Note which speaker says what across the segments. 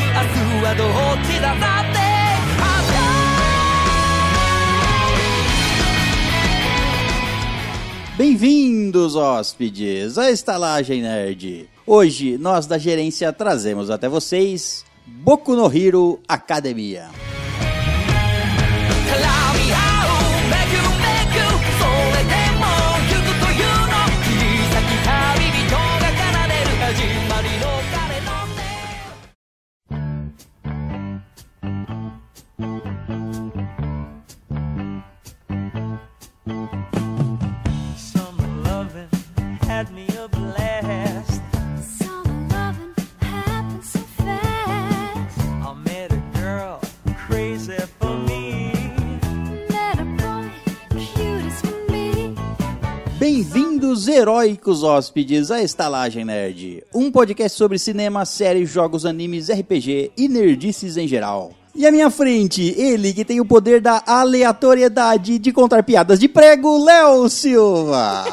Speaker 1: är då åtida natten att
Speaker 2: Bem-vindos, hóspedes, à Estalagem Nerd. Hoje, nós da gerência trazemos até vocês Boku no Hero Academia.
Speaker 1: 「絡み合うめぐめぐ」「それでもゆくというの」「切り裂き旅人が奏でる始まりの彼の音」
Speaker 3: Summer loving had me a blast.
Speaker 4: Summer loving happens so fast.
Speaker 3: I met a girl crazy for me.
Speaker 4: Met a boy, cute as can be.
Speaker 2: Bem-vindos, heróicos hóspedes, à Estalagem Nerd, um podcast sobre cinema, séries, jogos, animes, RPG e nerdices em geral. E à minha frente, ele que tem o poder da aleatoriedade de contar piadas de prego, Léo Silva.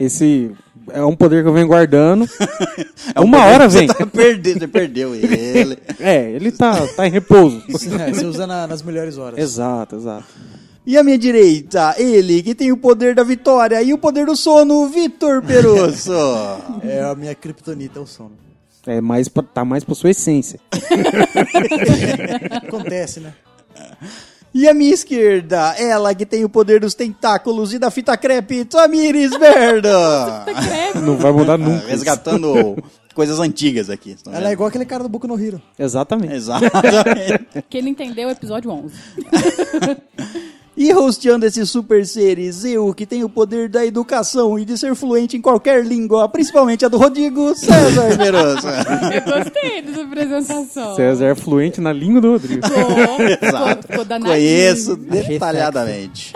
Speaker 5: Esse é um poder que eu venho guardando.
Speaker 2: É um
Speaker 5: Uma
Speaker 2: poder
Speaker 5: hora
Speaker 2: que você
Speaker 5: vem.
Speaker 2: Tá perdendo, você perdeu ele.
Speaker 5: É, ele tá, tá em repouso.
Speaker 6: É, você usa na- nas melhores horas.
Speaker 5: exato, exato.
Speaker 2: E à minha direita, ele que tem o poder da vitória e o poder do sono, Vitor Perusso.
Speaker 6: É a minha criptonita, é o sono.
Speaker 5: É mais pra, tá mais pra sua essência.
Speaker 6: Acontece, né?
Speaker 2: e à minha esquerda, ela que tem o poder dos tentáculos e da fita crepe, Tamires Verda.
Speaker 5: Não vai mudar
Speaker 2: Ah,
Speaker 5: nunca.
Speaker 2: Resgatando coisas antigas aqui. estão
Speaker 6: Ela é
Speaker 2: vendo?
Speaker 6: igual aquele cara do Boku no Hero.
Speaker 2: é-
Speaker 5: Exatamente.
Speaker 2: Exatamente.
Speaker 7: Que ele entendeu o episódio 11.
Speaker 2: E hosteando esses super seres, eu que tenho o poder da educação e de ser fluente em qualquer língua, principalmente a do Rodrigo César Verosa.
Speaker 7: Eu gostei dessa apresentação.
Speaker 5: César é fluente na língua do Rodrigo.
Speaker 7: Ficou- Ficou,
Speaker 2: Exato.
Speaker 7: ficou danadinho.
Speaker 2: Conheço detalhadamente.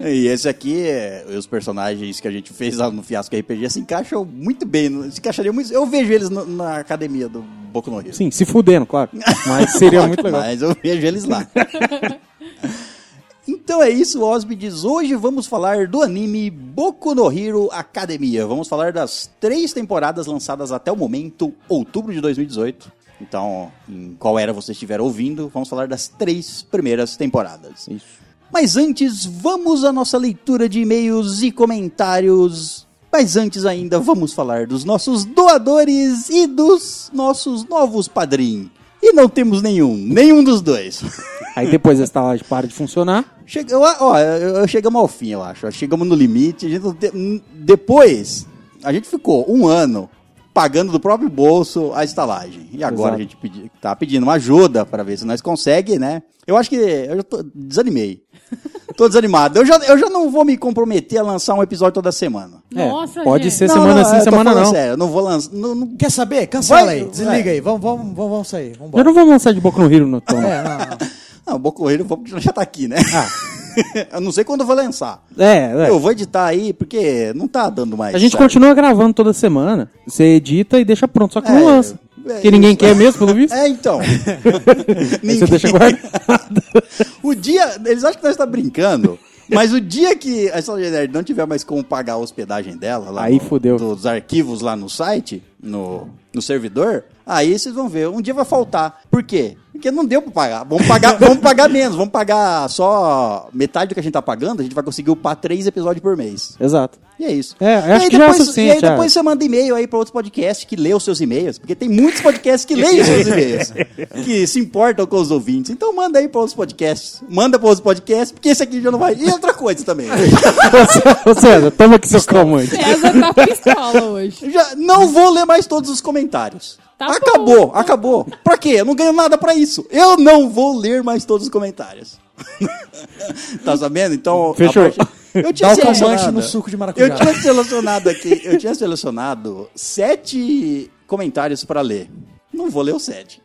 Speaker 2: E esse aqui, é, os personagens que a gente fez lá no Fiasco RPG se encaixam muito bem. no- Se encaixaria muito. Eu vejo eles no- na academia do Boku no Rio.
Speaker 5: Sim, se fudendo, claro. Mas seria muito legal.
Speaker 2: Mas eu vejo eles lá. Então é isso, hóspedes. Hoje vamos falar do anime Boku no Hero Academia. Vamos falar das três temporadas lançadas até o momento, outubro de 2018. Então, em qual era você estiver ouvindo, vamos falar das três primeiras temporadas.
Speaker 5: Isso.
Speaker 2: Mas antes, vamos à nossa leitura de e-mails e comentários. Mas antes ainda, vamos falar dos nossos doadores e dos nossos novos padrinhos. E não temos nenhum, nenhum dos dois.
Speaker 5: Aí depois a estalagem para de funcionar.
Speaker 2: Chega, eu- ó, eu- eu- chegamos ao fim, eu acho. Chegamos no limite. A gente não tem- n- depois, a gente ficou um ano pagando do próprio bolso a estalagem. E agora
Speaker 5: Exato.
Speaker 2: a gente pedi, tá pedindo uma ajuda para ver se nós consegue, né? Eu acho que eu já tô, desanimei. Tô desanimado. Eu já, eu já não vou me comprometer a lançar um episódio toda semana.
Speaker 7: Nossa,
Speaker 5: é, pode
Speaker 7: gente.
Speaker 5: ser semana sim,
Speaker 2: eu tô
Speaker 5: semana
Speaker 2: falando
Speaker 5: não.
Speaker 2: Sério, eu não vou lançar. Não, não-
Speaker 6: Quer saber? Cancela
Speaker 2: Vai,
Speaker 6: aí. Desliga
Speaker 2: vai.
Speaker 6: aí. Vamos, vamos, vamos, vamos sair.
Speaker 5: Eu
Speaker 6: Vambora.
Speaker 5: não vou lançar de boca no Hero, não. Então, não.
Speaker 6: É, não, não.
Speaker 2: não, vou correr, eu vou porque já tá aqui, né? eu não sei quando eu vou lançar.
Speaker 5: Ah. É, é.
Speaker 2: Eu vou editar aí porque não tá dando mais.
Speaker 5: A gente
Speaker 2: certo.
Speaker 5: continua gravando toda semana. Você edita e deixa pronto, só que
Speaker 2: É,
Speaker 5: não lança.
Speaker 2: é
Speaker 5: Porque ninguém
Speaker 2: isso.
Speaker 5: quer mesmo, pelo visto.
Speaker 2: É, então.
Speaker 5: Aí você deixa guardado.
Speaker 2: O dia. Eles acham que nós estamos brincando. Mas o dia que a Estalagem Nerd não tiver mais como pagar a hospedagem dela, lá
Speaker 5: Aí
Speaker 2: no-
Speaker 5: fudeu.
Speaker 2: dos arquivos lá no site, no, no servidor, aí vocês vão ver. Um dia vai faltar. Por quê? Porque não deu pra pagar. Vamos pagar, vamos pagar menos, vamos pagar só metade do que a gente tá pagando, a gente vai conseguir upar três episódios por mês.
Speaker 5: Exato.
Speaker 2: E é isso.
Speaker 5: É, acho
Speaker 2: e aí
Speaker 5: que já é
Speaker 2: depois,
Speaker 5: suficiente,
Speaker 2: E aí
Speaker 5: já.
Speaker 2: depois você manda e-mail aí pra outros podcasts que lê os seus e-mails, porque tem muitos podcasts que leem os seus e-mails, que se importam com os ouvintes. Então manda aí pra outros podcasts. Manda pra outros podcasts, porque esse aqui já não vai. E outra coisa também.
Speaker 5: Ô César, toma aqui seu calmante.
Speaker 7: César tá pistola hoje.
Speaker 2: Eu Já não vou ler mais todos os comentários.
Speaker 7: Tá
Speaker 2: acabou,
Speaker 7: bom.
Speaker 2: acabou. Pra quê? Eu não ganho nada pra isso. Eu não vou ler mais todos os comentários. tá sabendo? Então. a
Speaker 5: Fechou.
Speaker 2: Eu tinha
Speaker 6: Dá o
Speaker 2: selecionado-
Speaker 6: calmante no suco de maracujá.
Speaker 2: Eu tinha selecionado aqui, eu tinha selecionado sete comentários pra ler. Não vou ler os sete.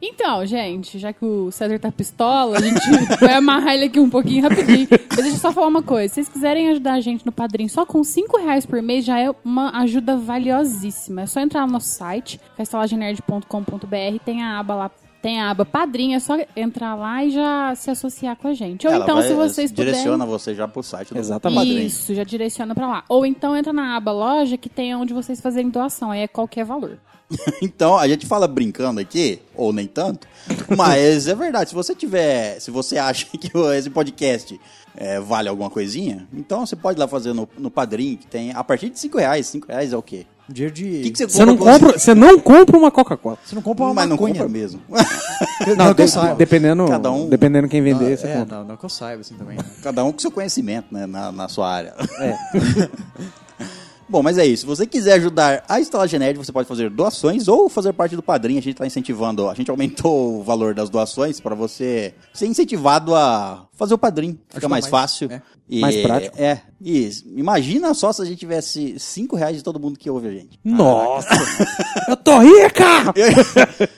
Speaker 7: Então, gente, já que o César tá pistola, a gente vai amarrar ele aqui um pouquinho rapidinho. Mas deixa eu só falar uma coisa. Se vocês quiserem ajudar a gente no Padrim só com 5 reais por mês, já é uma ajuda valiosíssima. É só entrar no nosso site, que é estalagenerd.com.br, tem a aba lá Tem a aba padrinho, é só entrar lá e já se associar com a gente. Ou
Speaker 2: Ela
Speaker 7: então,
Speaker 2: vai-
Speaker 7: se vocês puderem.
Speaker 2: Direciona você já pro site do
Speaker 5: Exatamente.
Speaker 2: Padrim.
Speaker 7: Isso, já direciona pra lá. Ou então entra na aba loja que tem onde vocês fazerem doação, aí é qualquer valor.
Speaker 2: Então, a gente fala brincando aqui, ou nem tanto, mas é verdade. Se você tiver, se você acha que esse podcast é, vale alguma coisinha, então você pode ir lá fazer no, no Padrim, que tem a partir de 5 reais. 5 reais é o quê?
Speaker 6: Dinheiro Um de...
Speaker 2: O que, que você
Speaker 5: Você não
Speaker 2: quando
Speaker 5: compra, você não compra uma Coca-Cola.
Speaker 6: Você não compra uma
Speaker 2: Mas não
Speaker 6: maconha.
Speaker 2: compra mesmo.
Speaker 6: Não, que eu
Speaker 5: de-
Speaker 6: saiba.
Speaker 5: dependendo,
Speaker 2: Cada um-
Speaker 5: dependendo quem
Speaker 6: Ah,
Speaker 5: vender, você
Speaker 6: é,
Speaker 5: compra.
Speaker 6: não, não que eu saiba assim também. né?
Speaker 2: Cada um com seu conhecimento, né, na, na sua área.
Speaker 5: É.
Speaker 2: Bom, mas é isso. Se você quiser ajudar a Estalagem Nerd, você pode fazer doações ou fazer parte do padrinho. A gente está incentivando, a gente aumentou o valor das doações para você ser incentivado a fazer o padrinho. Fica
Speaker 6: Ajuda
Speaker 2: mais,
Speaker 6: mais,
Speaker 2: fácil.
Speaker 6: né?
Speaker 2: E-
Speaker 5: é Mais prático.
Speaker 2: É. E imagina só se a gente tivesse 5 reais de todo mundo que ouve a gente.
Speaker 5: Nossa! eu tô rica!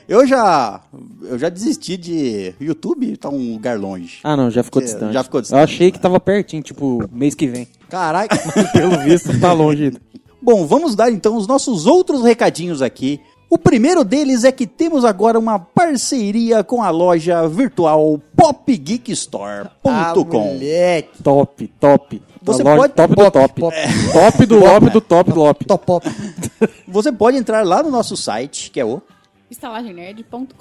Speaker 2: Eu já, eu já desisti de YouTube, tá um lugar longe.
Speaker 5: Ah, não, já ficou
Speaker 2: Você-
Speaker 5: distante.
Speaker 2: já ficou distante.
Speaker 5: Eu achei que tava pertinho, tipo, mês que vem.
Speaker 6: Caralho.
Speaker 5: Pelo visto, tá longe. ainda.
Speaker 2: Bom, vamos dar então os nossos outros recadinhos aqui. O primeiro deles é que temos agora uma parceria com a loja virtual
Speaker 6: Ah,
Speaker 2: popgeekstore.com.
Speaker 6: moleque.
Speaker 5: Top, top.
Speaker 2: Você
Speaker 5: A loja-
Speaker 2: pode-
Speaker 5: Top
Speaker 6: Pop,
Speaker 5: do top.
Speaker 6: pop.
Speaker 5: Top do lop do top do lop.
Speaker 6: Top pop.
Speaker 2: Você pode entrar lá no nosso site, que é o
Speaker 7: estalagemnerd.com.br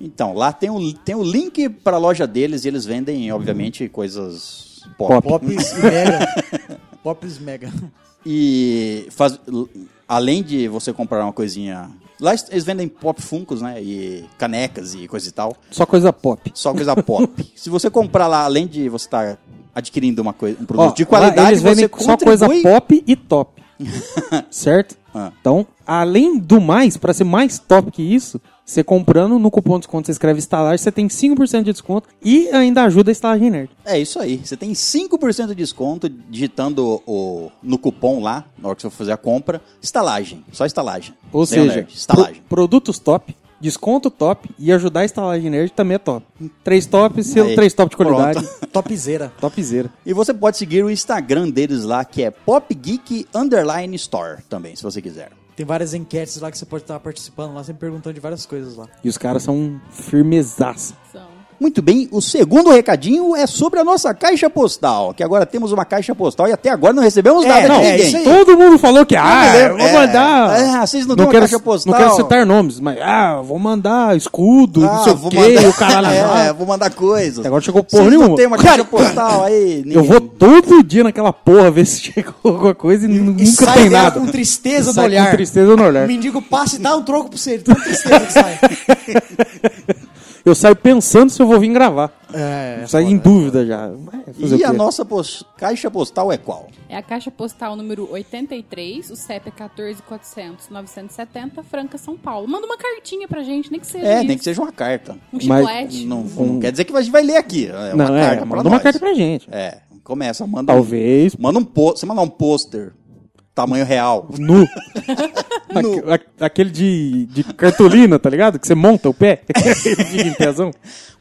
Speaker 2: Então, lá tem o, tem o link para a loja deles e eles vendem, obviamente, coisas pop.
Speaker 5: Pop.
Speaker 6: Pops mega. Pops mega.
Speaker 2: E faz- l- além de você comprar uma coisinha. Lá es- eles vendem pop funcos, né? E canecas e coisa e tal.
Speaker 5: Só coisa pop.
Speaker 2: Só coisa pop. Se você comprar lá, além de você estar adquirindo uma coisa, um produto
Speaker 5: Ó,
Speaker 2: de
Speaker 5: lá
Speaker 2: qualidade,
Speaker 5: eles vendem
Speaker 2: você
Speaker 5: só
Speaker 2: contribui...
Speaker 5: coisa pop e top. certo?
Speaker 2: Ah.
Speaker 5: Então, além do mais, pra ser mais top que isso, você comprando no cupom de desconto, você escreve instalar, você tem 5% de desconto e ainda ajuda a estalagem nerd.
Speaker 2: É isso aí. Você tem 5% de desconto digitando o, no cupom lá, na hora que você for fazer a compra, estalagem. Só estalagem.
Speaker 5: Ou
Speaker 2: Sem o
Speaker 5: seja,
Speaker 2: nerd, estalagem.
Speaker 5: pro- produtos top, desconto top e ajudar a estalagem nerd também é top. Três tops, selo
Speaker 2: Aí,
Speaker 5: três top de qualidade.
Speaker 6: Topzera.
Speaker 5: Topzera.
Speaker 2: E você pode seguir o Instagram deles lá, que é popgeek underline store também, se você quiser.
Speaker 6: Tem várias enquetes lá que você pode estar participando lá, sempre perguntando de várias coisas lá.
Speaker 5: E os caras são firmezaça.
Speaker 7: São
Speaker 2: Muito bem, o segundo recadinho é sobre a nossa caixa postal, que agora temos uma caixa postal e até agora não recebemos nada
Speaker 5: não,
Speaker 2: de
Speaker 5: é
Speaker 2: ninguém.
Speaker 5: isso aí. todo mundo falou que, ah,
Speaker 2: lembro,
Speaker 5: eu vou
Speaker 2: é.
Speaker 5: mandar.
Speaker 2: Ah, vocês não têm uma
Speaker 5: quero,
Speaker 2: caixa postal?
Speaker 5: Não quero citar nomes, mas, ah, eu vou mandar escudo,
Speaker 2: Ah,
Speaker 5: não sei o
Speaker 2: vou
Speaker 5: quê,
Speaker 2: mandar-
Speaker 5: o caralho.
Speaker 2: é,
Speaker 5: ah,
Speaker 2: vou mandar coisas.
Speaker 5: Agora chegou
Speaker 2: Vocês
Speaker 5: porra
Speaker 2: Não
Speaker 5: nenhuma.
Speaker 2: tem uma caixa postal aí.
Speaker 5: eu
Speaker 2: ninguém-
Speaker 5: vou todo dia naquela porra ver se chegou alguma coisa e, nunca
Speaker 6: sai
Speaker 5: tem
Speaker 6: dela
Speaker 5: nada.
Speaker 6: com tristeza no
Speaker 5: Sai com
Speaker 6: olhar.
Speaker 5: tristeza no
Speaker 6: O
Speaker 5: olhar.
Speaker 6: mendigo passa e dá um troco pra você. de Tão tristeza que sai.
Speaker 5: Eu saio pensando se eu vou vir gravar.
Speaker 6: É,
Speaker 5: Eu saio em dúvida já. Mas fazer
Speaker 2: é. E
Speaker 5: o
Speaker 2: a
Speaker 5: quê?
Speaker 2: nossa pos- caixa postal é qual?
Speaker 7: É a caixa postal número 83, o CEP é 14400970, Franca, São Paulo. Manda uma cartinha pra gente, nem que seja
Speaker 2: É,
Speaker 7: isso.
Speaker 2: nem que seja uma carta.
Speaker 7: um
Speaker 5: Mas-
Speaker 7: chiclete.
Speaker 2: Não, não quer dizer que a gente vai ler aqui. É uma
Speaker 5: Hum. Não, é,
Speaker 2: carta pra
Speaker 5: manda uma
Speaker 2: nós.
Speaker 5: carta pra gente.
Speaker 2: É, começa, manda. um-
Speaker 5: Talvez
Speaker 2: Manda um pôster. Você mandar um pôster, tamanho real.
Speaker 5: nu. Aque- a- aquele de, de cartolina, tá ligado? Que você monta o pé. de impressão.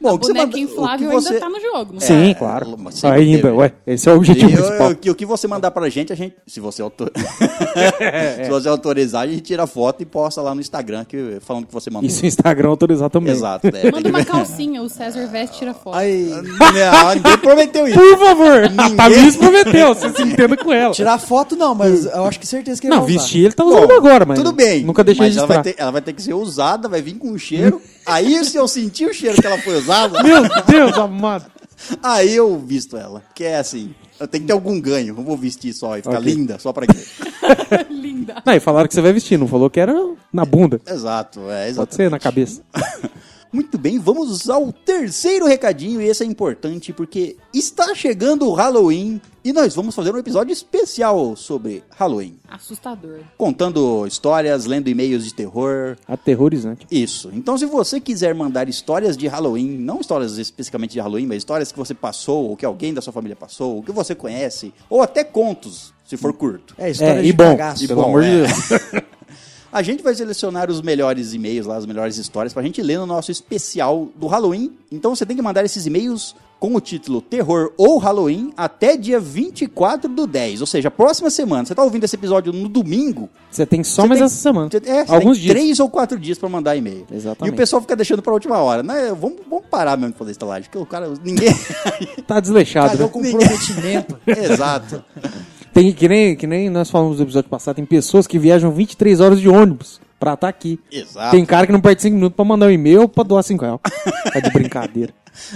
Speaker 2: Bom,
Speaker 7: O
Speaker 2: o que você
Speaker 7: boneco
Speaker 2: manda- o
Speaker 7: inflável
Speaker 2: que você- É.
Speaker 7: ainda tá no jogo, não
Speaker 5: Sim, claro.
Speaker 2: mas sempre
Speaker 5: Ainda,
Speaker 2: teve.
Speaker 5: ué. Esse é o objetivo
Speaker 2: E né? eu-
Speaker 5: principal.
Speaker 2: eu- que- o que você mandar pra gente, a gente. Se você, autor...
Speaker 5: É.
Speaker 2: se você autorizar, a gente tira foto e posta lá no Instagram que, falando que você mandou.
Speaker 5: Isso o Instagram autorizar também.
Speaker 2: Exato. é, tem
Speaker 7: Manda
Speaker 2: que
Speaker 7: uma
Speaker 2: ver.
Speaker 7: calcinha, o César Veste tira foto.
Speaker 6: Aí,
Speaker 2: Não, ninguém né, prometeu isso.
Speaker 5: Por favor! A Tamiris prometeu, você se entenda com ela.
Speaker 6: tirar foto não, mas eu acho que certeza que ele
Speaker 5: Não,
Speaker 6: vai usar.
Speaker 5: vestir ele tá usando
Speaker 2: Bom,
Speaker 5: agora, mas.
Speaker 2: Tudo bem.
Speaker 5: Nunca deixei
Speaker 2: mas
Speaker 5: de
Speaker 2: ela vai,
Speaker 5: estar.
Speaker 2: ter, ela vai ter que ser usada, vai vir com um cheiro. aí, se eu sentir o cheiro que ela foi usada,
Speaker 5: Meu Deus amado.
Speaker 2: aí eu visto ela. Que é assim, eu tenho que ter algum ganho. Não vou vestir só e ficar
Speaker 5: Ok.
Speaker 2: linda, só pra quê?
Speaker 7: Linda.
Speaker 5: Não, e falaram que você vai vestir, não falou que era na bunda.
Speaker 2: Exato, é
Speaker 5: Pode
Speaker 2: exato.
Speaker 5: ser na cabeça.
Speaker 2: Muito bem, vamos ao terceiro recadinho. E esse é importante porque está chegando o Halloween e nós vamos fazer um episódio especial sobre Halloween.
Speaker 7: Assustador.
Speaker 2: Contando histórias, lendo e-mails de terror,
Speaker 5: Aterrorizante.
Speaker 2: Isso. Então, se você quiser mandar histórias de Halloween, não histórias especificamente de Halloween, mas histórias que você passou, ou que alguém da sua família passou, ou que você conhece, ou até contos, se for curto.
Speaker 6: É, história
Speaker 5: É,
Speaker 6: de
Speaker 5: e bom,
Speaker 6: cagaço.
Speaker 5: pelo
Speaker 2: bom,
Speaker 5: amor de
Speaker 2: é.
Speaker 5: Deus.
Speaker 2: A gente vai selecionar os melhores e-mails lá, as melhores histórias, pra gente ler no nosso especial do Halloween. Então você tem que mandar esses e-mails com o título Terror ou Halloween até dia 24 do 10. Ou seja, próxima semana. Você tá ouvindo esse episódio no domingo?
Speaker 5: Você tem só
Speaker 2: Você
Speaker 5: mais
Speaker 2: tem-
Speaker 5: essa semana.
Speaker 2: Você- É, você
Speaker 5: Alguns
Speaker 2: tem
Speaker 5: dias.
Speaker 2: três ou quatro dias pra mandar e-mail. E
Speaker 5: Exatamente.
Speaker 2: o pessoal fica deixando pra última hora. Né? Vamos, vamos parar mesmo de fazer estalagem, porque o cara. Ninguém.
Speaker 5: Tá desleixado.
Speaker 6: Calhou
Speaker 5: né?
Speaker 6: com comprometimento.
Speaker 2: Exato.
Speaker 5: Tem que nem, que nem nós falamos no episódio passado, tem pessoas que viajam 23 horas de ônibus pra estar aqui.
Speaker 2: Exato.
Speaker 5: Tem cara que não perde 5 minutos pra mandar um e-mail ou pra doar 5 reais. Tá de brincadeira.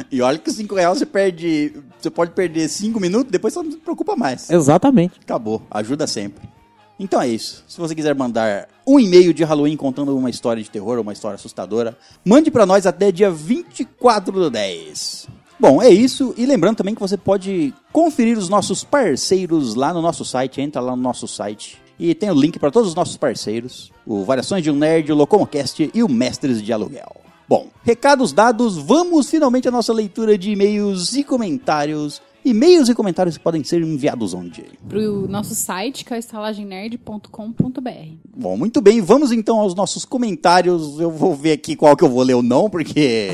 Speaker 2: E olha que 5 reais você perde. Você pode perder 5 minutos, depois você não se preocupa mais.
Speaker 5: Exatamente.
Speaker 2: Acabou. Ajuda sempre. Então é isso. Se você quiser mandar um e-mail de Halloween contando uma história de terror, uma história assustadora, mande pra nós até dia 24 do 10. Bom, é isso. E lembrando também que você pode conferir os nossos parceiros lá no nosso site. Entra lá no nosso site. E tem o link para todos os nossos parceiros. O Variações de um Nerd, o Locomocast e o Mestres de Aluguel. Bom, recados dados, vamos finalmente à nossa leitura de e-mails e comentários. E-mails e comentários que podem ser enviados onde?
Speaker 7: Pro nosso site, que é o estalagemnerd.com.br.
Speaker 2: Bom, muito bem, vamos então aos nossos comentários. Eu vou ver aqui qual que eu vou ler ou não, porque.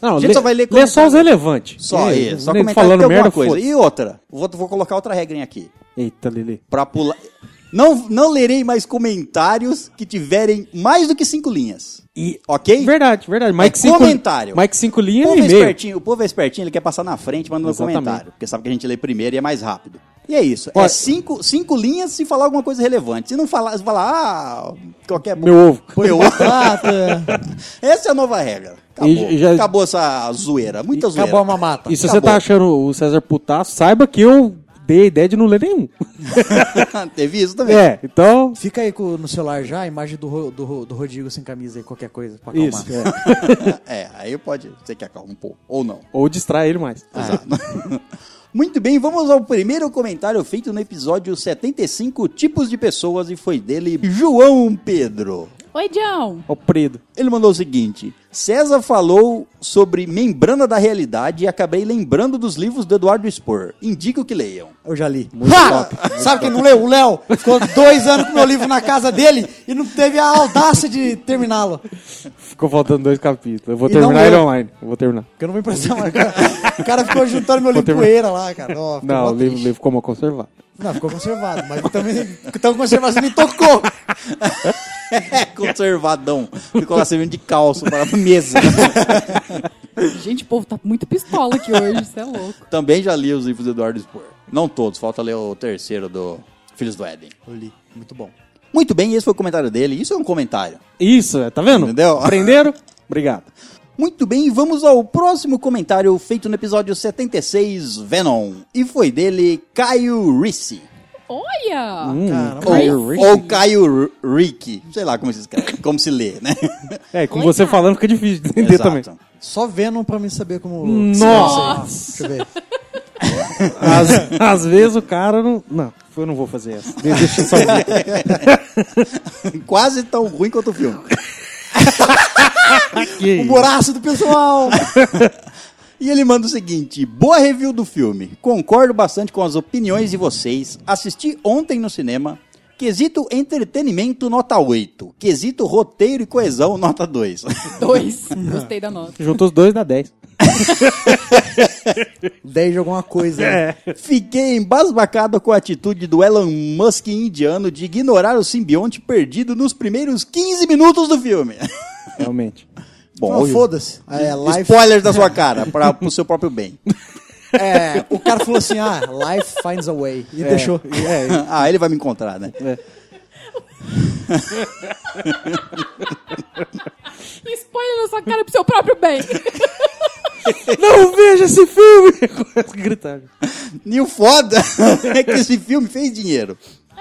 Speaker 5: Não,
Speaker 2: A gente
Speaker 5: lê,
Speaker 2: só vai ler
Speaker 5: lê só
Speaker 2: comentário.
Speaker 5: os relevantes.
Speaker 2: Só
Speaker 5: É,
Speaker 2: isso, só comentário
Speaker 5: nego
Speaker 2: que tem
Speaker 5: falando
Speaker 2: alguma
Speaker 5: merda,
Speaker 2: coisa.
Speaker 5: foda-se.
Speaker 2: E outra, vou, vou colocar outra regrinha aqui.
Speaker 5: Eita, Lili.
Speaker 2: Pra pular. Não, não lerei mais comentários que tiverem mais do que cinco linhas.
Speaker 5: E-
Speaker 2: Ok?
Speaker 5: Verdade, verdade. Mais
Speaker 2: É
Speaker 5: que cinco,
Speaker 2: comentário.
Speaker 5: Mais que 5
Speaker 2: O
Speaker 5: linhas
Speaker 2: povo,
Speaker 5: e
Speaker 2: é
Speaker 5: meio.
Speaker 2: espertinho, o povo é espertinho, ele quer passar na frente, manda no
Speaker 5: Exatamente.
Speaker 2: comentário. Porque sabe que a gente lê primeiro e é mais rápido. E é isso. é
Speaker 5: Olha-
Speaker 2: cinco, cinco linhas se falar alguma coisa relevante. Se não falar, se falar, ah, qualquer.
Speaker 5: Meu ovo.
Speaker 2: Meu ovo.
Speaker 6: Mata.
Speaker 2: Essa é a nova regra. Acabou.
Speaker 5: E já-
Speaker 2: Acabou essa zoeira. Muita zoeira.
Speaker 6: Acabou a mamata.
Speaker 5: E se você
Speaker 2: Acabou.
Speaker 5: tá achando o César putaço, saiba que eu dei a ideia de não ler nenhum.
Speaker 2: Teve isso também.
Speaker 5: É, então.
Speaker 6: Fica aí com- no celular já a imagem do, Ro- do, Ro- do Rodrigo sem camisa aí, qualquer coisa, pra acalmar.
Speaker 5: Isso.
Speaker 2: É, aí pode ser que acalma um pouco. Ou não.
Speaker 5: Ou distrai ele mais.
Speaker 2: Exato. Muito bem, vamos ao primeiro comentário feito no episódio 75, Tipos de Pessoas, e foi dele João Pedro.
Speaker 7: Oi, John!
Speaker 5: Ó, o predo.
Speaker 2: Ele mandou o seguinte: César falou sobre membrana da realidade e acabei lembrando dos livros do Eduardo Spohr. Indico que leiam.
Speaker 6: Eu já li. Sabe quem não leu? O Léo. Ficou dois anos com o meu livro na casa dele e não teve a audácia de terminá-lo.
Speaker 5: Ficou faltando dois capítulos. Eu vou
Speaker 6: E não
Speaker 5: terminar ele
Speaker 6: leu.
Speaker 5: online. Eu vou terminar.
Speaker 6: Porque eu não vou emprestar mais. cara. O cara ficou juntando meu livro
Speaker 5: terminar.
Speaker 6: poeira lá, cara. Ó, ficou
Speaker 5: Não,
Speaker 6: mó
Speaker 5: o livro,
Speaker 6: triste.
Speaker 5: livro ficou mal conservado.
Speaker 6: Não, ficou conservado, mas também. Então conservação me tocou.
Speaker 2: É, conservadão. Ficou lá servindo de calço para a mesa.
Speaker 7: Gente, o povo tá muito pistola aqui hoje, isso é louco.
Speaker 2: Também já li os livros do Eduardo Spohr. Não todos, falta ler o terceiro do Filhos do Éden.
Speaker 6: Eu li. Muito bom.
Speaker 2: Muito bem, esse foi o comentário dele. Isso é um comentário.
Speaker 5: Isso, é, tá vendo?
Speaker 2: Entendeu?
Speaker 5: Aprenderam? Obrigado.
Speaker 2: Muito bem, vamos ao próximo comentário feito no episódio 76, Venom. E foi dele, Caio Ricci.
Speaker 7: Olha!
Speaker 5: Hum.
Speaker 6: Caramba.
Speaker 5: Caio
Speaker 2: Ou,
Speaker 5: Rick.
Speaker 2: ou Caio R- Rick. Sei lá como se escreve, como se lê, né?
Speaker 5: É, com você falando fica difícil de entender também.
Speaker 6: Só Venom pra mim saber como.
Speaker 5: Nossa!
Speaker 6: né? Deixa eu ver.
Speaker 5: Às, às vezes o cara não. Não, eu não vou fazer essa. De- Deixa eu só ver.
Speaker 2: Quase tão ruim quanto o filme.
Speaker 5: Que
Speaker 2: um
Speaker 6: O buraço do pessoal!
Speaker 2: E ele manda o seguinte: boa review do filme. Concordo bastante com as opiniões de vocês. Assisti ontem no cinema. Quesito entretenimento, nota 8. Quesito roteiro e coesão, nota 2.
Speaker 7: Dois. Gostei da nota.
Speaker 5: isso. Juntou os dois dá 10.
Speaker 6: 10 de alguma coisa. né?
Speaker 5: É.
Speaker 2: Fiquei embasbacado com a atitude do Elon Musk indiano de ignorar o simbionte perdido nos primeiros 15 minutos do filme.
Speaker 5: Realmente.
Speaker 6: Não,
Speaker 2: hoje-
Speaker 6: foda-se. É, life-
Speaker 2: Spoilers da sua cara, para o seu próprio bem.
Speaker 6: é, o cara falou assim: ah, life finds a way. E deixou.
Speaker 5: É,
Speaker 2: ah, ele vai me encontrar, né?
Speaker 7: Spoiler na sua cara pro seu próprio bem.
Speaker 5: É. Não veja esse filme! Começa a gritar.
Speaker 2: E o foda é que esse filme fez dinheiro.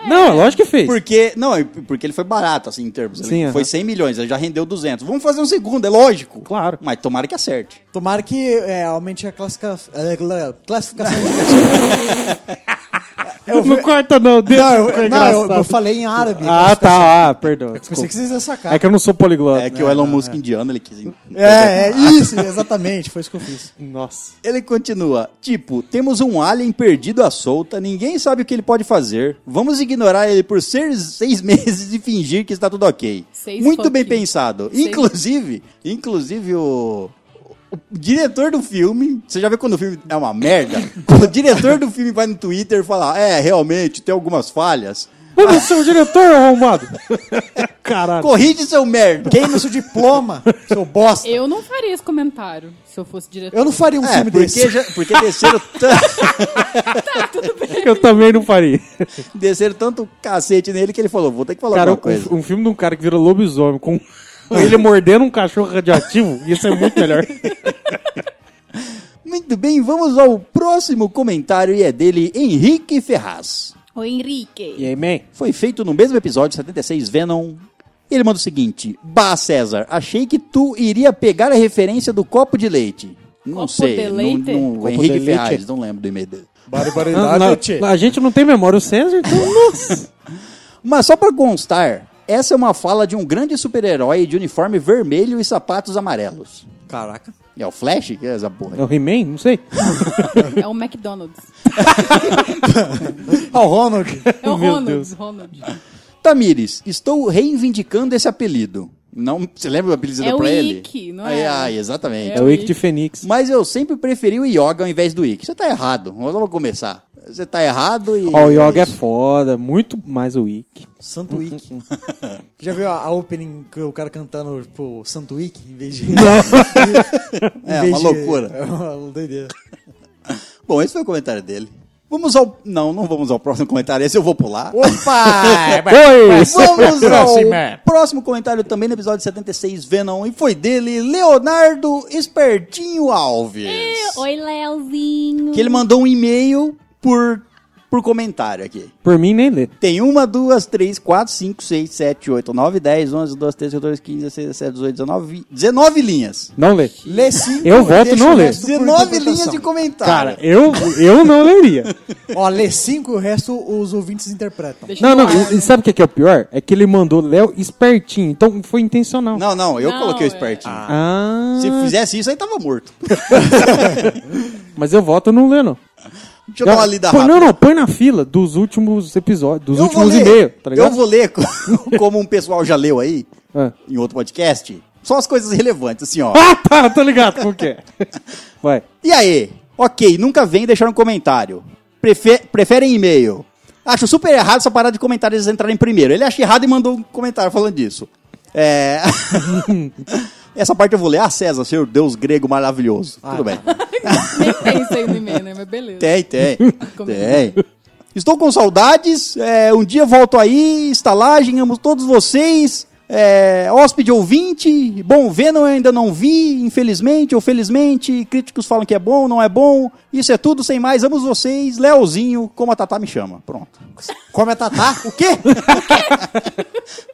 Speaker 5: Não, é lógico que fez.
Speaker 2: Porque, não, é porque ele foi barato, assim, em termos. Ele
Speaker 5: Sim, aham.
Speaker 2: foi 100 milhões, ele já rendeu 200. Vamos fazer um segundo, é lógico.
Speaker 5: Claro.
Speaker 2: Mas tomara que acerte.
Speaker 6: Tomara que é, aumente a classica... é, cla- classificação. Eu
Speaker 5: não é
Speaker 6: vi-
Speaker 5: corta, não. Deixa
Speaker 6: Não,
Speaker 5: ficou
Speaker 6: eu, não, eu-
Speaker 5: engraçado.
Speaker 6: eu falei em árabe.
Speaker 5: Ah, tá. Ah, perdão.
Speaker 6: Pensei
Speaker 5: desculpa.
Speaker 6: que vocês iam sacar.
Speaker 5: É que eu não sou poliglota.
Speaker 2: É que o Elon Musk indiano, ele quis.
Speaker 6: É, é isso, exatamente, foi isso que eu fiz.
Speaker 5: Nossa.
Speaker 2: Ele continua, tipo, temos um alien perdido à solta, ninguém sabe o que ele pode fazer. Vamos ignorar ele por seis, seis meses e fingir que está tudo ok.
Speaker 7: Seis
Speaker 2: Muito bem
Speaker 7: fucking-
Speaker 2: pensado.
Speaker 7: Seis-
Speaker 2: Inclusive, inclusive o, o diretor do filme, você já vê quando o filme é uma merda? o diretor do filme vai no Twitter falar, é, realmente, tem algumas falhas.
Speaker 5: Ô, meu seu diretor, arrombado. Caralho.
Speaker 2: Corrige seu merda.
Speaker 6: Queima seu diploma, seu bosta. Eu,
Speaker 7: Eu não faria esse comentário se eu fosse diretor.
Speaker 6: não faria um
Speaker 2: É,
Speaker 6: filme desse.
Speaker 2: porque, já, porque desceram tanto...
Speaker 5: Eu também não faria.
Speaker 2: Desceram tanto cacete nele que ele falou: vou ter que falar
Speaker 5: Cara,
Speaker 2: alguma coisa.
Speaker 5: um, um filme de um cara que vira lobisomem com ele mordendo um cachorro radioativo, isso é muito melhor.
Speaker 2: Muito bem, vamos ao próximo comentário e é dele, Henrique Ferraz.
Speaker 7: O Henrique.
Speaker 5: aí, man?
Speaker 2: Foi feito no mesmo episódio 76 Venom. Ele manda o seguinte: Bah, César, achei que tu iria pegar a referência do copo de leite. Não
Speaker 7: Copo
Speaker 2: sei,
Speaker 7: de
Speaker 2: não-
Speaker 7: leite?
Speaker 2: não-
Speaker 6: Copo de
Speaker 2: Henrique
Speaker 6: leite? é
Speaker 2: Ferraz, não lembro do e-mail dele.
Speaker 5: a gente não tem memória, o César, então, nossa.
Speaker 2: Mas só pra constar, essa é uma fala de um grande super-herói de uniforme vermelho e sapatos amarelos.
Speaker 6: Caraca.
Speaker 2: É o Flash? Que é essa porra?
Speaker 5: É o He-Man? Não sei.
Speaker 7: É o McDonald's.
Speaker 6: Ah, o Ronald.
Speaker 7: É o
Speaker 5: Meu
Speaker 7: Ronald.
Speaker 5: Deus.
Speaker 7: Ronald.
Speaker 2: Tamires, estou reivindicando esse apelido. Não, você lembra o apelido
Speaker 7: É o
Speaker 2: pra ele?
Speaker 7: Ike, não
Speaker 2: Ai,
Speaker 7: é?
Speaker 2: ai, exatamente.
Speaker 5: É o Ike de Fênix.
Speaker 2: Mas eu sempre preferi o Yoga ao invés do Ike. Você tá errado. Vamos logo começar. Você tá errado e.
Speaker 5: Ó, o Yoga é foda, muito mais o Ike.
Speaker 6: Santuíque. Já viu a, a opening que o cara cantando, tipo, Santuíque? Em vez de. Em
Speaker 2: É,
Speaker 6: vez
Speaker 2: uma
Speaker 6: de-
Speaker 2: loucura.
Speaker 6: É uma doideira.
Speaker 2: Bom, esse foi o comentário dele. Vamos ao. Não, não vamos ao próximo comentário. Esse eu vou pular.
Speaker 6: Opa!
Speaker 5: Oi!
Speaker 2: Vamos
Speaker 5: é.
Speaker 2: ao próximo comentário também no episódio 76 Venom. E foi dele, Leonardo Espertinho Alves.
Speaker 7: Oi, Leozinho.
Speaker 2: Que ele mandou um e-mail por, por comentário aqui.
Speaker 5: Por mim, nem lê.
Speaker 2: Tem uma, duas, três, quatro, cinco, seis, sete, oito, nove, dez, onze, doze, treze, quatorze, quinze, dezesseis, dezessete, dezoito, dezenove, dezenove linhas.
Speaker 5: Não lê.
Speaker 6: Lê cinco,
Speaker 5: Eu voto
Speaker 6: deixa
Speaker 5: não
Speaker 6: o
Speaker 5: ler.
Speaker 6: resto por
Speaker 2: 19 linhas
Speaker 6: interpretação.
Speaker 2: de comentário.
Speaker 5: Cara, eu, eu não leria.
Speaker 6: Ó, lê cinco, o resto os ouvintes interpretam.
Speaker 7: Deixa
Speaker 5: Não,
Speaker 7: eu
Speaker 5: não,
Speaker 7: falar.
Speaker 5: e, e sabe o que é, que é o pior? É que ele mandou Léo espertinho, então foi intencional.
Speaker 2: não, não, eu
Speaker 7: Não,
Speaker 2: coloquei o
Speaker 7: é-
Speaker 2: espertinho.
Speaker 5: Ah,
Speaker 2: Se fizesse isso, aí tava morto.
Speaker 5: mas eu voto não lê, não.
Speaker 2: Deixa eu dar uma lida
Speaker 5: Põe-
Speaker 2: rápida.
Speaker 5: Não, não, põe na fila dos últimos episódios, dos
Speaker 2: Eu vou
Speaker 5: últimos
Speaker 2: ler-
Speaker 5: e-mails, tá ligado?
Speaker 2: Eu vou ler, co- como um pessoal já leu aí,
Speaker 5: Ah.
Speaker 2: em outro podcast, só as coisas relevantes, assim, ó.
Speaker 5: Ah, tá, tô ligado como que é. Vai.
Speaker 2: E aí? Ok, nunca vem deixar um comentário. Prefe- preferem e-mail. Acho super errado essa parada de comentários entrarem primeiro. Ele acha errado e mandou um comentário falando disso. É. essa parte eu vou ler. Ah, César, seu deus grego maravilhoso.
Speaker 5: Ah,
Speaker 2: Tudo bem.
Speaker 7: Nem pensei no e-mail, né? Mas beleza.
Speaker 2: Tem, tem.
Speaker 6: é
Speaker 7: Comendo.
Speaker 2: tem. Estou com saudades. é, um dia volto aí. Estalagem, amo todos vocês. É, hóspede ouvinte. Bom, Venom eu ainda não vi, infelizmente ou felizmente. Críticos falam que é bom, não é bom. Isso é tudo, sem mais. Amo vocês. Leozinho, como a Tatá me chama. Pronto.
Speaker 6: Come a Tatá.
Speaker 2: O quê?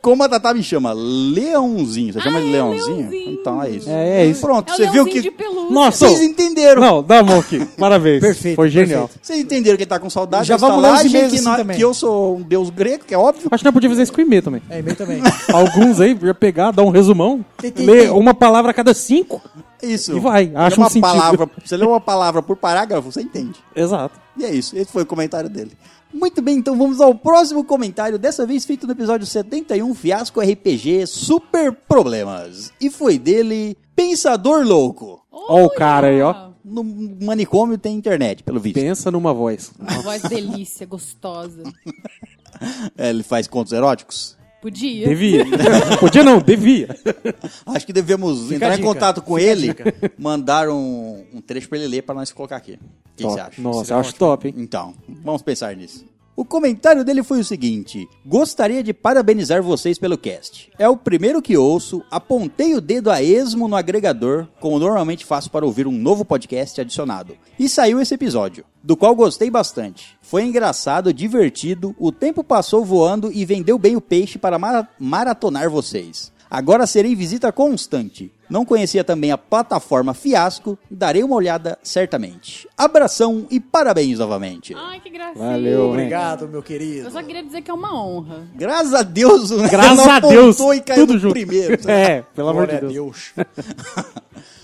Speaker 2: como a Tatá me chama. Leãozinho. Você chama
Speaker 7: Ah,
Speaker 2: de
Speaker 7: é
Speaker 2: Leãozinho?
Speaker 7: Leãozinho.
Speaker 2: Então é isso.
Speaker 5: É, é isso.
Speaker 2: Pronto,
Speaker 7: É o
Speaker 2: você viu
Speaker 7: Leozinho
Speaker 2: que...
Speaker 7: de pelúcia.
Speaker 5: Nossa,
Speaker 2: Vocês entenderam.
Speaker 5: não, dá a mão aqui. Parabéns.
Speaker 6: Perfeito,
Speaker 5: Foi genial.
Speaker 2: Vocês entenderam que tá com saudade?
Speaker 6: Já
Speaker 2: da
Speaker 6: vamos ler os
Speaker 2: estalagem,
Speaker 6: e-mails
Speaker 2: que,
Speaker 6: assim
Speaker 2: nó-
Speaker 6: também.
Speaker 2: que eu sou um deus grego, que é óbvio.
Speaker 5: Acho que nós podíamos fazer isso com e-mail também.
Speaker 6: É, e meio também.
Speaker 5: Alguns aí, já pegar, dar um resumão,
Speaker 6: Tem, tem,
Speaker 5: ler
Speaker 6: tem.
Speaker 5: uma palavra a cada cinco.
Speaker 2: Isso.
Speaker 5: E vai,
Speaker 2: Lê
Speaker 5: acha um
Speaker 2: uma
Speaker 5: sentido.
Speaker 2: palavra, Você lê uma palavra por parágrafo, você entende.
Speaker 5: Exato.
Speaker 2: E é isso, esse foi o comentário dele. Muito bem, então vamos ao próximo comentário, dessa vez feito no episódio 71, Fiasco RPG Super Problemas. E foi dele, Pensador Louco.
Speaker 5: Ó o cara aí, ó.
Speaker 7: Olha,
Speaker 2: No manicômio tem internet, pelo visto.
Speaker 5: Pensa numa voz.
Speaker 7: Uma voz delícia, gostosa.
Speaker 2: É, Ele faz contos eróticos.
Speaker 7: Podia.
Speaker 5: Devia. Podia não, devia.
Speaker 2: Acho que devemos
Speaker 6: a
Speaker 2: entrar em
Speaker 6: dica,
Speaker 2: contato com ele, mandar um, um trecho pra ele ler pra nós colocar aqui. O que
Speaker 5: Top.
Speaker 2: você acha?
Speaker 5: Nossa, eu acho top, hein?
Speaker 2: Então, vamos pensar nisso. O comentário dele foi o seguinte: Gostaria de parabenizar vocês pelo cast. É o primeiro que ouço, apontei o dedo a esmo no agregador, como normalmente faço para ouvir um novo podcast adicionado. E saiu esse episódio, do qual gostei bastante. Foi engraçado, divertido, o tempo passou voando e vendeu bem o peixe para mara- maratonar vocês. Agora serei visita constante. Não conhecia também a plataforma Fiasco. Darei uma olhada certamente. Abração e parabéns novamente.
Speaker 7: Ai, que gracinha.
Speaker 5: Valeu, hein?
Speaker 6: Obrigado, meu querido.
Speaker 7: Eu só queria dizer que é uma honra.
Speaker 2: Graças a Deus, o
Speaker 5: Graças
Speaker 2: não
Speaker 5: a Deus,
Speaker 2: apontou e caiu
Speaker 5: tudo
Speaker 2: no
Speaker 5: junto.
Speaker 2: primeiro.
Speaker 5: É, pelo amor
Speaker 6: Glória
Speaker 5: de
Speaker 6: a
Speaker 5: Deus.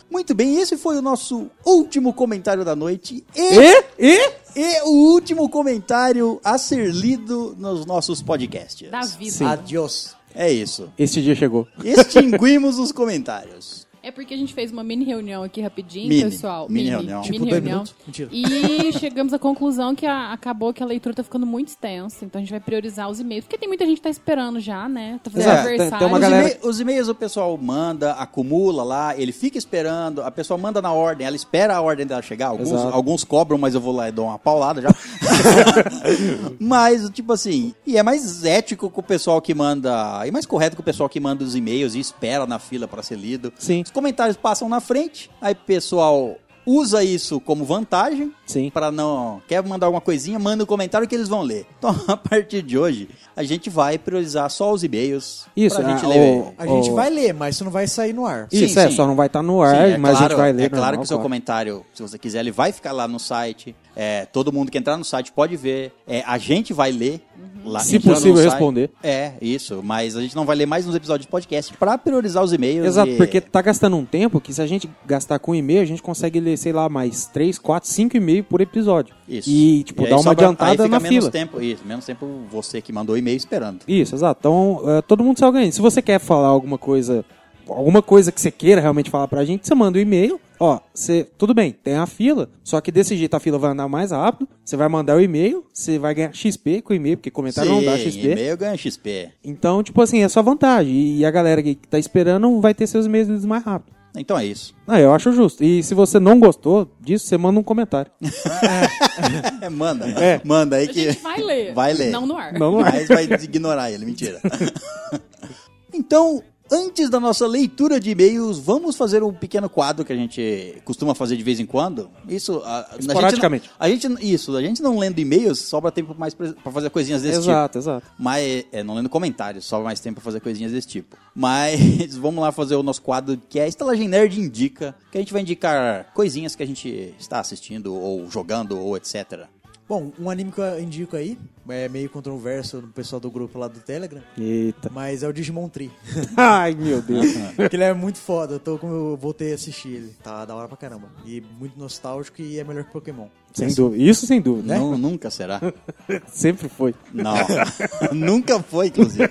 Speaker 2: Muito bem, esse foi o nosso último comentário da noite. E,
Speaker 5: E? E?
Speaker 2: e o último comentário a ser lido nos nossos podcasts.
Speaker 7: Da vida.
Speaker 5: Sim.
Speaker 6: Adiós.
Speaker 2: É isso.
Speaker 5: Este dia chegou.
Speaker 2: Extinguimos os comentários.
Speaker 7: É porque a gente fez uma mini reunião aqui rapidinho,
Speaker 2: Mini.
Speaker 7: pessoal.
Speaker 2: Mini reunião.
Speaker 6: Tipo, dois minutos? Mentira.
Speaker 7: E chegamos à conclusão que a- acabou que a leitura tá ficando muito extensa. Então a gente vai priorizar os e-mails. Porque tem muita gente que tá esperando já, né? Tá fazendo
Speaker 5: Exato, tem-
Speaker 7: aniversário.
Speaker 5: tem uma
Speaker 2: Os,
Speaker 5: galera-
Speaker 2: e-mail- os e-mails o pessoal manda, acumula lá, ele fica esperando, a pessoa manda na ordem, ela espera a ordem dela chegar. Alguns,
Speaker 5: Exato.
Speaker 2: alguns cobram, mas eu vou lá e dou uma paulada já. mas, tipo assim, e é mais ético com o pessoal que manda, e mais correto com o pessoal que manda os e-mails e espera na fila pra ser lido.
Speaker 5: Sim.
Speaker 2: Os comentários passam na frente, aí o pessoal usa isso como vantagem.
Speaker 5: Sim.
Speaker 2: Pra não. Quer mandar alguma coisinha? Manda um comentário que eles vão ler. Então, a partir de hoje, a gente vai priorizar só os e-mails.
Speaker 5: Isso,
Speaker 2: pra gente
Speaker 5: ah,
Speaker 2: ler.
Speaker 5: o-
Speaker 6: A gente
Speaker 5: Ô.
Speaker 6: vai ler, mas isso não vai sair no ar.
Speaker 5: Isso,
Speaker 2: Sim,
Speaker 5: é,
Speaker 2: sim.
Speaker 5: só não vai estar no
Speaker 2: Sim,
Speaker 5: ar,
Speaker 2: é
Speaker 5: mas a gente
Speaker 2: claro-
Speaker 5: vai ler.
Speaker 2: É claro
Speaker 5: normal,
Speaker 2: que o seu comentário, se você quiser, ele vai ficar lá no site. É, todo mundo que entrar no site pode ver. É, a gente vai ler. Lá,
Speaker 5: Uhum. Se
Speaker 2: entrando no
Speaker 5: possível,
Speaker 2: site.
Speaker 5: responder.
Speaker 2: É, isso. Mas a gente não vai ler mais nos episódios de podcast pra priorizar os e-mails.
Speaker 5: Exato,
Speaker 2: e-
Speaker 5: porque tá gastando um tempo que se a gente gastar com e-mail, a gente consegue ler, sei lá, mais 3, 4, 5 e-mail por episódio.
Speaker 2: Isso.
Speaker 5: E, tipo,
Speaker 2: aí
Speaker 5: dá uma
Speaker 2: sobra- aí
Speaker 5: adiantada
Speaker 2: fica
Speaker 5: na
Speaker 2: menos
Speaker 5: fila.
Speaker 2: Tempo, isso, menos tempo você que mandou o e-mail esperando.
Speaker 5: Isso, exato. Então, eh, todo mundo saiu ganhando. Se você quer falar alguma coisa, alguma coisa que você queira realmente falar pra gente, você manda um e-mail. Ó, você, tudo bem, tem a fila, só que desse jeito a fila vai andar mais rápido. Você vai mandar o e-mail, você vai ganhar XP com o e-mail, porque comentário Tá, não dá
Speaker 2: Sim,
Speaker 5: XP.
Speaker 2: e-mail ganha XP.
Speaker 5: Então, tipo assim, é só vantagem. E a galera que tá esperando vai ter seus e-mails lidos mais rápido.
Speaker 2: Então é isso.
Speaker 5: Ah, eu acho justo. E se você não gostou disso, você manda um comentário.
Speaker 2: É, manda. Manda aí
Speaker 7: A
Speaker 2: que.
Speaker 7: gente vai ler.
Speaker 2: Vai ler.
Speaker 7: Não no ar.
Speaker 5: Não é?
Speaker 2: Mas vai ignorar ele, mentira. então, antes da nossa leitura de e-mails, vamos fazer um pequeno quadro que a gente costuma fazer de vez em quando. Isso, a, a gente não-
Speaker 5: Esporadicamente.
Speaker 2: A gente, isso, a gente não lendo e-mails, sobra tempo mais pra pra fazer coisinhas desse tipo.
Speaker 5: Exato, exato.
Speaker 2: Mas, é, não lendo comentários, só mais tempo pra fazer coisinhas desse tipo. Mas vamos lá fazer o nosso quadro que é Estalagem Nerd Indica, que a gente vai indicar coisinhas que a gente está assistindo, ou jogando, ou etc.
Speaker 6: Bom, um anime que eu indico aí, é meio controverso no pessoal do grupo lá do Telegram,
Speaker 5: Eita. Ah,
Speaker 6: mas é o Digimon Tree.
Speaker 5: Ai, meu Deus.
Speaker 6: que ele é muito foda, eu, tô, com- eu voltei a assistir ele. Tá da hora pra caramba. E muito nostálgico e é melhor que Pokémon.
Speaker 5: sem dúvida. Isso sem dúvida. né?
Speaker 2: Não, nunca será.
Speaker 5: Sempre foi.
Speaker 2: Não. nunca foi, inclusive.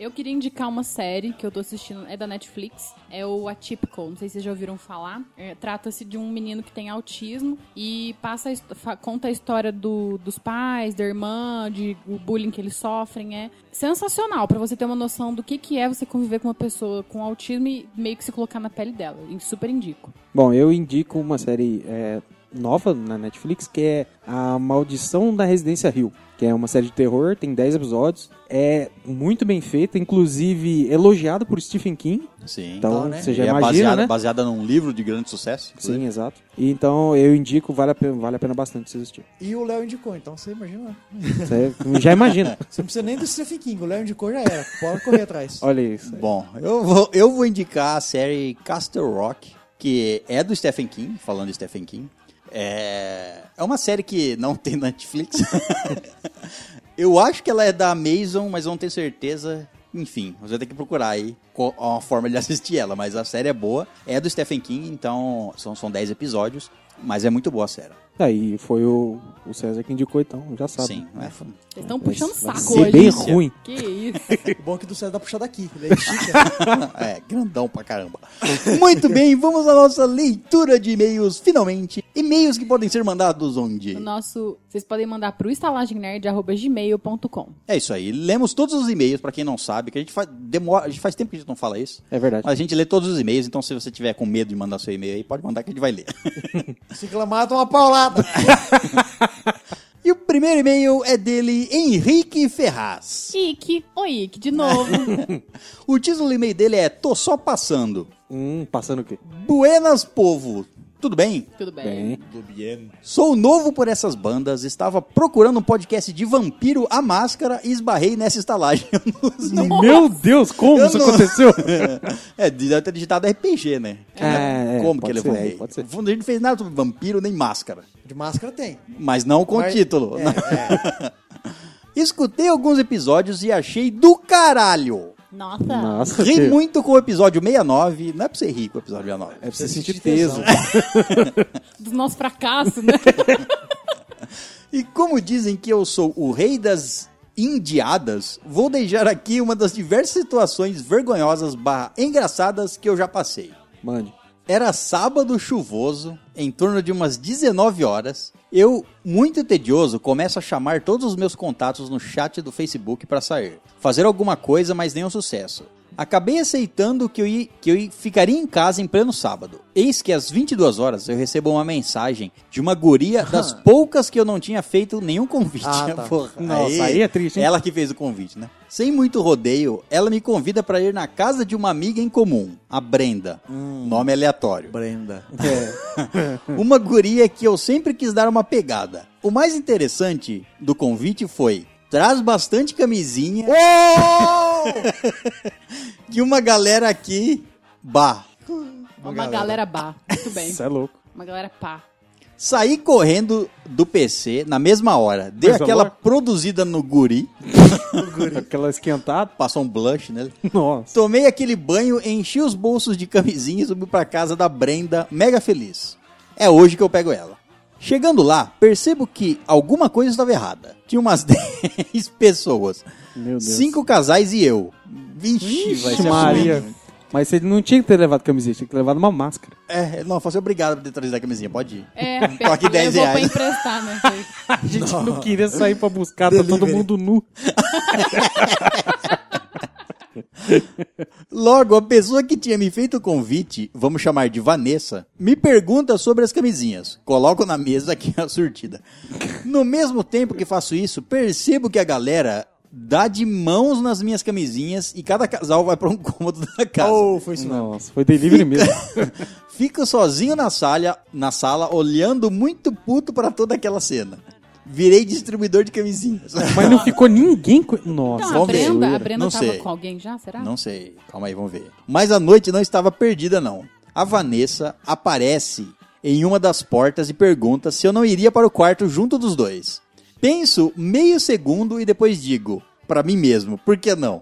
Speaker 7: Eu queria indicar uma série que eu tô assistindo, é da Netflix, é o Atypical, não sei se vocês já ouviram falar. É, Trata-se de um menino que tem autismo e passa a his- fa- conta a história do- dos pais, da irmã, de o bullying que eles sofrem. É sensacional pra você ter uma noção do que, que é você conviver com uma pessoa com autismo e meio que se colocar na pele dela. E super indico.
Speaker 5: Bom, eu indico uma série é, nova na Netflix que é A Maldição da Residência Hill, que é uma série de terror, tem 10 episódios, é muito bem feita, inclusive elogiada por Stephen King.
Speaker 2: Sim.
Speaker 5: Então,
Speaker 6: né?
Speaker 5: você já
Speaker 2: E é
Speaker 5: imagina,
Speaker 2: baseada,
Speaker 5: né?
Speaker 2: baseada num livro de grande sucesso. inclusive.
Speaker 5: Sim, exato. E Então, eu indico, vale a pena, vale a pena bastante você assistir.
Speaker 6: E o Léo indicou, então você imagina.
Speaker 5: Você já imagina.
Speaker 6: Você não precisa nem do Stephen King, o Léo indicou já era. Pode correr atrás.
Speaker 5: Olha isso. aí.
Speaker 2: Bom, eu vou, eu vou indicar a série Castle Rock, que é do Stephen King, falando de Stephen King. É, é uma série que não tem na Netflix. eu acho que ela é da Amazon, mas eu não tenho certeza. Enfim, você vai ter que procurar aí co- uma forma de assistir ela, mas a série é boa. É do Stephen King, então são, são 10 episódios, mas é muito boa a série.
Speaker 5: Aí Tá, foi o, o César que indicou, então, já sabe.
Speaker 2: Sim, é, f-
Speaker 7: Vocês estão puxando
Speaker 5: Ah, Vai
Speaker 7: saco
Speaker 5: ser
Speaker 7: hoje.
Speaker 5: bem
Speaker 7: hein?
Speaker 5: ruim.
Speaker 7: Que isso.
Speaker 6: O bom é que do céu dá puxada aqui. Ele é chique.
Speaker 2: é, grandão pra caramba. Muito bem, vamos à nossa leitura de e-mails, finalmente. E-mails que podem ser mandados onde?
Speaker 7: O nosso, vocês podem mandar pro estalagemnerd@gmail.com.
Speaker 2: É isso aí. Lemos todos os e-mails, pra quem não sabe, que a gente faz, demora, a gente faz tempo que a gente não fala isso.
Speaker 5: É verdade.
Speaker 2: Mas a gente lê todos os e-mails, então se você tiver com medo de mandar seu e-mail aí, pode mandar que a gente vai ler.
Speaker 6: Se clamar, toma uma paulada.
Speaker 2: e o primeiro e-mail é dele, Henrique Ferraz.
Speaker 7: Ike, oi Ike, de novo.
Speaker 2: O título do e-mail dele é Tô só passando.
Speaker 5: Hum, passando o quê?
Speaker 2: Buenas povo. Tudo bem?
Speaker 7: Tudo bem.
Speaker 5: Bem.
Speaker 2: Sou novo por essas bandas, estava procurando um podcast de vampiro à máscara e esbarrei nessa estalagem. Eu não-
Speaker 5: Meu Deus, como
Speaker 2: Eu
Speaker 5: isso
Speaker 2: não-
Speaker 5: aconteceu?
Speaker 2: é, deve ter digitado RPG, né?
Speaker 5: É, é,
Speaker 2: Como que
Speaker 5: pode
Speaker 2: ele
Speaker 5: ser,
Speaker 2: foi?
Speaker 5: pode
Speaker 2: A
Speaker 5: ser.
Speaker 2: gente fez nada sobre vampiro nem máscara.
Speaker 6: De máscara tem.
Speaker 2: Mas não com
Speaker 6: Mas-
Speaker 2: título.
Speaker 6: é,
Speaker 2: né? Escutei alguns episódios e achei do caralho.
Speaker 7: Nossa.
Speaker 5: Nossa,
Speaker 2: Ri
Speaker 5: tio.
Speaker 2: muito com o episódio 69. Não é pra você rir com o episódio 69.
Speaker 5: É pra você sentir
Speaker 6: sentir
Speaker 5: peso.
Speaker 6: tesão.
Speaker 7: Dos nossos fracassos, né?
Speaker 2: E como dizem que eu sou o rei das indiadas, vou deixar aqui uma das diversas situações vergonhosas barra engraçadas que eu já passei.
Speaker 5: Mande.
Speaker 2: Era sábado chuvoso, em torno de umas 19 horas. Eu, muito tedioso, começo a chamar todos os meus contatos no chat do Facebook para sair. Fazer alguma coisa, mas nenhum sucesso. Acabei aceitando que eu, ia, que eu ia- ficaria em casa em pleno sábado. Eis que às 22 horas eu recebo uma mensagem de uma guria das poucas que eu não tinha feito nenhum convite.
Speaker 6: Ah, tá.
Speaker 2: Porra,
Speaker 5: Nossa, aí é triste, hein?
Speaker 2: Ela que fez o convite, né? Sem muito rodeio, ela me convida para ir na casa de uma amiga em comum, a Brenda. Nome aleatório.
Speaker 6: Brenda.
Speaker 2: É. Uma guria que eu sempre quis dar uma pegada. O mais interessante do convite foi: traz bastante camisinha. que uma galera aqui. Bah.
Speaker 7: Uma galera, bah. Muito bem.
Speaker 5: Isso é louco.
Speaker 7: Uma galera pá.
Speaker 2: Saí correndo do PC na mesma hora. Dei
Speaker 5: Mas
Speaker 2: aquela
Speaker 5: amor?
Speaker 2: produzida no guri.
Speaker 5: Aquela esquentada.
Speaker 2: Passou um blush nele.
Speaker 5: Nossa.
Speaker 2: Tomei aquele banho, enchi os bolsos de camisinha e subi pra casa da Brenda, mega feliz. É hoje que eu pego ela. Chegando lá, percebo que alguma coisa estava errada. Tinha umas 10 pessoas.
Speaker 5: Meu Deus.
Speaker 2: Cinco casais e eu. Vixe, vai
Speaker 5: Vixe,
Speaker 2: ser
Speaker 5: Maria.
Speaker 2: assumido.
Speaker 5: Mas você não tinha que ter levado camiseta, tinha que ter levado uma máscara.
Speaker 2: É, não, eu falei obrigado por ter trazido a camisinha, pode ir.
Speaker 7: É,
Speaker 2: Tô aqui 10
Speaker 7: levou pra
Speaker 2: reais.
Speaker 7: emprestar, né? Foi-
Speaker 5: A gente não queria sair pra buscar, tá todo
Speaker 6: Delivery.
Speaker 5: mundo nu.
Speaker 2: Logo, a pessoa que tinha me feito o convite, vamos chamar de Vanessa, me pergunta sobre as camisinhas. Coloco na mesa aqui a surtida. No mesmo tempo que faço isso, percebo que a galera dá de mãos nas minhas camisinhas e cada casal vai para um cômodo da casa.
Speaker 6: Oh, foi isso mesmo.
Speaker 5: Nossa, foi delivery mesmo.
Speaker 2: Fico sozinho na sala, na sala olhando muito puto para toda aquela cena. Virei distribuidor de camisinhas.
Speaker 5: Mas não ficou ninguém com.
Speaker 7: Então,
Speaker 5: Nossa,
Speaker 7: Não, a
Speaker 2: Vamos ver.
Speaker 7: Brenda, a Brenda
Speaker 2: Não
Speaker 7: tava
Speaker 2: sei.
Speaker 7: com alguém já, será?
Speaker 2: Não sei, calma aí, vamos ver. Mas a noite não estava perdida, não. A Vanessa aparece em uma das portas e pergunta se eu não iria para o quarto junto dos dois. Penso meio segundo e depois digo, pra mim mesmo, por que não?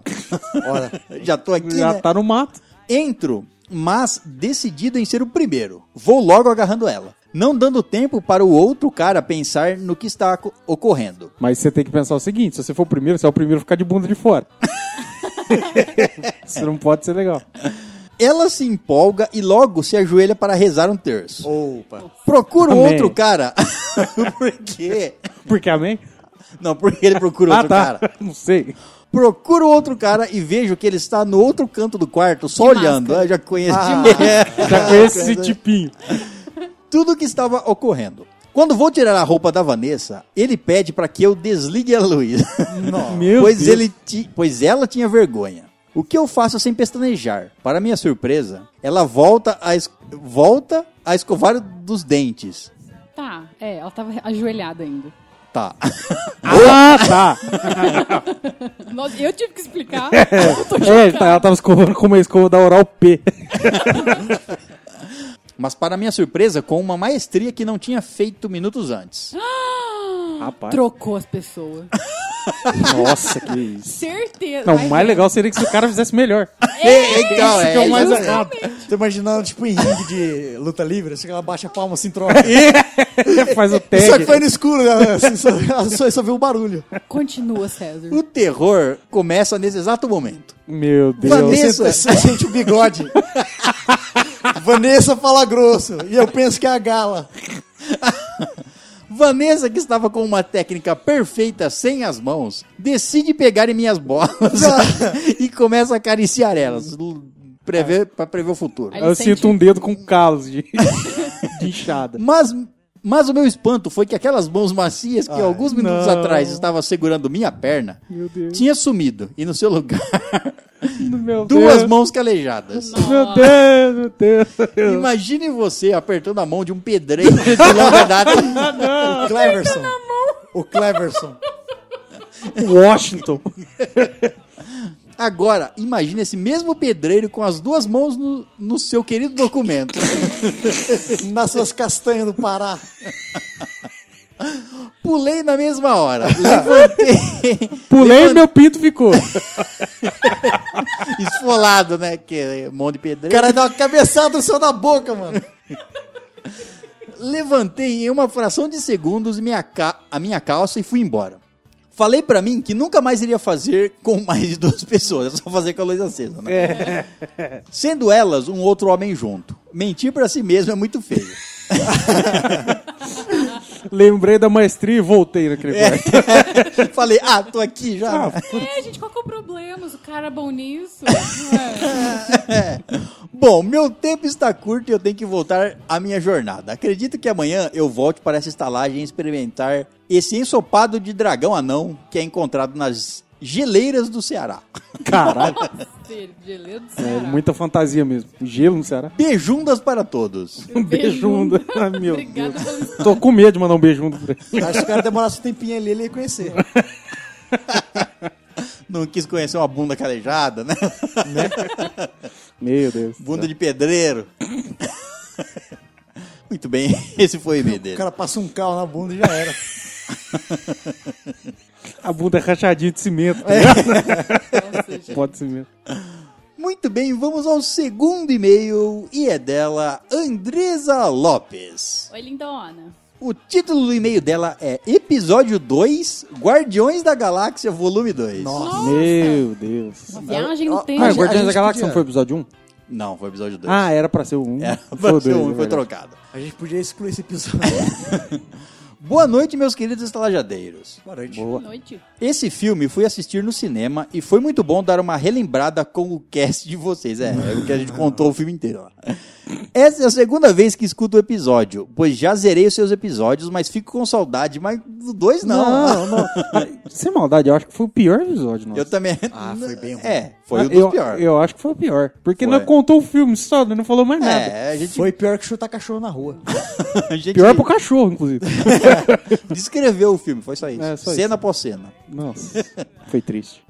Speaker 6: Olha,
Speaker 2: Já tô aqui,
Speaker 5: já
Speaker 2: né?
Speaker 5: tá no mato.
Speaker 2: Entro, mas decidido em ser o primeiro. Vou logo agarrando ela. Não dando tempo para o outro cara pensar no que está co- ocorrendo.
Speaker 5: Mas você tem que pensar o seguinte: se você for o primeiro, você é o primeiro a ficar de bunda de fora. Isso não pode ser legal.
Speaker 2: Ela se empolga e logo se ajoelha para rezar um terço.
Speaker 6: opa.
Speaker 2: Procura um
Speaker 5: Amém.
Speaker 2: outro cara. Por quê?
Speaker 5: Porque amém?
Speaker 2: Não, porque ele procura outro
Speaker 5: ah, tá.
Speaker 2: cara.
Speaker 5: Não sei.
Speaker 2: Procura o outro cara e vejo que ele está no outro canto do quarto, só
Speaker 7: De
Speaker 2: olhando.
Speaker 7: máscara.
Speaker 2: Ah, já conheço.
Speaker 5: Já conheço esse tipinho.
Speaker 2: Tudo o que estava ocorrendo. Quando vou tirar a roupa da Vanessa, ele pede para que eu desligue a luz.
Speaker 5: Meu
Speaker 2: pois,
Speaker 5: Deus.
Speaker 2: ele ti- pois ela tinha vergonha. O que eu faço sem pestanejar? Para minha surpresa, ela volta a, es- volta a escovar dos dentes.
Speaker 7: Tá, é, ela tava ajoelhada ainda.
Speaker 2: Tá.
Speaker 5: Ah, tá.
Speaker 7: Nossa, eu tive que explicar.
Speaker 5: É, tá, ela tava escovando com uma escova da Oral P.
Speaker 2: Mas para minha surpresa, com uma maestria que não tinha feito minutos antes.
Speaker 5: Rapaz.
Speaker 7: Trocou as pessoas.
Speaker 5: Nossa, que isso.
Speaker 7: Certeza.
Speaker 5: Não,
Speaker 7: Vai
Speaker 5: o mais
Speaker 7: ver.
Speaker 5: legal seria que se o cara fizesse melhor.
Speaker 2: É, então,
Speaker 5: Isso que é o mais
Speaker 2: isso.
Speaker 5: errado.
Speaker 6: Tô imaginando, tipo, em ringue de luta livre, assim, ela baixa a palma, assim, troca.
Speaker 5: Faz o
Speaker 6: Só que
Speaker 5: tag.
Speaker 6: foi no escuro, né? Assim, só, ela só, só viu o barulho.
Speaker 7: Continua, César.
Speaker 2: O terror começa nesse exato momento.
Speaker 5: Meu Deus.
Speaker 2: Vanessa.
Speaker 6: Você, você sente o bigode. Vanessa fala grosso. E eu penso que é a gala.
Speaker 2: Vanessa, que estava com uma técnica perfeita sem as mãos, decide pegar em minhas bolas e começa a acariciar elas. Prever, para prever o futuro.
Speaker 7: Aí ele
Speaker 5: Eu
Speaker 7: sente-
Speaker 5: sinto um dedo com calos de, de inchada.
Speaker 2: Mas, mas o meu espanto foi que aquelas mãos macias que alguns minutos
Speaker 5: não.
Speaker 2: atrás estava segurando minha perna tinha sumido e no seu lugar
Speaker 5: Meu
Speaker 2: Duas
Speaker 5: Deus.
Speaker 2: mãos calejadas.
Speaker 5: Meu Deus, meu Deus.
Speaker 2: Imagine você apertando a mão de um pedreiro de longa data.
Speaker 6: O Cleverson. O Cleverson.
Speaker 5: Washington.
Speaker 2: Agora, imagine esse mesmo pedreiro com as duas mãos no, no seu querido documento.
Speaker 6: Nas suas castanhas do Pará.
Speaker 2: Pulei na mesma hora. Levantei
Speaker 5: Pulei e meu pinto ficou.
Speaker 2: esfolado, né? Que é mão de
Speaker 6: O
Speaker 2: pedreiro.
Speaker 6: cara dá uma cabeçada no céu da boca, mano.
Speaker 2: Levantei em uma fração de segundos minha ca- a minha calça e fui embora. Falei pra mim que nunca mais iria fazer com mais de duas pessoas, é só fazer com a luz acesa, né? Sendo elas um outro homem junto. Mentir pra si mesmo é muito feio.
Speaker 5: Lembrei da maestria e voltei naquele
Speaker 2: É.
Speaker 5: quarto.
Speaker 2: Falei, ah, tô aqui já.
Speaker 7: É, gente, qual que é o problema? O cara é bom nisso. Ué.
Speaker 2: É. Bom, meu tempo está curto e eu tenho que voltar à minha jornada. Acredito que amanhã eu volte para essa estalagem e experimentar esse ensopado de dragão anão que é encontrado nas geleiras do Ceará.
Speaker 5: Caraca.
Speaker 7: Filho de Lê do
Speaker 5: É,
Speaker 7: Ceará.
Speaker 5: muita fantasia mesmo. Um Gelo no Ceará.
Speaker 2: Beijundas para todos.
Speaker 5: Um beijunda. Ai, meu
Speaker 7: Obrigada
Speaker 5: Deus.
Speaker 7: pelo
Speaker 5: Tô com medo de mandar um beijunda pra ele.
Speaker 6: Acho que o cara demorasse um tempinho ali, ele ia conhecer.
Speaker 2: Não quis conhecer uma bunda calejada, né?
Speaker 5: Meu Deus.
Speaker 2: Bunda de pedreiro. Muito bem, esse foi o e-mail
Speaker 6: O
Speaker 2: dele.
Speaker 6: cara passa um carro na bunda e já era.
Speaker 5: A bunda é rachadinha de cimento.
Speaker 2: É.
Speaker 5: tá
Speaker 7: Nossa, gente.
Speaker 5: Pode cimento.
Speaker 2: Muito bem, vamos ao segundo e-mail e é dela Andresa Lopes.
Speaker 7: Oi, lindona.
Speaker 2: O título do e-mail dela é Episódio 2, Guardiões da Galáxia, Volume 2.
Speaker 6: Nossa.
Speaker 5: Meu Deus.
Speaker 7: Uma viagem
Speaker 5: Ah,
Speaker 6: ó, a
Speaker 5: o
Speaker 7: intensa.
Speaker 6: gente-
Speaker 5: Guardiões da
Speaker 6: gente
Speaker 5: Galáxia
Speaker 6: podia-
Speaker 5: não foi o episódio 1?
Speaker 2: Não, foi o episódio 2.
Speaker 5: Ah, era pra ser o é 1.
Speaker 2: Era, foi, um, foi trocado.
Speaker 6: A gente podia excluir esse episódio.
Speaker 2: Boa noite, meus queridos estalajadeiros.
Speaker 6: Boa noite.
Speaker 5: Boa.
Speaker 7: é Noite.
Speaker 2: Esse filme fui assistir no cinema e foi muito bom dar uma relembrada com o cast de vocês. É, é o que a gente contou o filme inteiro. lá. Essa é a segunda vez que escuto o episódio, pois já zerei os seus episódios, mas fico com saudade, mas do dois não.
Speaker 5: Não, não. Ah, Sem maldade, eu acho que foi o pior episódio nosso.
Speaker 2: Eu também.
Speaker 6: Ah, foi bem ruim.
Speaker 2: É, foi um dos
Speaker 5: eu,
Speaker 2: piores.
Speaker 5: Eu acho que foi o pior. Porque
Speaker 2: Foi.
Speaker 5: não contou o filme só, não falou mais nada.
Speaker 2: É, a gente,
Speaker 6: Foi pior que chutar cachorro na rua.
Speaker 2: a gente
Speaker 5: Pior pro cachorro, inclusive.
Speaker 2: descreveu o filme, foi só isso.
Speaker 5: É, só
Speaker 2: cena após cena.
Speaker 5: Nossa, foi triste.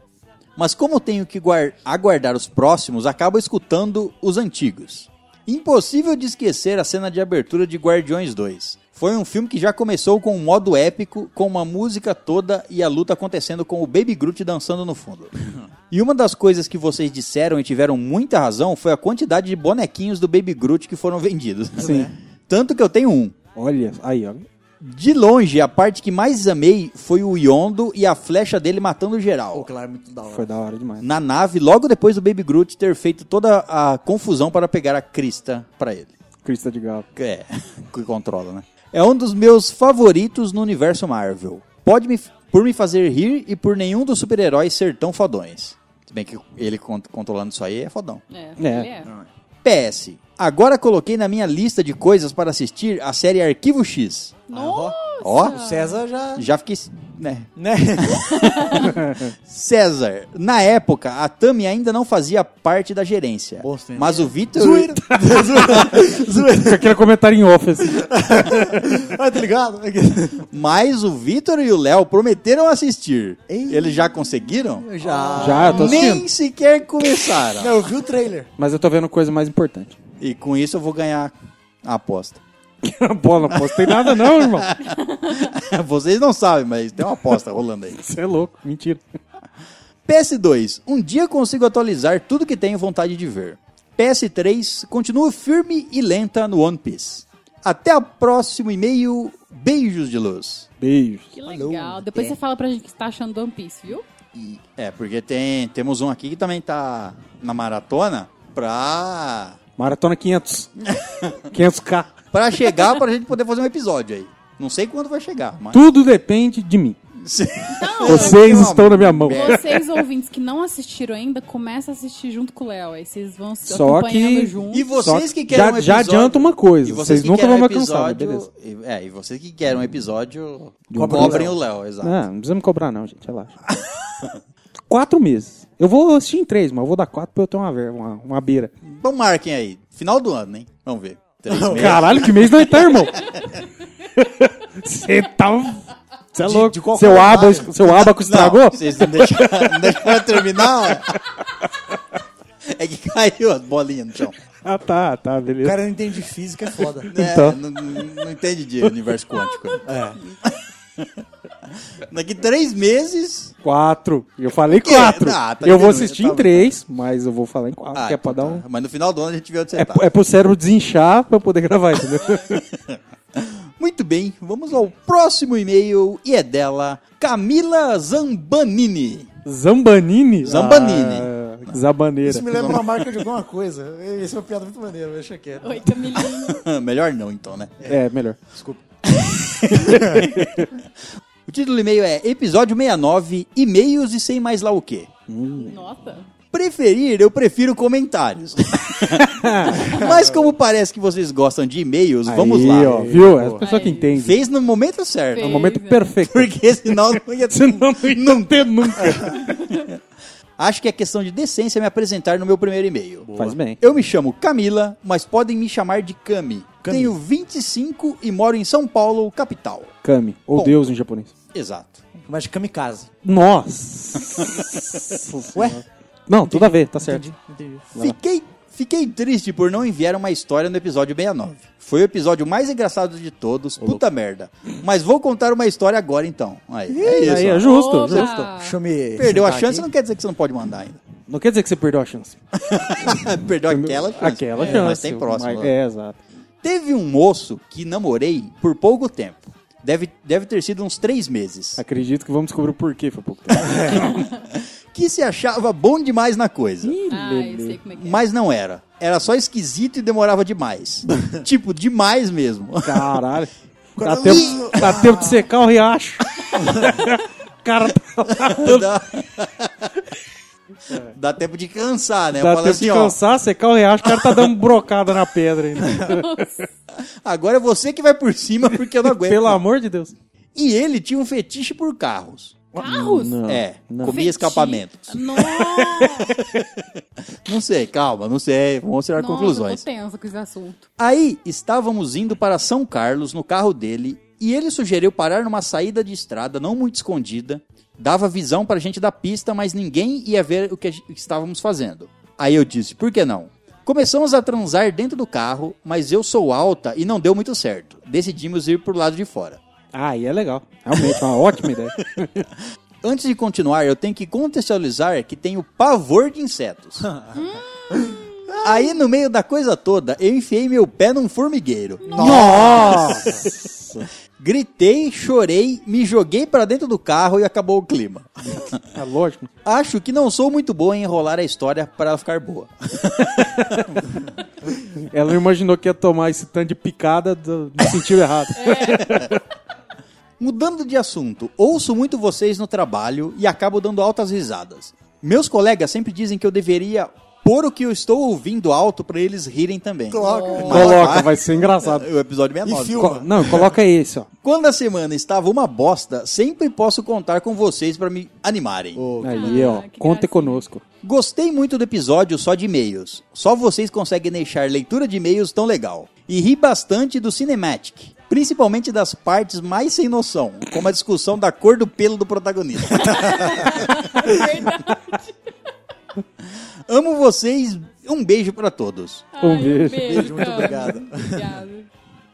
Speaker 2: Mas como tenho que guar- aguardar os próximos, acabo escutando os antigos. Impossível de esquecer a cena de abertura de Guardiões 2. Foi um filme que já começou com um modo épico, com uma música toda e a luta acontecendo com o Baby Groot dançando no fundo. E uma das coisas que vocês disseram e tiveram muita razão foi a quantidade de bonequinhos do Baby Groot que foram vendidos.
Speaker 5: Sim.
Speaker 2: Tanto que eu tenho um.
Speaker 5: Olha, aí, ó.
Speaker 2: De longe, a parte que mais amei foi o Yondo e a flecha dele matando geral
Speaker 6: Pô, claro, é muito da hora.
Speaker 5: Foi da hora demais.
Speaker 2: na nave logo depois do Baby Groot ter feito toda a confusão para pegar a crista pra ele.
Speaker 5: Crista de Galo.
Speaker 2: É, que controla, né? É um dos meus favoritos no universo Marvel. Pode me por me fazer rir e por nenhum dos super-heróis ser tão fodões. Se bem que ele con- controlando isso aí é fodão.
Speaker 7: É,
Speaker 5: É.
Speaker 7: ele é.
Speaker 2: PS. Agora coloquei na minha lista de coisas para assistir a série Arquivo X.
Speaker 7: Nossa.
Speaker 2: Ó,
Speaker 6: O César já.
Speaker 2: já fiquei, né,
Speaker 6: Né?
Speaker 2: César, na época, a Tami ainda não fazia parte da gerência.
Speaker 6: Bons tempos.
Speaker 2: mas o Vitor.
Speaker 6: Zoeira. Zoeira.
Speaker 5: Aquele comentário em assim. office.
Speaker 6: Ah, tá ligado?
Speaker 2: Mas o Vitor e o Léo prometeram assistir.
Speaker 6: Ei.
Speaker 2: Eles já conseguiram?
Speaker 6: Eu já.
Speaker 5: Já, eu tô assistindo.
Speaker 2: Nem sequer começaram.
Speaker 6: Não, eu vi o trailer.
Speaker 5: Mas eu tô vendo coisa mais importante.
Speaker 2: E com isso eu vou ganhar a aposta.
Speaker 5: Bola, não postei nada não, irmão.
Speaker 2: Vocês não sabem, mas tem uma aposta rolando aí.
Speaker 5: Você é louco, mentira.
Speaker 2: PS2, um dia consigo atualizar tudo que tenho vontade de ver. PS3, continuo firme e lenta no One Piece. Até o próximo e-mail. Beijos de luz.
Speaker 5: Beijos.
Speaker 7: Que legal. Depois você fala pra gente o que você tá achando do One Piece, viu?
Speaker 2: E- É, porque tem, temos um aqui que também tá na maratona pra
Speaker 5: Maratona 500. 500k.
Speaker 2: Pra chegar, pra gente poder fazer um episódio aí. Não sei quando vai chegar, mas.
Speaker 5: Tudo depende de mim.
Speaker 7: Não,
Speaker 5: Vocês
Speaker 2: meu
Speaker 5: estão na minha mão.
Speaker 2: amor.
Speaker 7: vocês ouvintes que não assistiram ainda, começa a assistir junto com o Léo. Aí vocês vão se
Speaker 5: Só
Speaker 7: acompanhando
Speaker 5: que-
Speaker 7: junto.
Speaker 2: E vocês
Speaker 5: Só
Speaker 2: que
Speaker 5: que
Speaker 2: querem
Speaker 5: já-
Speaker 2: um episódio.
Speaker 5: já adianta uma coisa,
Speaker 2: e
Speaker 5: vocês nunca
Speaker 2: querem
Speaker 5: vão
Speaker 2: um
Speaker 5: me alcançar, né?
Speaker 2: episódio- e- É, e vocês que querem um episódio,
Speaker 5: um É.
Speaker 2: cobrem
Speaker 5: Léo.
Speaker 2: o Léo, exato.
Speaker 5: Ah, não precisa me cobrar não, gente. Relaxa. quatro meses. Eu vou assistir em três, mas eu vou dar quatro pra eu ter uma, verba, uma, uma beira.
Speaker 2: Então marquem aí. Final do ano, hein? Vamos ver. Três meses.
Speaker 5: Caralho, que mês nós tá, irmão? Você tá. Você é
Speaker 6: De-
Speaker 5: louco.
Speaker 6: de qual
Speaker 5: seu,
Speaker 6: formato?
Speaker 5: aba, seu abaco estragou?
Speaker 2: Não, vocês não deixaram, não deixaram terminar? ó. É que caiu as bolinhas no chão.
Speaker 5: Ah, tá, tá, beleza.
Speaker 6: cara não entende física, é foda.
Speaker 2: É,
Speaker 5: Então.
Speaker 2: não, não- não entende de universo quântico. É.
Speaker 5: É.
Speaker 2: Daqui três meses.
Speaker 5: Quatro. Eu falei
Speaker 2: Que?
Speaker 5: quatro.
Speaker 2: Ah, tá
Speaker 5: eu
Speaker 2: entendendo,
Speaker 5: vou assistir
Speaker 2: tá
Speaker 5: em
Speaker 2: bom.
Speaker 5: três, mas eu vou falar em quatro,
Speaker 2: Ah,
Speaker 5: que é pra
Speaker 2: então
Speaker 5: dar
Speaker 2: tá.
Speaker 5: um.
Speaker 2: Mas no final do ano a gente vê onde você
Speaker 5: É,
Speaker 2: tá.
Speaker 5: pro- é pro cérebro desinchar pra eu poder gravar, entendeu?
Speaker 2: Muito bem, vamos ao próximo e-mail e é dela Camila Zambanini.
Speaker 5: Zambanini?
Speaker 2: Zambanini.
Speaker 5: Ah, Zabaneira.
Speaker 6: Isso me lembra uma marca de alguma coisa. Isso é uma piada muito maneira, deixa quieto.
Speaker 7: Oi, Camilinha.
Speaker 2: Melhor não, então, né?
Speaker 5: É, melhor.
Speaker 2: O título do e-mail é Episódio 69, e-mails e sem mais lá o quê.
Speaker 7: Nossa.
Speaker 2: Preferir, eu prefiro comentários. Mas como parece que vocês gostam de e-mails, vamos
Speaker 5: Aí,
Speaker 2: lá.
Speaker 5: Ó, viu? É a
Speaker 7: Aí.
Speaker 5: pessoa que entende.
Speaker 2: Fez no momento certo.
Speaker 5: É o momento
Speaker 7: Fez, é.
Speaker 5: perfeito.
Speaker 2: Porque senão não ia ter.
Speaker 5: Senão não ia ter nunca.
Speaker 2: Acho que é questão de decência me apresentar no meu primeiro e-mail.
Speaker 5: Faz bem.
Speaker 2: Eu me chamo Camila, mas podem me chamar de Cami. Tenho 25 e moro em São Paulo, capital.
Speaker 5: Kami, ou
Speaker 2: Bom.
Speaker 5: Deus em japonês.
Speaker 2: Exato.
Speaker 6: Mas de kamikaze.
Speaker 5: Nossa.
Speaker 6: Ué?
Speaker 5: Não, tudo a ver, tá certo.
Speaker 6: Entendi.
Speaker 5: Vai lá.
Speaker 2: Fiquei, fiquei triste por não enviar uma história no episódio 69. Foi o episódio mais engraçado de todos, puta merda. Mas vou contar uma história agora então. Aí, é isso.
Speaker 5: Aí
Speaker 2: ó.
Speaker 5: é justo,
Speaker 7: Oba! Ah,
Speaker 5: justo.
Speaker 6: Deixa eu me
Speaker 2: Perdeu a
Speaker 6: sentar
Speaker 2: chance,
Speaker 6: tá aqui.
Speaker 2: não quer dizer que você não pode mandar ainda.
Speaker 5: Não quer dizer que você perdeu a chance.
Speaker 2: Perdeu aquela chance. É,
Speaker 5: Aquela chance.
Speaker 2: Mas tem próxima. né?
Speaker 5: Mas- É, exato.
Speaker 2: Teve um moço que namorei por pouco tempo. Deve, deve ter sido uns três meses.
Speaker 5: Acredito que vamos descobrir o porquê, foi pouco tempo.
Speaker 2: Que se achava bom demais na coisa.
Speaker 7: Ah, eu sei como é que é.
Speaker 2: Mas não era. Era só esquisito e demorava demais. tipo, demais mesmo.
Speaker 5: Caralho. Dá tempo, dá tempo de secar o riacho. Cara, tá lá todo-
Speaker 2: Dá... Dá tempo de cansar, né?
Speaker 5: dá
Speaker 2: Fala
Speaker 5: tempo
Speaker 2: assim,
Speaker 5: de
Speaker 2: ó.
Speaker 5: cansar, secar o riacho, o cara tá dando brocada na pedra ainda.
Speaker 2: Agora é você que vai por cima porque eu não aguento.
Speaker 5: Pelo amor de Deus.
Speaker 2: E ele tinha um fetiche por carros.
Speaker 7: Carros?
Speaker 5: Não.
Speaker 2: é,
Speaker 5: não.
Speaker 2: comia
Speaker 7: Feti-
Speaker 2: escapamentos.
Speaker 7: Nossa,
Speaker 2: Não sei, calma, não sei. Vamos tirar
Speaker 7: Nossa,
Speaker 2: conclusões.
Speaker 7: eu tô tensa com esse assunto.
Speaker 2: Aí estávamos indo para São Carlos no carro dele e ele sugeriu parar numa saída de estrada não muito escondida. Dava visão para a gente da pista, mas ninguém ia ver o que, a gente- o que estávamos fazendo. Aí eu disse, por que não? Começamos a transar dentro do carro, mas eu sou alta e não deu muito certo. Decidimos ir pro lado de fora.
Speaker 5: Ah, aí é legal. Realmente, uma ótima ideia.
Speaker 2: Antes de continuar, eu tenho que contextualizar que tenho pavor de insetos. Aí, no meio da coisa toda, eu enfiei meu pé num formigueiro.
Speaker 5: Nossa!
Speaker 2: Gritei, chorei, me joguei pra dentro do carro e acabou o clima.
Speaker 5: É lógico.
Speaker 2: Acho que não sou muito boa em enrolar a história para ela ficar boa.
Speaker 5: Ela não imaginou que ia tomar esse tanto de picada do- no sentido errado.
Speaker 2: Mudando de assunto, ouço muito vocês no trabalho e acabo dando altas risadas. Meus colegas sempre dizem que eu deveria pôr o que eu estou ouvindo alto pra eles rirem também.
Speaker 6: Coloca.
Speaker 2: Mas-
Speaker 5: Coloca, vai ser engraçado.
Speaker 2: O episódio 69.
Speaker 6: E filma.
Speaker 5: Co- não, coloca esse, ó.
Speaker 2: Quando a semana estava uma bosta, sempre posso contar com vocês pra me animarem.
Speaker 5: Aí, ó.
Speaker 7: que
Speaker 5: Conta
Speaker 7: gracinha.
Speaker 5: conosco.
Speaker 2: Gostei muito do episódio só de e-mails. Só vocês conseguem deixar leitura de e-mails tão legal. E ri bastante do Cinematic. Principalmente das partes mais sem noção, como a discussão da cor do pelo do protagonista. Amo vocês, um beijo pra todos.
Speaker 5: Um
Speaker 7: Ai,
Speaker 5: beijo.
Speaker 6: Beijo, muito
Speaker 7: Cami.
Speaker 6: obrigado.
Speaker 7: Obrigado.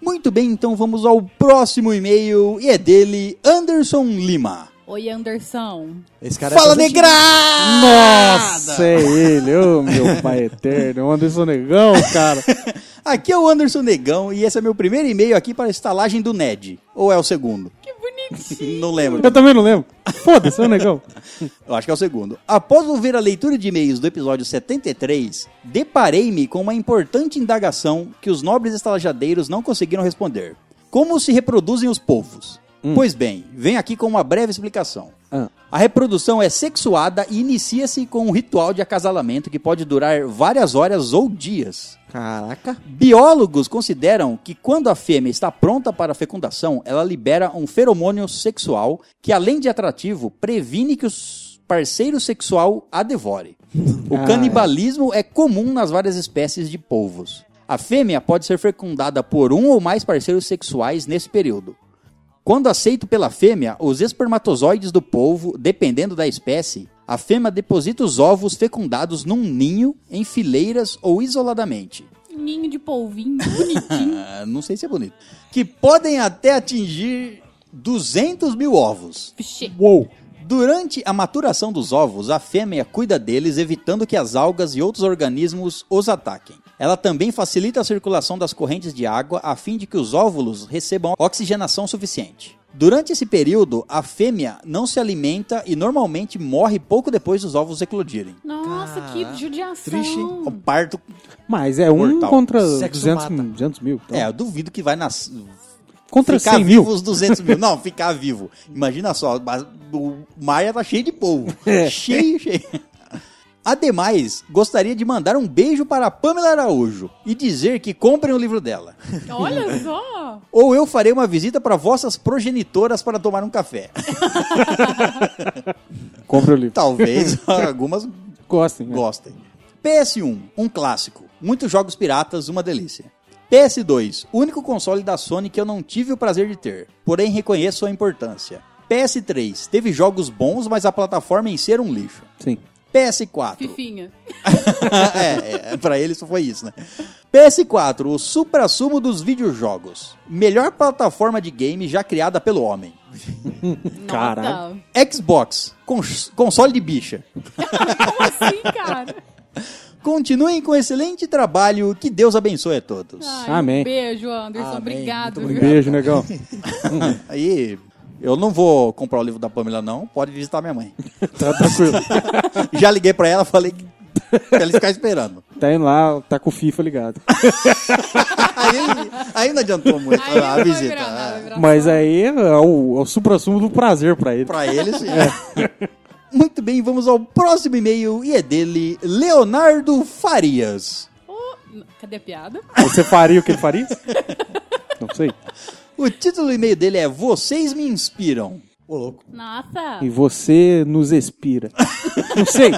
Speaker 2: Muito bem, então vamos ao próximo e-mail e é dele, Anderson Lima.
Speaker 7: Oi, Anderson.
Speaker 6: Esse cara
Speaker 2: Fala
Speaker 6: é presente.
Speaker 2: negra!
Speaker 5: Nossa, é ele, ô meu pai eterno, Anderson Negão, cara.
Speaker 2: Aqui é o Anderson Negão e esse é meu primeiro e-mail aqui para a estalagem do Ned. Ou é o segundo?
Speaker 7: Que bonitinho.
Speaker 2: Não lembro.
Speaker 5: Eu também não lembro. Foda-se, ô Negão.
Speaker 2: Eu acho que é o segundo. Após ouvir a leitura de e-mails do episódio 73, deparei-me com uma importante indagação que os nobres estalajadeiros não conseguiram responder. Como se reproduzem os polvos? Pois bem, venho aqui com uma breve explicação.
Speaker 5: Ah.
Speaker 2: A reprodução é sexuada e inicia-se com um ritual de acasalamento que pode durar várias horas ou dias.
Speaker 6: Caraca.
Speaker 2: Biólogos consideram que quando a fêmea está pronta para a fecundação, ela libera um feromônio sexual que, além de atrativo, previne que os parceiro sexual a devore. O canibalismo é comum nas várias espécies de polvos. A fêmea pode ser fecundada por um ou mais parceiros sexuais nesse período. Quando aceito pela fêmea, os espermatozoides do polvo, dependendo da espécie, a fêmea deposita os ovos fecundados num ninho, em fileiras ou isoladamente.
Speaker 7: Ninho de polvinho, bonitinho.
Speaker 2: Ah, não sei se é bonito. Que podem até atingir 200 mil ovos.
Speaker 7: Vixe.
Speaker 2: Uou! Durante a maturação dos ovos, a fêmea cuida deles, evitando que as algas e outros organismos os ataquem. Ela também facilita a circulação das correntes de água a fim de que os óvulos recebam oxigenação suficiente. Durante esse período, a fêmea não se alimenta e normalmente morre pouco depois dos ovos eclodirem.
Speaker 7: Nossa, que judiação.
Speaker 6: triste, hein?
Speaker 2: O parto
Speaker 5: Mas é um
Speaker 2: Mortal.
Speaker 5: contra
Speaker 6: Sexo
Speaker 5: 200,
Speaker 6: mata.
Speaker 5: 200 mil. então.
Speaker 2: É, eu duvido que vai nas...
Speaker 5: Contra
Speaker 2: ficar
Speaker 5: 100
Speaker 2: vivo
Speaker 5: mil.
Speaker 2: os 200 mil. Não, ficar vivo. Imagina só, mas o Maia tá cheio de povo.
Speaker 5: É.
Speaker 2: Cheio, cheio. Ademais, gostaria de mandar um beijo para a Pamela Araújo e dizer que comprem o livro dela.
Speaker 7: Olha só.
Speaker 2: Ou eu farei uma visita para vossas progenitoras para tomar um café.
Speaker 5: Compre
Speaker 2: Tá.
Speaker 5: o livro.
Speaker 2: Talvez algumas
Speaker 5: Gostem. né?
Speaker 2: gostem. PS1, um clássico. Muitos jogos piratas, uma delícia. PS2, único console da Sony que eu não tive o prazer de ter, porém reconheço sua importância. PS3, teve jogos bons, mas a plataforma em si era um lixo.
Speaker 5: Sim.
Speaker 2: PS4,
Speaker 7: Fifinha.
Speaker 2: é, é, pra ele só foi isso, né? PS4, o supra-sumo dos videojogos. Melhor plataforma de game já criada pelo homem.
Speaker 5: Caralho.
Speaker 7: Nota.
Speaker 2: Xbox, cons- console de bicha.
Speaker 7: Como assim, cara?
Speaker 2: Continuem com excelente trabalho, que Deus abençoe a todos.
Speaker 7: Ai,
Speaker 5: Amém.
Speaker 7: Um beijo, Anderson.
Speaker 6: Amém.
Speaker 7: Obrigado.
Speaker 5: Um
Speaker 7: viu?
Speaker 5: beijo, negão.
Speaker 2: Aí, eu não vou comprar o livro da Pamela, não. Pode visitar minha mãe.
Speaker 5: tá tranquilo.
Speaker 2: Já liguei pra ela, falei que pra ela ficar esperando.
Speaker 5: Tá indo lá, tá com o FIFA ligado.
Speaker 2: Aí, aí não adiantou muito
Speaker 7: Aí
Speaker 2: a
Speaker 7: não vai
Speaker 2: visita.
Speaker 7: virar nada, vai virar
Speaker 5: Mas
Speaker 7: só-
Speaker 5: aí é o, é o supra-sumo do prazer pra ele.
Speaker 2: Pra eles, é. Muito bem, vamos ao próximo e-mail e é dele, Leonardo Farias.
Speaker 7: Oh, n- Cadê a piada?
Speaker 5: Você faria o que ele faria? Não sei.
Speaker 2: O título do e-mail dele é Vocês Me Inspiram.
Speaker 6: Ô, louco.
Speaker 7: Nossa.
Speaker 5: E você nos expira. Não sei.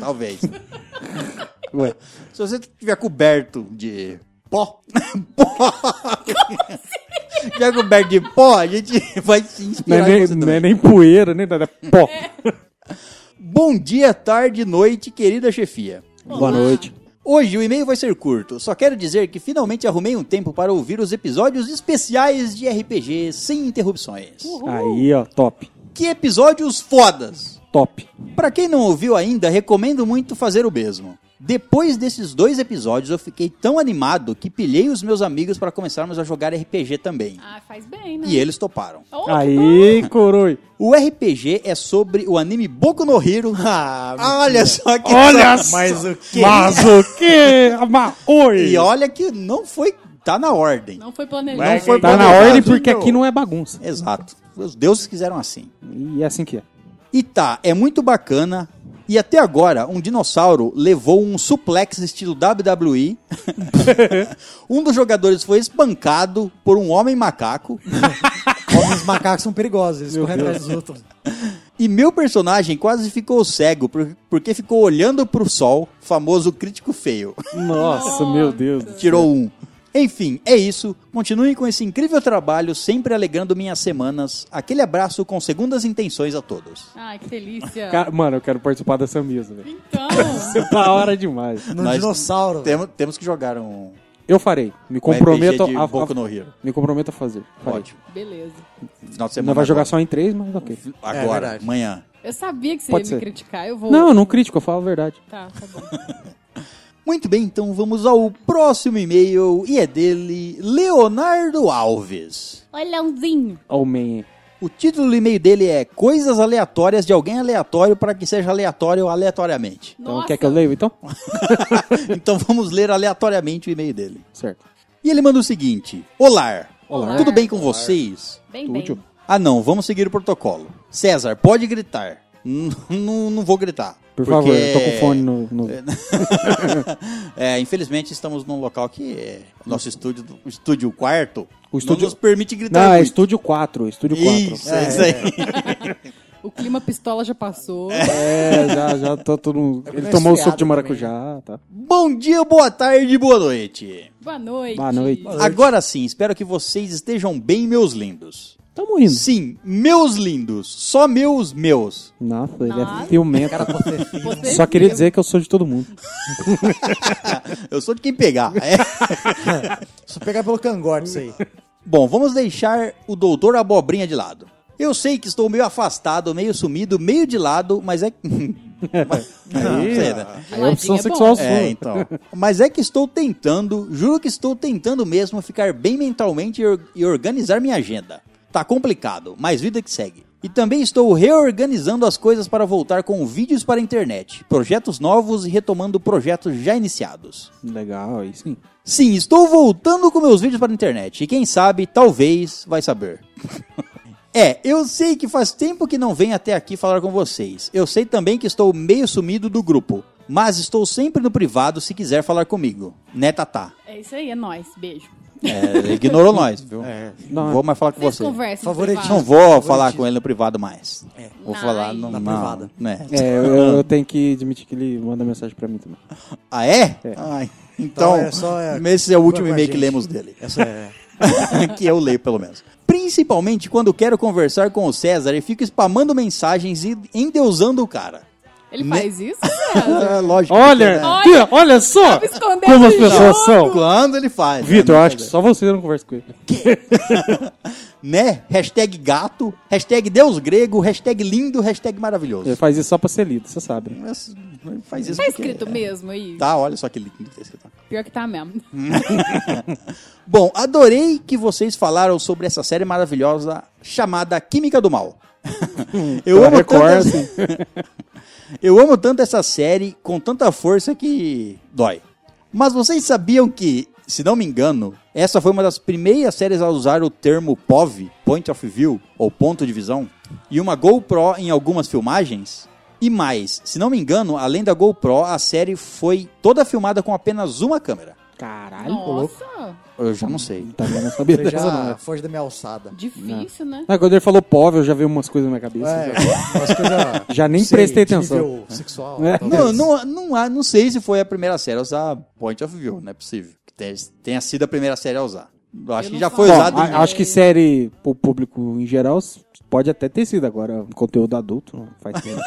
Speaker 2: Talvez.
Speaker 5: Ué,
Speaker 2: Se você tiver coberto de pó, pó.
Speaker 7: assim?
Speaker 2: Se tiver coberto de pó, a gente vai se
Speaker 5: não
Speaker 2: inspirar.
Speaker 5: é,
Speaker 2: em
Speaker 5: nem,
Speaker 2: você
Speaker 5: não
Speaker 2: também.
Speaker 5: é nem poeira, nem nada. É pó.
Speaker 2: Bom dia, tarde, noite, querida chefia.
Speaker 5: Boa noite.
Speaker 2: Hoje o e-mail vai ser curto. Só quero dizer que finalmente arrumei um tempo para ouvir os episódios especiais de RPG sem interrupções.
Speaker 5: Aí, ó, top.
Speaker 2: Que episódios fodas!
Speaker 5: Top.
Speaker 2: Pra quem não ouviu ainda, recomendo muito fazer o mesmo. Depois desses dois episódios, eu fiquei tão animado que pilhei os meus amigos para começarmos a jogar RPG também.
Speaker 7: Ah, faz bem, né?
Speaker 2: E eles toparam.
Speaker 7: Oh, que bom.
Speaker 5: Aí, coroi.
Speaker 2: O RPG é sobre o anime Boku no Hero. Olha só que
Speaker 5: Olha
Speaker 2: só-
Speaker 5: só. Mas o que? Mas o que? Oi.
Speaker 2: E olha que não foi. Tá na ordem.
Speaker 7: Não foi planejado.
Speaker 2: Não foi
Speaker 5: Tá na
Speaker 2: planejado.
Speaker 5: ordem porque aqui não é bagunça.
Speaker 2: Exato. Os deuses quiseram assim.
Speaker 5: E é assim que é.
Speaker 2: E tá, é muito bacana. E até agora, um dinossauro levou um suplex estilo WWE. um dos jogadores foi espancado por um homem macaco.
Speaker 6: Homens macacos são perigosos, eles correm atrás dos outros.
Speaker 2: E meu personagem quase ficou cego por- porque ficou olhando pro sol, famoso crítico feio.
Speaker 5: Nossa, meu Deus. do céu.
Speaker 2: Tirou um. Enfim, é isso. Continuem com esse incrível trabalho, sempre alegrando minhas semanas. Aquele abraço com segundas intenções a todos.
Speaker 7: Ai, que delícia.
Speaker 5: Cara, mano, eu quero participar dessa mesa, velho.
Speaker 7: Então,
Speaker 5: Isso é da hora demais.
Speaker 6: No
Speaker 2: Nós
Speaker 6: dinossauro.
Speaker 2: Temo- temos que jogar um,
Speaker 5: Eu farei. Me
Speaker 2: um
Speaker 5: comprometo
Speaker 2: RPG de
Speaker 5: a,
Speaker 2: Boku
Speaker 5: a
Speaker 2: no Hero.
Speaker 5: Me comprometo a fazer. Farei.
Speaker 2: Ótimo.
Speaker 7: beleza.
Speaker 2: Final de semana.
Speaker 5: Não vai jogar
Speaker 2: agora.
Speaker 5: só em três, mas ok.
Speaker 6: É
Speaker 2: agora,
Speaker 6: verdade.
Speaker 2: amanhã.
Speaker 7: Eu sabia que você
Speaker 5: Pode
Speaker 7: ia
Speaker 5: ser.
Speaker 7: me criticar. Eu vou.
Speaker 5: Não, eu não critico, eu falo a verdade.
Speaker 7: Tá, tá bom.
Speaker 2: Muito bem, então vamos ao próximo e-mail e é dele, Leonardo Alves.
Speaker 7: Olha, Leãozinho.
Speaker 5: Oh, man.
Speaker 2: O título do e-mail dele é Coisas Aleatórias de Alguém Aleatório para que seja aleatório aleatoriamente.
Speaker 5: Então
Speaker 7: Nossa.
Speaker 5: quer que eu leio, então?
Speaker 2: então vamos ler aleatoriamente o e-mail dele.
Speaker 5: Certo.
Speaker 2: E ele manda o seguinte: Olá,
Speaker 7: Olá.
Speaker 2: tudo bem com vocês?
Speaker 7: Bem, bem.
Speaker 5: Estúdio.
Speaker 2: Ah, não, vamos seguir o protocolo. César, pode gritar. N- Não não vou gritar.
Speaker 5: Por
Speaker 2: porque-
Speaker 5: favor, eu tô com fone no. no-
Speaker 2: É, infelizmente estamos num local que é o nosso estúdio, do- o estúdio quarto,
Speaker 5: O estúdio-
Speaker 2: não nos permite gritar
Speaker 5: Não, é
Speaker 2: muito.
Speaker 5: estúdio 4. Estúdio 4.
Speaker 2: Isso, é, isso aí.
Speaker 7: O O clima pistola já passou.
Speaker 5: É, já, já tô todo
Speaker 2: É
Speaker 5: mundo. Ele tomou o suco de maracujá, tá?
Speaker 2: Bom dia, boa tarde, boa noite.
Speaker 7: Boa noite.
Speaker 5: Boa noite. Boa
Speaker 2: Agora sim, espero que vocês estejam bem, meus lindos.
Speaker 5: Tamo indo.
Speaker 2: Sim, meus lindos, só meus, meus.
Speaker 5: Nossa, ele é
Speaker 7: Nossa.
Speaker 5: filmento.
Speaker 7: Você
Speaker 5: Só queria
Speaker 7: viu.
Speaker 5: dizer que eu sou de todo mundo.
Speaker 2: Eu sou de quem pegar. É.
Speaker 6: Só pegar pelo cangote isso aí.
Speaker 2: Bom, vamos deixar o doutor abobrinha de lado. Eu sei que estou meio afastado, meio sumido, meio de lado, mas é. Não sei, né?
Speaker 5: Aí é opção
Speaker 7: Ladinho é
Speaker 5: sexual
Speaker 7: bom.
Speaker 5: sua.
Speaker 2: É, então. Mas é que estou tentando, juro que estou tentando mesmo ficar bem mentalmente e or- e organizar minha agenda. Tá complicado, mas vida que segue. E também estou reorganizando as coisas para voltar com vídeos para a internet, projetos novos e retomando projetos já iniciados.
Speaker 5: Legal, aí sim.
Speaker 2: Sim, estou voltando com meus vídeos para a internet. E quem sabe, talvez, vai saber. é, eu sei que faz tempo que não venho até aqui falar com vocês. Eu sei também que estou meio sumido do grupo. Mas estou sempre no privado se quiser falar comigo. Né, Tatá?
Speaker 7: É isso aí, é nóis. Beijo.
Speaker 2: É, ignorou nós, viu?
Speaker 6: É,
Speaker 2: Não vou mais falar com
Speaker 7: Vocês
Speaker 2: você.
Speaker 7: conversam.
Speaker 6: Favoritismo.
Speaker 2: Não vou falar com ele no privado mais. Vou
Speaker 7: Nice.
Speaker 2: falar no,
Speaker 6: É. Na
Speaker 2: não,
Speaker 6: privada.
Speaker 2: né?
Speaker 5: É, eu, eu tenho que admitir que ele manda mensagem pra mim também.
Speaker 2: Ah, é? Ah, então,
Speaker 6: Então, é só, é,
Speaker 2: esse é o último
Speaker 6: com a
Speaker 2: e-mail que
Speaker 6: gente.
Speaker 2: lemos dele.
Speaker 6: Essa é.
Speaker 2: que eu leio pelo menos. Principalmente quando quero conversar com o César e fico spamando mensagens e endeusando o cara. né,
Speaker 7: Ele faz isso? César?
Speaker 2: lógico.
Speaker 5: Olha,
Speaker 7: Olha,
Speaker 5: olha, olha só
Speaker 7: tava escondendo
Speaker 5: como as
Speaker 7: o
Speaker 5: pessoas
Speaker 7: jogo.
Speaker 5: são.
Speaker 2: Quando ele faz.
Speaker 5: Vitor,
Speaker 2: né?
Speaker 5: eu acho que só você não conversa com ele.
Speaker 2: Né? Hashtag gato, hashtag deus grego, hashtag lindo, hashtag maravilhoso.
Speaker 5: Ele faz isso só pra ser lido, você sabe. né?
Speaker 2: Mas faz isso
Speaker 7: Tá
Speaker 2: porque-
Speaker 7: escrito mesmo aí?
Speaker 2: Tá, olha só que lindo que tá escrito.
Speaker 7: Pior que tá mesmo.
Speaker 2: Bom, adorei que vocês falaram sobre essa série maravilhosa chamada Química do Mal. Eu
Speaker 5: Pra
Speaker 2: amo, tanto
Speaker 5: Record,
Speaker 2: essa- Eu amo tanto essa série com tanta força que dói. Mas vocês sabiam que, se não me engano, essa foi uma das primeiras séries a usar o termo POV, Point of View, ou ponto de visão, e uma GoPro em algumas filmagens? E mais, se não me engano, além da GoPro, a série foi toda filmada com apenas uma câmera.
Speaker 5: Caralho, louco. tá
Speaker 7: Nossa,
Speaker 2: Eu já não sei.
Speaker 5: Também não sabia
Speaker 6: Você
Speaker 5: dessa, não.
Speaker 6: já foge da minha alçada.
Speaker 7: difícil, né?
Speaker 5: Ah, quando ele falou pobre, eu já vi umas coisas na minha cabeça.
Speaker 6: É, umas coisas.
Speaker 5: Já nem
Speaker 6: sei,
Speaker 5: prestei
Speaker 6: de
Speaker 5: atenção.
Speaker 6: nível sexual.
Speaker 5: É.
Speaker 6: talvez.
Speaker 2: Não, não, não, há- não sei se foi a primeira série a usar Point of View, não é possível. Que tenha, tenha sido a primeira série a usar. Eu acho
Speaker 7: Eu
Speaker 2: que
Speaker 7: não
Speaker 2: já
Speaker 7: faço
Speaker 2: foi
Speaker 5: Bom,
Speaker 7: ideia.
Speaker 2: usado.
Speaker 7: usado
Speaker 5: a-
Speaker 7: em-
Speaker 5: acho que série pro público em geral s- pode até ter sido agora um conteúdo adulto, não faz tempo.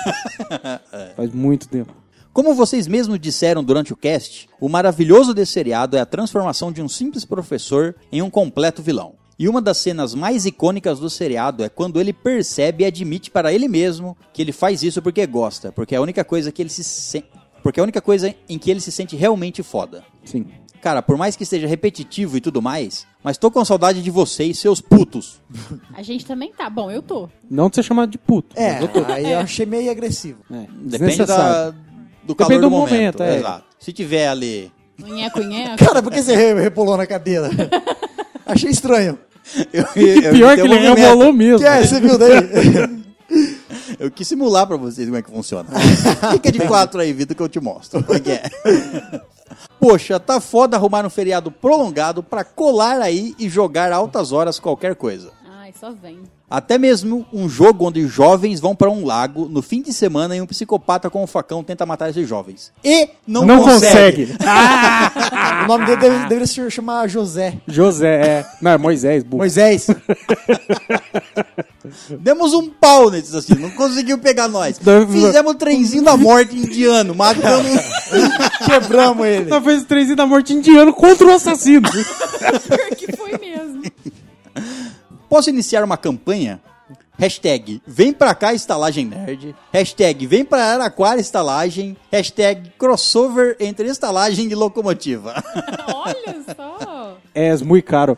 Speaker 5: Faz muito tempo.
Speaker 2: Como vocês mesmos disseram durante o cast, o maravilhoso desse seriado é a transformação de um simples professor em um completo vilão. E uma das cenas mais icônicas do seriado é quando ele percebe e admite para ele mesmo que ele faz isso porque gosta, porque é a única coisa que ele se sen- porque é a única coisa em que ele se sente realmente foda.
Speaker 5: Sim.
Speaker 2: Cara, por mais que seja repetitivo e tudo mais, mas tô com saudade de vocês, seus putos.
Speaker 7: A gente também tá. Bom, eu tô.
Speaker 5: Não de ser chamado de puto.
Speaker 6: É,
Speaker 5: mas eu tô.
Speaker 6: aí eu achei meio agressivo.
Speaker 5: É,
Speaker 2: Depende
Speaker 5: desnecessário.
Speaker 2: da, do calor do,
Speaker 5: Depende do
Speaker 2: momento.
Speaker 5: momento, é.
Speaker 2: Exato. Se tiver ali
Speaker 7: Nheco, nheco.
Speaker 6: Cara, por que você re- repulou na cadeira? achei estranho.
Speaker 2: Eu, eu
Speaker 5: Pior que
Speaker 2: imitei o
Speaker 5: ele
Speaker 2: movimento.
Speaker 5: remolou mesmo.
Speaker 6: Que é, você viu daí?
Speaker 2: Eu quis simular pra vocês como é que funciona. Fica de quatro aí, Vitor, que eu te mostro. Como é que é? Poxa, tá foda arrumar um feriado prolongado pra colar aí e jogar altas horas qualquer coisa.
Speaker 7: Ai, só vem.
Speaker 2: Até mesmo um jogo onde jovens vão pra um lago no fim de semana e um psicopata com um facão tenta matar esses jovens. E não,
Speaker 5: Não
Speaker 2: consegue.
Speaker 5: consegue.
Speaker 6: o nome dele deve- deveria se chamar José.
Speaker 5: José, é. Não, é Moisés, burro.
Speaker 6: Moisés.
Speaker 2: Demos um pau nesses assim, não conseguiu pegar nós.
Speaker 5: Não,
Speaker 2: Fizemos o trenzinho da morte indiano, matando.
Speaker 6: Quebramos ele.
Speaker 5: Ela fez o trenzinho da morte indiano contra o assassino.
Speaker 7: Pior que foi mesmo.
Speaker 2: Posso iniciar uma campanha? Hashtag vem pra cá estalagem nerd. Hashtag vem pra Araquara estalagem. Hashtag crossover entre estalagem e locomotiva.
Speaker 7: Olha só.
Speaker 5: é, muito caro.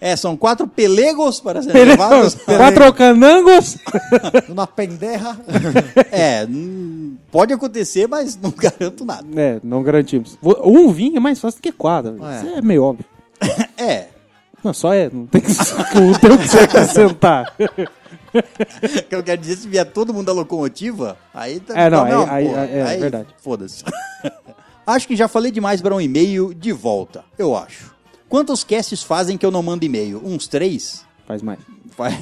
Speaker 2: É, são quatro pelegos para serem levados.
Speaker 5: Quatro canangos.
Speaker 6: Uma penderra.
Speaker 2: É, hum, pode acontecer, mas não garanto nada.
Speaker 5: É, não garantimos. Vo- Um vinho é mais fácil do que quatro. Isso é meio óbvio.
Speaker 2: É,
Speaker 5: Não, só é. Não tem, que- não tem o que você acrescentar.
Speaker 2: o que eu quero dizer, se vier todo mundo da locomotiva, aí tá
Speaker 5: É, não,
Speaker 2: tá uma
Speaker 5: aí- aí-
Speaker 2: porra.
Speaker 5: aí- é verdade.
Speaker 2: Foda-se. acho que já falei demais para um e-mail de volta, eu acho. Quantos casts fazem que eu não mando e-mail? Uns três?
Speaker 5: Faz mais.
Speaker 2: Faz-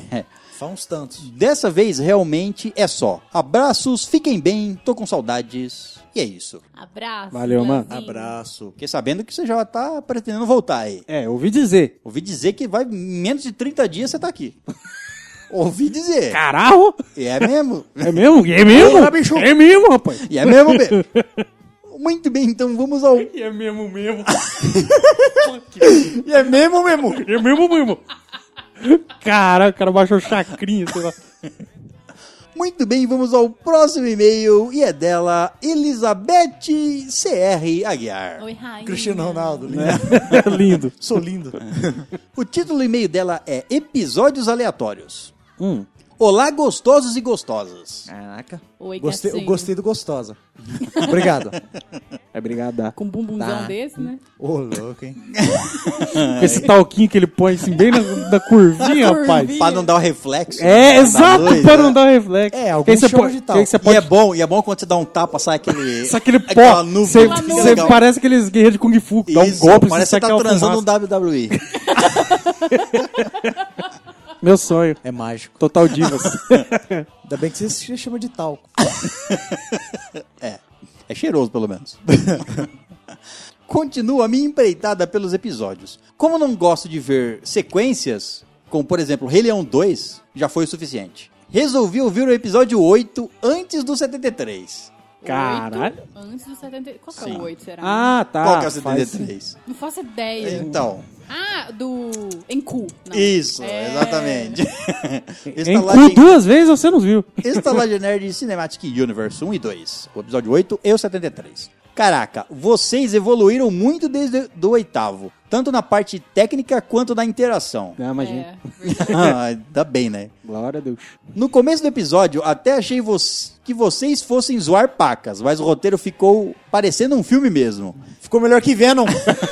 Speaker 6: Só uns tantos.
Speaker 2: Dessa vez, realmente, é só. Abraços, fiquem bem, tô com saudades. E é isso.
Speaker 7: Abraço.
Speaker 5: Valeu, mano.
Speaker 7: Leozinho.
Speaker 6: Abraço.
Speaker 2: Fiquei sabendo que você já tá pretendendo voltar aí.
Speaker 5: É, ouvi dizer.
Speaker 2: Ouvi dizer que vai em menos de 30 dias você tá aqui. Ouvi dizer.
Speaker 5: Caralho!
Speaker 2: E é mesmo.
Speaker 5: É mesmo? E é mesmo?
Speaker 6: Porra, bicho.
Speaker 5: É mesmo, rapaz.
Speaker 2: E é mesmo, mesmo. Muito bem, então vamos ao.
Speaker 5: E é mesmo mesmo.
Speaker 6: E é mesmo, mesmo?
Speaker 5: É mesmo mesmo. Caraca, o cara baixou chacrinha, sei lá.
Speaker 2: Muito bem, vamos ao próximo e-mail e é dela Elizabeth CR Aguiar.
Speaker 7: Oi, rainha.
Speaker 6: Cristiano Ronaldo, lindo.
Speaker 5: É lindo.
Speaker 6: Sou lindo.
Speaker 2: O título do e-mail dela é Episódios Aleatórios.
Speaker 5: Hum. É.
Speaker 2: Olá, gostosos e gostosas.
Speaker 6: Caraca.
Speaker 7: Oi,
Speaker 6: Gostei, eu
Speaker 7: gatinho.
Speaker 6: gostei do gostosa. Obrigado.
Speaker 5: É brigada.
Speaker 7: Com um bumbumzão
Speaker 6: Tá.
Speaker 7: desse, né?
Speaker 6: Ô, louco, hein?
Speaker 5: Com esse talquinho que ele põe assim bem na, na curvinha,
Speaker 7: Na
Speaker 5: rapaz.
Speaker 7: curvinha.
Speaker 2: Pra não dar o reflexo.
Speaker 5: É,
Speaker 2: Da
Speaker 5: exato,
Speaker 2: luz,
Speaker 5: para
Speaker 2: né?
Speaker 5: não dar o reflexo.
Speaker 6: É, alguns
Speaker 5: Que aí você
Speaker 6: chamam
Speaker 5: pode-
Speaker 6: de tal.
Speaker 5: que aí você
Speaker 2: E
Speaker 5: pode
Speaker 2: é bom, e é bom quando você dá um tapa, sai aquele.
Speaker 5: Só aquele pó.
Speaker 2: aquela nuvem.
Speaker 5: Você
Speaker 7: Aquela
Speaker 2: fica
Speaker 7: nuvem.
Speaker 5: você
Speaker 2: legal.
Speaker 5: parece aqueles guerreiros de Kung Fu. que Dá um
Speaker 2: Isso,
Speaker 5: golpe,
Speaker 2: Parece
Speaker 5: você
Speaker 2: que você tá
Speaker 5: aquela
Speaker 2: transando
Speaker 5: fumaça.
Speaker 2: no WWE.
Speaker 5: Meu sonho.
Speaker 6: É mágico.
Speaker 5: Total divas.
Speaker 6: Ainda bem que você se chama de talco.
Speaker 2: É cheiroso, pelo menos. Continua a minha empreitada pelos episódios. Como não gosto de ver sequências, como por exemplo Rei Leão 2, já foi o suficiente. Resolvi ouvir o episódio 8 antes do 73.
Speaker 5: Caralho.
Speaker 7: Oito Antes do 70. Qual que é
Speaker 2: Sim.
Speaker 7: o 8, será?
Speaker 5: Ah, tá.
Speaker 2: Qual que é o
Speaker 5: faz-
Speaker 2: 73?
Speaker 7: Não faço ideia.
Speaker 2: Então,
Speaker 7: Ah, do. Em cu. Não.
Speaker 2: isso,
Speaker 7: É.
Speaker 2: exatamente.
Speaker 5: Em
Speaker 2: Estalagem-
Speaker 5: cu duas vezes você não viu.
Speaker 2: Estalagem Nerd Cinematic Universe 1 e 2, o episódio 8 e o 73. Caraca, vocês evoluíram muito desde o oitavo, tanto na parte técnica quanto na interação.
Speaker 5: Ah, imagina.
Speaker 7: É, verdade.
Speaker 2: Ah, ainda bem, né?
Speaker 5: Glória a Deus.
Speaker 2: No começo do episódio, até achei vo- que vocês fossem zoar pacas, mas o roteiro ficou parecendo um filme mesmo.
Speaker 6: Ficou melhor que Venom.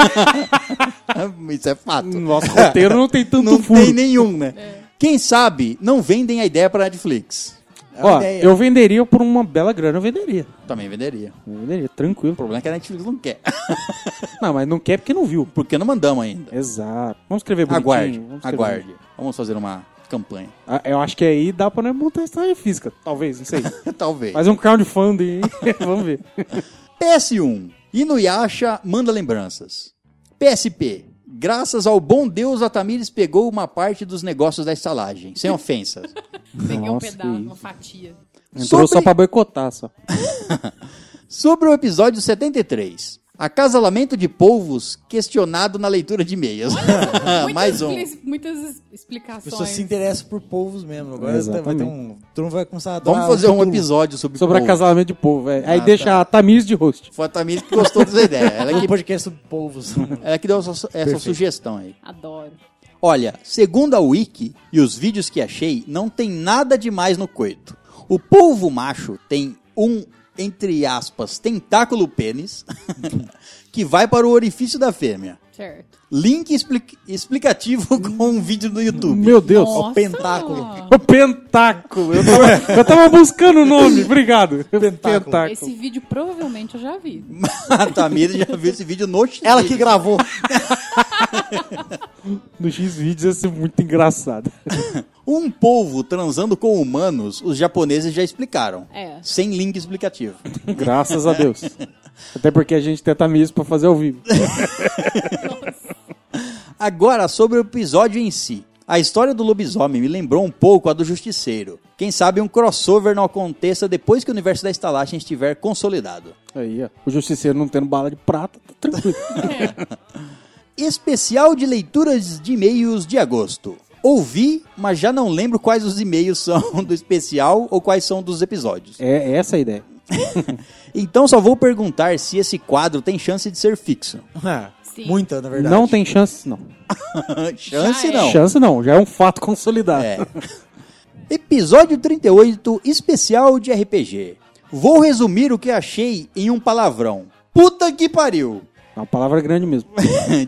Speaker 2: Isso é fato.
Speaker 5: Nosso roteiro não tem tanto
Speaker 2: Não
Speaker 5: furo.
Speaker 2: tem nenhum, né? Quem sabe não vendem a ideia pra Netflix.
Speaker 5: Ó,
Speaker 6: ideia.
Speaker 5: eu venderia por uma bela grana, eu venderia.
Speaker 2: Também venderia.
Speaker 5: Eu venderia,
Speaker 2: O
Speaker 5: tranquilo.
Speaker 2: problema é que a Netflix não quer.
Speaker 5: Não, mas não quer porque não viu.
Speaker 2: Porque não mandamos ainda.
Speaker 5: Exato. Vamos escrever bonitinho.
Speaker 2: Aguarde,
Speaker 5: vamos escrever bonitinho.
Speaker 2: aguarde. Vamos fazer um- uma campanha.
Speaker 5: Ah, Eu acho que aí dá pra nós montar a estratégia física. Talvez, não sei.
Speaker 2: Talvez.
Speaker 5: Fazer um crowdfunding aí. Vamos ver.
Speaker 2: PS1. Inuyasha manda lembranças. PSP. Graças ao bom Deus, a Tamires pegou uma parte dos negócios da estalagem. Sem ofensas.
Speaker 7: Peguei um
Speaker 5: Nossa,
Speaker 7: pedaço,
Speaker 5: que
Speaker 7: uma fatia.
Speaker 5: Entrou só
Speaker 2: Sobre-
Speaker 5: pra boicotar, só.
Speaker 2: Sobre o episódio 73. Acasalamento de polvos questionado na leitura de e-mails.
Speaker 7: Muitas
Speaker 2: Mais um.
Speaker 7: expli- Muitas es-
Speaker 6: As pessoas
Speaker 7: explicações.
Speaker 6: se interessam por povos mesmo. Agora
Speaker 5: Exatamente.
Speaker 6: vai ter um... Tu não vai começar a adorar
Speaker 2: Vamos fazer um
Speaker 6: Cthulhu.
Speaker 2: episódio sobre,
Speaker 5: Sobre
Speaker 2: polvos.
Speaker 5: acasalamento de povo, velho. Aí deixa a Tamires de host.
Speaker 2: Foi a Tamires que gostou dessa ideia. Ela
Speaker 6: Um
Speaker 2: que,
Speaker 6: podcast sobre povos.
Speaker 2: ela que deu essa, essa sugestão aí.
Speaker 7: Adoro.
Speaker 2: Olha, segundo a Wiki e os vídeos que achei, não tem nada demais no coito. O polvo macho tem um, entre aspas, tentáculo pênis que vai para o orifício da fêmea.
Speaker 7: Certo.
Speaker 2: Link expli- explicativo com um vídeo no YouTube.
Speaker 5: Meu Deus.
Speaker 7: Nossa.
Speaker 6: pentáculo.
Speaker 5: O Pentáculo. Eu tava, eu tava buscando o nome. Obrigado.
Speaker 6: Pentáculo.
Speaker 7: Esse vídeo provavelmente eu já vi.
Speaker 2: a Tamira já viu esse vídeo no chinês.
Speaker 6: Ela que gravou.
Speaker 5: No X-Videos ia ser muito engraçado.
Speaker 2: Um polvo transando com humanos, os japoneses já explicaram.
Speaker 7: É.
Speaker 2: Sem link explicativo.
Speaker 5: Graças a Deus. Até porque a gente tem a Tamires pra fazer ao vivo.
Speaker 2: Agora sobre o episódio em si. A história do lobisomem me lembrou um pouco a do Justiceiro. Quem sabe um crossover não aconteça depois que o universo da estalagem estiver consolidado.
Speaker 5: Aí, ó. O Justiceiro não tendo bala de prata, tá tranquilo.
Speaker 2: Especial de leituras de e-mails de agosto. Ouvi, mas já não lembro quais os e-mails são do especial ou quais são dos episódios.
Speaker 5: É, é essa a ideia.
Speaker 2: Então só vou perguntar se esse quadro tem chance de ser fixo.
Speaker 6: Ah,
Speaker 7: Sim.
Speaker 6: Muita, na verdade.
Speaker 5: Não tem chance, não.
Speaker 2: chance
Speaker 7: Já é.
Speaker 2: não.
Speaker 5: Chance não, já é um fato consolidado.
Speaker 2: É. Episódio 38, especial de RPG. Vou resumir o que achei em um palavrão. Puta que pariu!
Speaker 5: É uma palavra grande mesmo.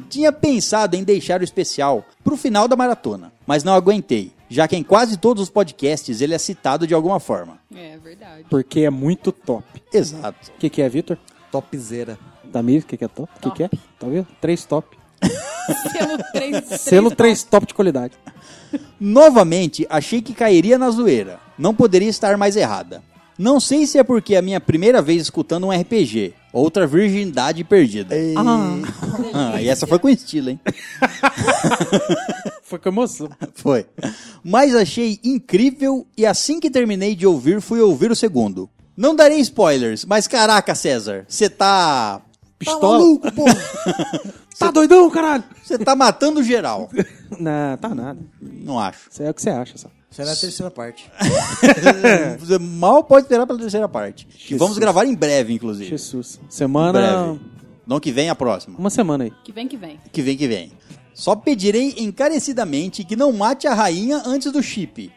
Speaker 2: Tinha pensado em deixar o especial pro final da maratona, mas não aguentei, já que em quase todos os podcasts ele é citado de alguma forma.
Speaker 7: É verdade.
Speaker 5: Porque é muito top.
Speaker 2: Exato.
Speaker 5: O que, que é, Vitor?
Speaker 6: Topzera.
Speaker 5: Tamir, o que, que é top? O que, que é? Tá vendo? Três top.
Speaker 7: Selo 3.
Speaker 5: Selo 3 top de qualidade.
Speaker 2: Novamente, achei que cairia na zoeira. Não poderia estar mais errada. Não sei se é porque é a minha primeira vez escutando um RPG. Outra virgindade perdida. Ah, e essa foi com estilo, hein?
Speaker 5: Foi com emoção.
Speaker 2: Foi. Mas achei incrível e assim que terminei de ouvir, fui ouvir o segundo. Não darei spoilers, mas caraca, César, você tá.
Speaker 5: Pistola.
Speaker 2: maluco, pô!
Speaker 5: Tá doidão, caralho?
Speaker 2: Você tá matando geral.
Speaker 5: Não, tá nada.
Speaker 2: Não acho.
Speaker 5: Isso é o que você acha, só.
Speaker 6: Será a terceira parte.
Speaker 2: Você mal pode esperar pela terceira parte. Que
Speaker 5: Jesus.
Speaker 2: vamos gravar em breve, inclusive.
Speaker 5: Jesus.
Speaker 2: Em
Speaker 5: Semana.
Speaker 2: breve. Não que vem a próxima.
Speaker 5: Uma semana aí.
Speaker 7: Que vem que vem.
Speaker 2: Que vem que vem. Só pedirei encarecidamente que não mate a rainha antes do chip.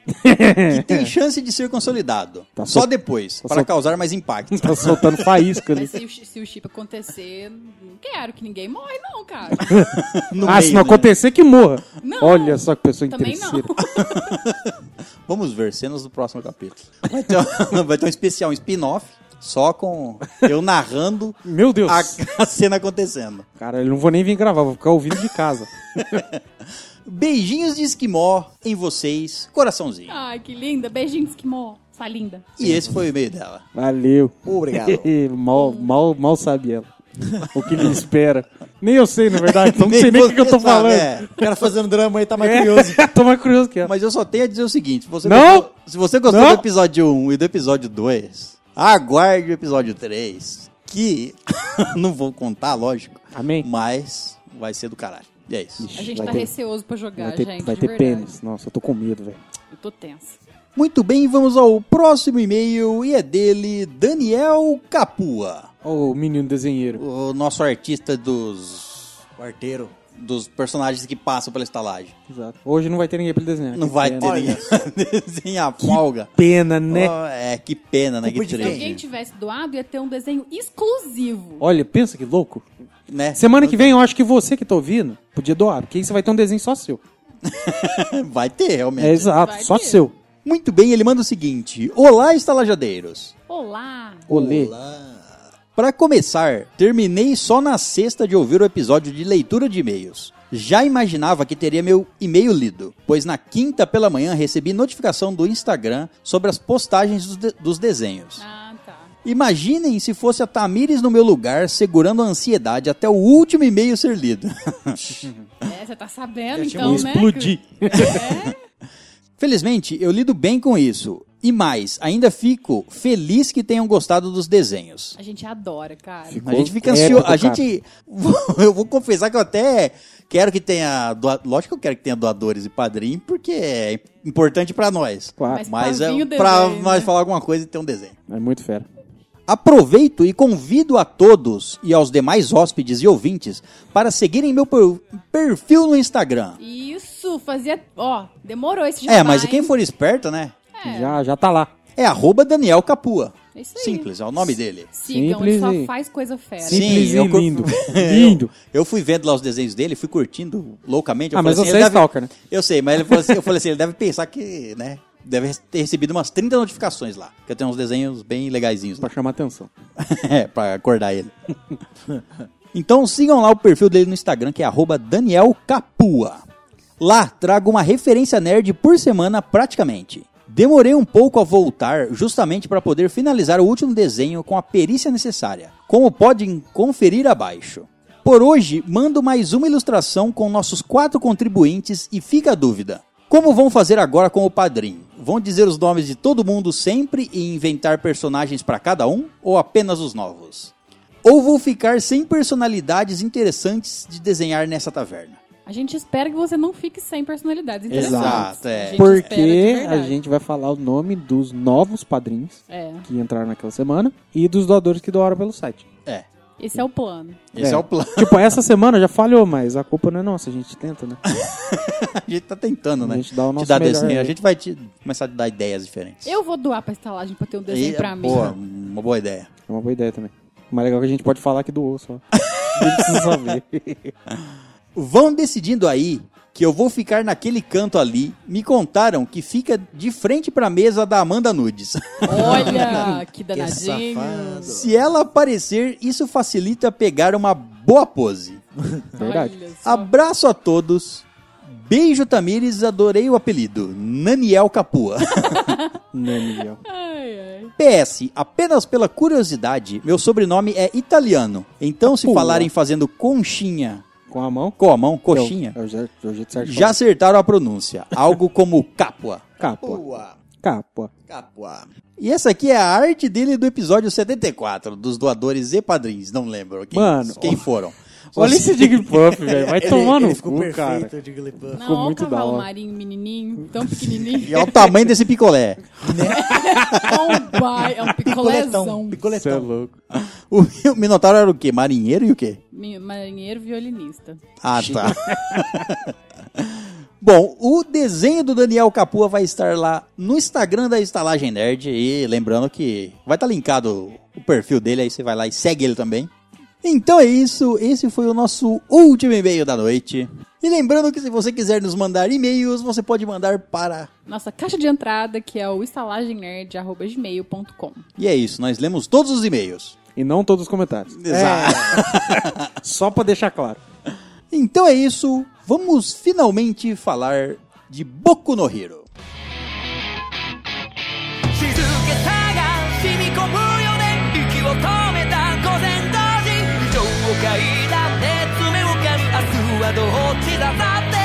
Speaker 2: que tem chance de ser consolidado.
Speaker 5: Tá
Speaker 2: Só
Speaker 5: sol-
Speaker 2: depois,
Speaker 5: tá
Speaker 2: para
Speaker 5: sol-
Speaker 2: causar mais impacto.
Speaker 5: Tá soltando faísca ali.
Speaker 7: Mas se, o chi- se o chip acontecer, não quero que ninguém morre, não, cara.
Speaker 2: No
Speaker 5: ah, se
Speaker 2: meio,
Speaker 5: não
Speaker 2: né?
Speaker 5: acontecer, que morra.
Speaker 7: Não.
Speaker 5: Olha só que pessoa
Speaker 7: Também não.
Speaker 5: interesseira.
Speaker 2: Vamos ver cenas do próximo capítulo. Vai ter, um- vai ter um especial, um spin-off, só com eu narrando
Speaker 5: Meu Deus.
Speaker 2: a, a cena acontecendo.
Speaker 5: Cara, eu não vou nem vir gravar, vou ficar ouvindo de casa.
Speaker 2: Beijinhos de esquimó em vocês, coraçãozinho.
Speaker 5: Ah,
Speaker 7: Ai, que linda. Beijinho, esquimó. Sua linda.
Speaker 2: E esse foi o e-mail dela.
Speaker 5: Valeu.
Speaker 6: Obrigado.
Speaker 5: mal, mal, mal sabe ela. O que me espera. Nem eu sei, na verdade. Então não sei nem o
Speaker 2: você
Speaker 5: que, que eu tô
Speaker 2: sabe,
Speaker 5: falando.
Speaker 2: é.
Speaker 6: O cara fazendo drama aí tá mais
Speaker 5: É,
Speaker 6: curioso.
Speaker 5: tô mais curioso que ela.
Speaker 2: Mas eu só tenho a dizer o seguinte: se você
Speaker 5: Não!
Speaker 2: gostou, se você gostou
Speaker 5: Não!
Speaker 2: do episódio 1 e do episódio 2, aguarde o episódio 3, que não vou contar, lógico,
Speaker 5: Amém?
Speaker 2: mas vai ser do caralho. E é isso.
Speaker 7: A gente
Speaker 5: Vai
Speaker 7: tá
Speaker 5: ter-
Speaker 7: receoso pra jogar,
Speaker 5: Vai ter,
Speaker 7: gente.
Speaker 5: vai
Speaker 7: de
Speaker 5: ter
Speaker 7: verdade.
Speaker 5: pênis. Nossa, eu tô com medo, velho.
Speaker 7: Eu tô tensa.
Speaker 2: Muito bem, vamos ao próximo e-mail e é dele, Daniel Capua,
Speaker 5: Ô, o menino desenheiro.
Speaker 2: o nosso artista dos quarteiro, dos personagens que passam pela estalagem.
Speaker 5: Exato. Hoje não vai ter ninguém pra ele desenhar.
Speaker 2: Não
Speaker 5: Que
Speaker 2: vai ter
Speaker 5: pena.
Speaker 2: ninguém desenhar folga.
Speaker 5: Pena, né?
Speaker 2: Oh, é, que pena, né? Que
Speaker 6: Culpa de
Speaker 7: Se alguém
Speaker 2: triste.
Speaker 7: tivesse doado, ia ter um desenho exclusivo.
Speaker 5: Olha, pensa que louco.
Speaker 2: Né?
Speaker 5: Semana que vem eu acho que você que tá ouvindo podia doar, porque aí você vai ter um desenho só seu.
Speaker 2: Vai ter, realmente.
Speaker 5: É exato,
Speaker 7: Vai
Speaker 5: só
Speaker 7: ter.
Speaker 5: seu.
Speaker 2: Muito bem, ele manda o seguinte: Olá, estalajadeiros.
Speaker 7: Olá.
Speaker 5: Olê.
Speaker 2: Para começar, terminei só na sexta de ouvir o episódio de leitura de e-mails. Já imaginava que teria meu e-mail lido, pois na quinta pela manhã recebi notificação do Instagram sobre as postagens dos, de- dos desenhos.
Speaker 7: Ah, tá.
Speaker 2: Imaginem se fosse a Tamires no meu lugar, segurando a ansiedade até o último e-mail ser lido.
Speaker 7: É, você tá sabendo,
Speaker 6: tinha
Speaker 7: então,
Speaker 6: um
Speaker 7: né?
Speaker 5: explodir.
Speaker 7: que- É,
Speaker 2: Felizmente, eu lido bem com isso. E mais, ainda fico feliz que tenham gostado dos desenhos.
Speaker 7: a gente adora, cara.
Speaker 5: Ficou é
Speaker 2: A gente fica
Speaker 5: épico,
Speaker 2: ansioso. A
Speaker 5: cara.
Speaker 2: gente. Eu vou confessar que eu até quero que tenha. doa- Lógico que eu quero que tenha doadores e padrinho, porque é importante pra nós.
Speaker 5: Claro.
Speaker 7: Mas
Speaker 2: Mas é
Speaker 7: pra vir o
Speaker 2: pra
Speaker 7: desenho,
Speaker 2: nós
Speaker 7: né?
Speaker 2: falar alguma coisa e ter um desenho.
Speaker 5: É muito fera.
Speaker 2: Aproveito e convido a todos e aos demais hóspedes e ouvintes para seguirem meu per- perfil no Instagram.
Speaker 7: Isso, fazia... Ó, demorou esse
Speaker 2: É,
Speaker 7: jabá,
Speaker 2: mas e quem
Speaker 7: hein?
Speaker 2: for esperto, né?
Speaker 7: É,
Speaker 5: Já, já tá lá.
Speaker 2: É arroba Daniel Capua.
Speaker 7: é isso aí.
Speaker 2: Simples, é o nome dele.
Speaker 7: Sigam,
Speaker 5: Simples
Speaker 7: ele
Speaker 5: e-
Speaker 7: só faz coisa fera.
Speaker 2: Sim,
Speaker 5: Simples
Speaker 2: eu
Speaker 5: e
Speaker 2: co-
Speaker 5: lindo.
Speaker 7: É.
Speaker 5: lindo.
Speaker 2: Eu fui vendo lá os desenhos dele, fui curtindo loucamente. Eu
Speaker 5: Ah,
Speaker 2: falei assim,
Speaker 5: mas você
Speaker 2: ele
Speaker 5: é
Speaker 2: deve-
Speaker 5: stalker, né?
Speaker 2: Eu sei, mas ele falou assim- eu falei assim, ele deve pensar que, né, deve ter recebido umas 30 notificações lá, que eu tenho uns desenhos bem legaisinhos lá,
Speaker 5: Pra chamar atenção.
Speaker 2: é, pra acordar ele. então sigam lá o perfil dele no Instagram, que é arroba Daniel Capua. Lá trago uma referência nerd por semana praticamente. Demorei um pouco a voltar justamente para poder finalizar o último desenho com a perícia necessária, como podem conferir abaixo. Por hoje, mando mais uma ilustração com nossos quatro contribuintes e fica a dúvida. Como vão fazer agora com o padrinho? Vão dizer os nomes de todo mundo sempre e inventar personagens para cada um ou apenas os novos? Ou vou ficar sem personalidades interessantes de desenhar nessa taverna?
Speaker 7: A gente espera que você não fique sem personalidades interessantes.
Speaker 2: Exato, é.
Speaker 7: A gente espera de
Speaker 5: Porque a
Speaker 7: verdade.
Speaker 5: gente vai falar o nome dos novos padrinhos
Speaker 7: É,
Speaker 5: que entraram naquela semana e dos doadores que doaram pelo site.
Speaker 2: É,
Speaker 7: esse é o plano.
Speaker 2: esse é,
Speaker 5: É.
Speaker 2: o plano.
Speaker 5: Tipo, essa semana já falhou, mas a culpa não é nossa, a gente tenta, né?
Speaker 2: A gente tá tentando, né?
Speaker 5: A gente dá o
Speaker 2: te
Speaker 5: nosso
Speaker 2: dar
Speaker 5: melhor,
Speaker 2: desenho.
Speaker 5: né?
Speaker 2: A gente vai te começar a te dar ideias diferentes.
Speaker 7: Eu vou doar pra estalagem pra ter um desenho
Speaker 2: E-
Speaker 7: pra mim.
Speaker 2: Boa, uma boa ideia.
Speaker 5: É uma boa ideia também. O mais legal é que a gente pode falar que doou só. Ninguém precisa saber.
Speaker 2: Vão decidindo aí que eu vou ficar naquele canto ali. Me contaram que fica de frente pra mesa da Amanda Nudes.
Speaker 7: Olha, que
Speaker 6: Que
Speaker 7: danadinho.
Speaker 6: safado.
Speaker 2: Se ela aparecer, isso facilita pegar uma boa pose.
Speaker 5: Verdade.
Speaker 7: Olha só.
Speaker 2: Abraço a todos. Beijo, Tamires. Adorei o apelido. Naniel Capua.
Speaker 5: Naniel.
Speaker 7: Ai, ai.
Speaker 2: PS, apenas pela curiosidade, meu sobrenome é italiano. Então, se
Speaker 5: Pua.
Speaker 2: falarem fazendo conchinha
Speaker 5: Com a mão?
Speaker 2: com a mão, coxinha,
Speaker 5: É o, é o je- é o jeito certo. de
Speaker 2: já acertaram a pronúncia. Algo como capua.
Speaker 5: falar. Capua.
Speaker 6: Boa.
Speaker 5: Capua.
Speaker 6: Capua.
Speaker 2: E essa aqui é a arte dele do episódio 74, dos doadores e padrinhos. Não lembro quem,
Speaker 5: Mano,
Speaker 2: quem foram.
Speaker 5: Olha esse Jigglypuff, velho. Vai tomar no cu, cara.
Speaker 6: o Jigglypuff.
Speaker 7: Não,
Speaker 5: Ficou
Speaker 7: olha o
Speaker 5: muito da
Speaker 7: cavalo
Speaker 5: hora.
Speaker 7: marinho, menininho, tão
Speaker 2: E
Speaker 7: pequenininho.
Speaker 2: olha o tamanho desse picolé.
Speaker 7: Oh, bai, é um
Speaker 6: Picoletão.
Speaker 5: Você é
Speaker 7: picolézão.
Speaker 6: Picoletão.
Speaker 5: louco.
Speaker 2: O Minotauro era o quê? Marinheiro e o quê?
Speaker 7: Mi- Marinheiro violinista.
Speaker 2: Ah, tá. Bom, o desenho do Daniel Capua vai estar lá no Instagram da Estalagem Nerd. E lembrando que vai estar linkado o perfil dele, aí você vai lá e segue ele também. Então é isso, esse foi o nosso último e-mail da noite. E lembrando que se você quiser nos mandar e-mails, você pode mandar para.
Speaker 7: Nossa caixa de entrada, que é o estalagemnerd.gmail.com.
Speaker 2: E é isso, nós lemos todos os e-mails.
Speaker 5: E não todos os comentários. É.
Speaker 2: Exato.
Speaker 5: Só pra deixar claro.
Speaker 2: Então é isso, vamos finalmente falar de Boku no Hero.
Speaker 1: 静けさが染み込むよね息を止めた午前同時異常を嗅いだ熱目を噛み明日はどっちださって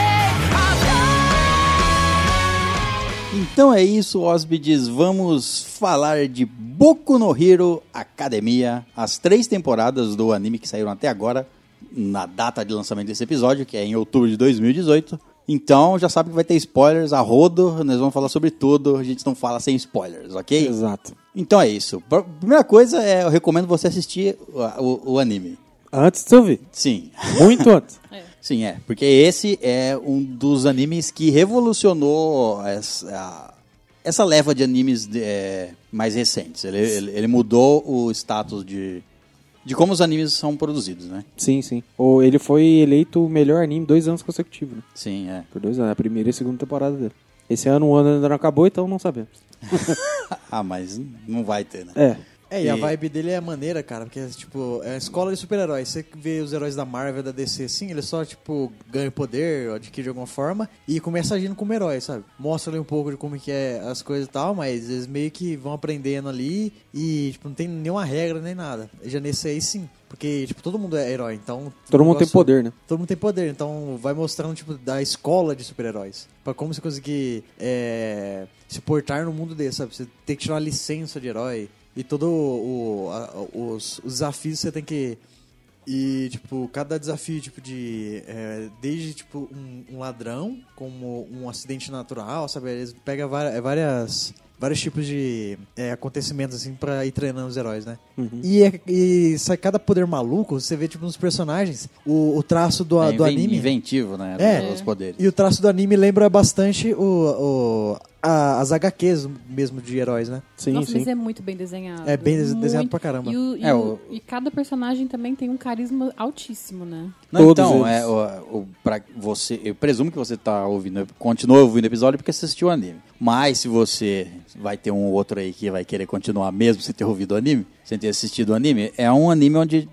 Speaker 2: Então é isso, hóspedes. Vamos falar de Boku no Hero Academia, as três temporadas do anime que saíram até agora, na data de lançamento desse episódio, que é em outubro de 2018. Então já sabe que vai ter spoilers a rodo, nós vamos falar sobre tudo, a gente não fala sem spoilers, ok?
Speaker 5: Exato.
Speaker 2: Então é isso. Pr- Primeira coisa é, eu recomendo você assistir o, o- o anime.
Speaker 5: Antes de eu ver.
Speaker 2: Sim.
Speaker 5: Muito antes.
Speaker 2: Sim, é. Porque esse é um dos animes que revolucionou essa, essa leva de animes de- é, mais recentes. Ele, ele, ele mudou o status de, de como os animes são produzidos, né?
Speaker 5: Sim, sim. Ou ele foi eleito o melhor anime dois anos consecutivos, né?
Speaker 2: Sim, é.
Speaker 5: Por dois anos. A primeira e a segunda temporada dele. Esse ano o ano ainda não acabou, então não sabemos.
Speaker 2: Ah, mas não vai ter, né?
Speaker 5: É.
Speaker 6: É, e a
Speaker 2: E-
Speaker 6: vibe dele é maneira, cara, porque, tipo, é a escola de super-heróis. Você vê os heróis da Marvel, da DC, assim, eles só, tipo, ganham poder, adquire de alguma forma, e começa agindo como herói, sabe? Mostra ali um pouco de como que é as coisas e tal, mas eles meio que vão aprendendo ali, e, tipo, não tem nenhuma regra nem nada. Já nesse aí, sim. Porque, tipo, todo mundo é herói, então...
Speaker 5: Todo mundo tem
Speaker 6: negócio-
Speaker 5: poder, né?
Speaker 6: Todo mundo tem poder, então vai mostrando, tipo, da escola de super-heróis. Pra como você conseguir é, se portar no mundo desse, sabe? Você tem que tirar uma licença de herói. E todos os, os desafios você tem que. E, tipo, cada desafio, tipo, de. é, desde, tipo, um, um ladrão, como um acidente natural, sabe? Eles pegam várias. várias- vários tipos de é, acontecimentos, assim, pra ir treinando os heróis, né?
Speaker 2: Uhum.
Speaker 6: E, é- e sai cada poder maluco, você vê, tipo, nos personagens, o, o traço do,
Speaker 2: É
Speaker 6: do
Speaker 2: inven-
Speaker 6: anime.
Speaker 2: inventivo, né?
Speaker 6: É.
Speaker 2: Os poderes.
Speaker 6: E o traço do anime lembra bastante o, o- a- as HQs mesmo de heróis, né?
Speaker 5: Sim,
Speaker 7: Nossa,
Speaker 5: sim.
Speaker 7: mas é muito bem desenhado.
Speaker 6: É bem des-
Speaker 7: Muito.
Speaker 6: desenhado pra caramba.
Speaker 7: E, o- e
Speaker 2: É,
Speaker 7: o-
Speaker 2: o-
Speaker 7: e cada personagem também tem um carisma altíssimo, né?
Speaker 2: Não,
Speaker 5: Todos
Speaker 2: então,
Speaker 5: eles.
Speaker 2: é, o, o- pra você, eu presumo que você tá ouvindo, continua ouvindo o episódio porque assistiu o anime. Mas se você vai ter um ou outro aí que vai querer continuar mesmo sem ter ouvido o anime, sem ter assistido o anime, é um anime onde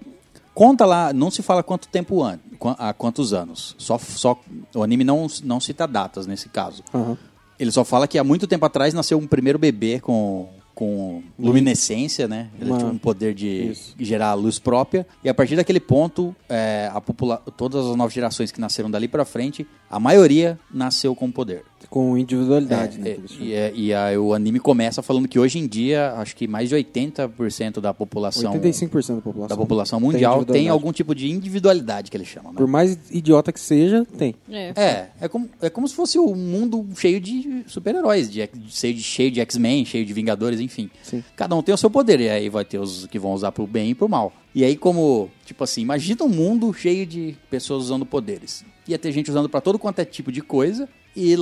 Speaker 2: conta lá, não se fala quanto tempo an, qua- há quantos anos. Só, só o anime não não cita datas nesse caso.
Speaker 5: Aham.
Speaker 2: Ele só fala que há muito tempo atrás nasceu um primeiro bebê com, com luminescência, né? Ele
Speaker 5: Uhum. Uma-
Speaker 2: tinha um poder de
Speaker 5: Isso.
Speaker 2: gerar a luz própria. E a partir daquele ponto, é, a popula todas as novas gerações que nasceram dali pra frente, a maioria nasceu com poder.
Speaker 5: Com individualidade, né?
Speaker 2: É,
Speaker 5: que eles
Speaker 2: e
Speaker 5: chamam.
Speaker 2: é- e aí o anime começa falando que hoje em dia, acho que mais de 80% da população
Speaker 5: 85% da população.
Speaker 2: da população mundial tem,
Speaker 5: individualidade.
Speaker 2: algum tipo de individualidade que eles chamam, né?
Speaker 5: Por mais idiota que seja, tem.
Speaker 7: É.
Speaker 2: É, é como, é como se fosse um mundo cheio de super-heróis, de, X- cheio de, cheio de X-Men, cheio de Vingadores, enfim.
Speaker 5: Sim.
Speaker 2: Cada um tem o seu poder, e aí vai ter os que vão usar pro bem e pro mal. E aí, como, tipo assim, imagina um mundo cheio de pessoas usando poderes. Ia ter gente usando pra todo quanto é tipo de coisa, e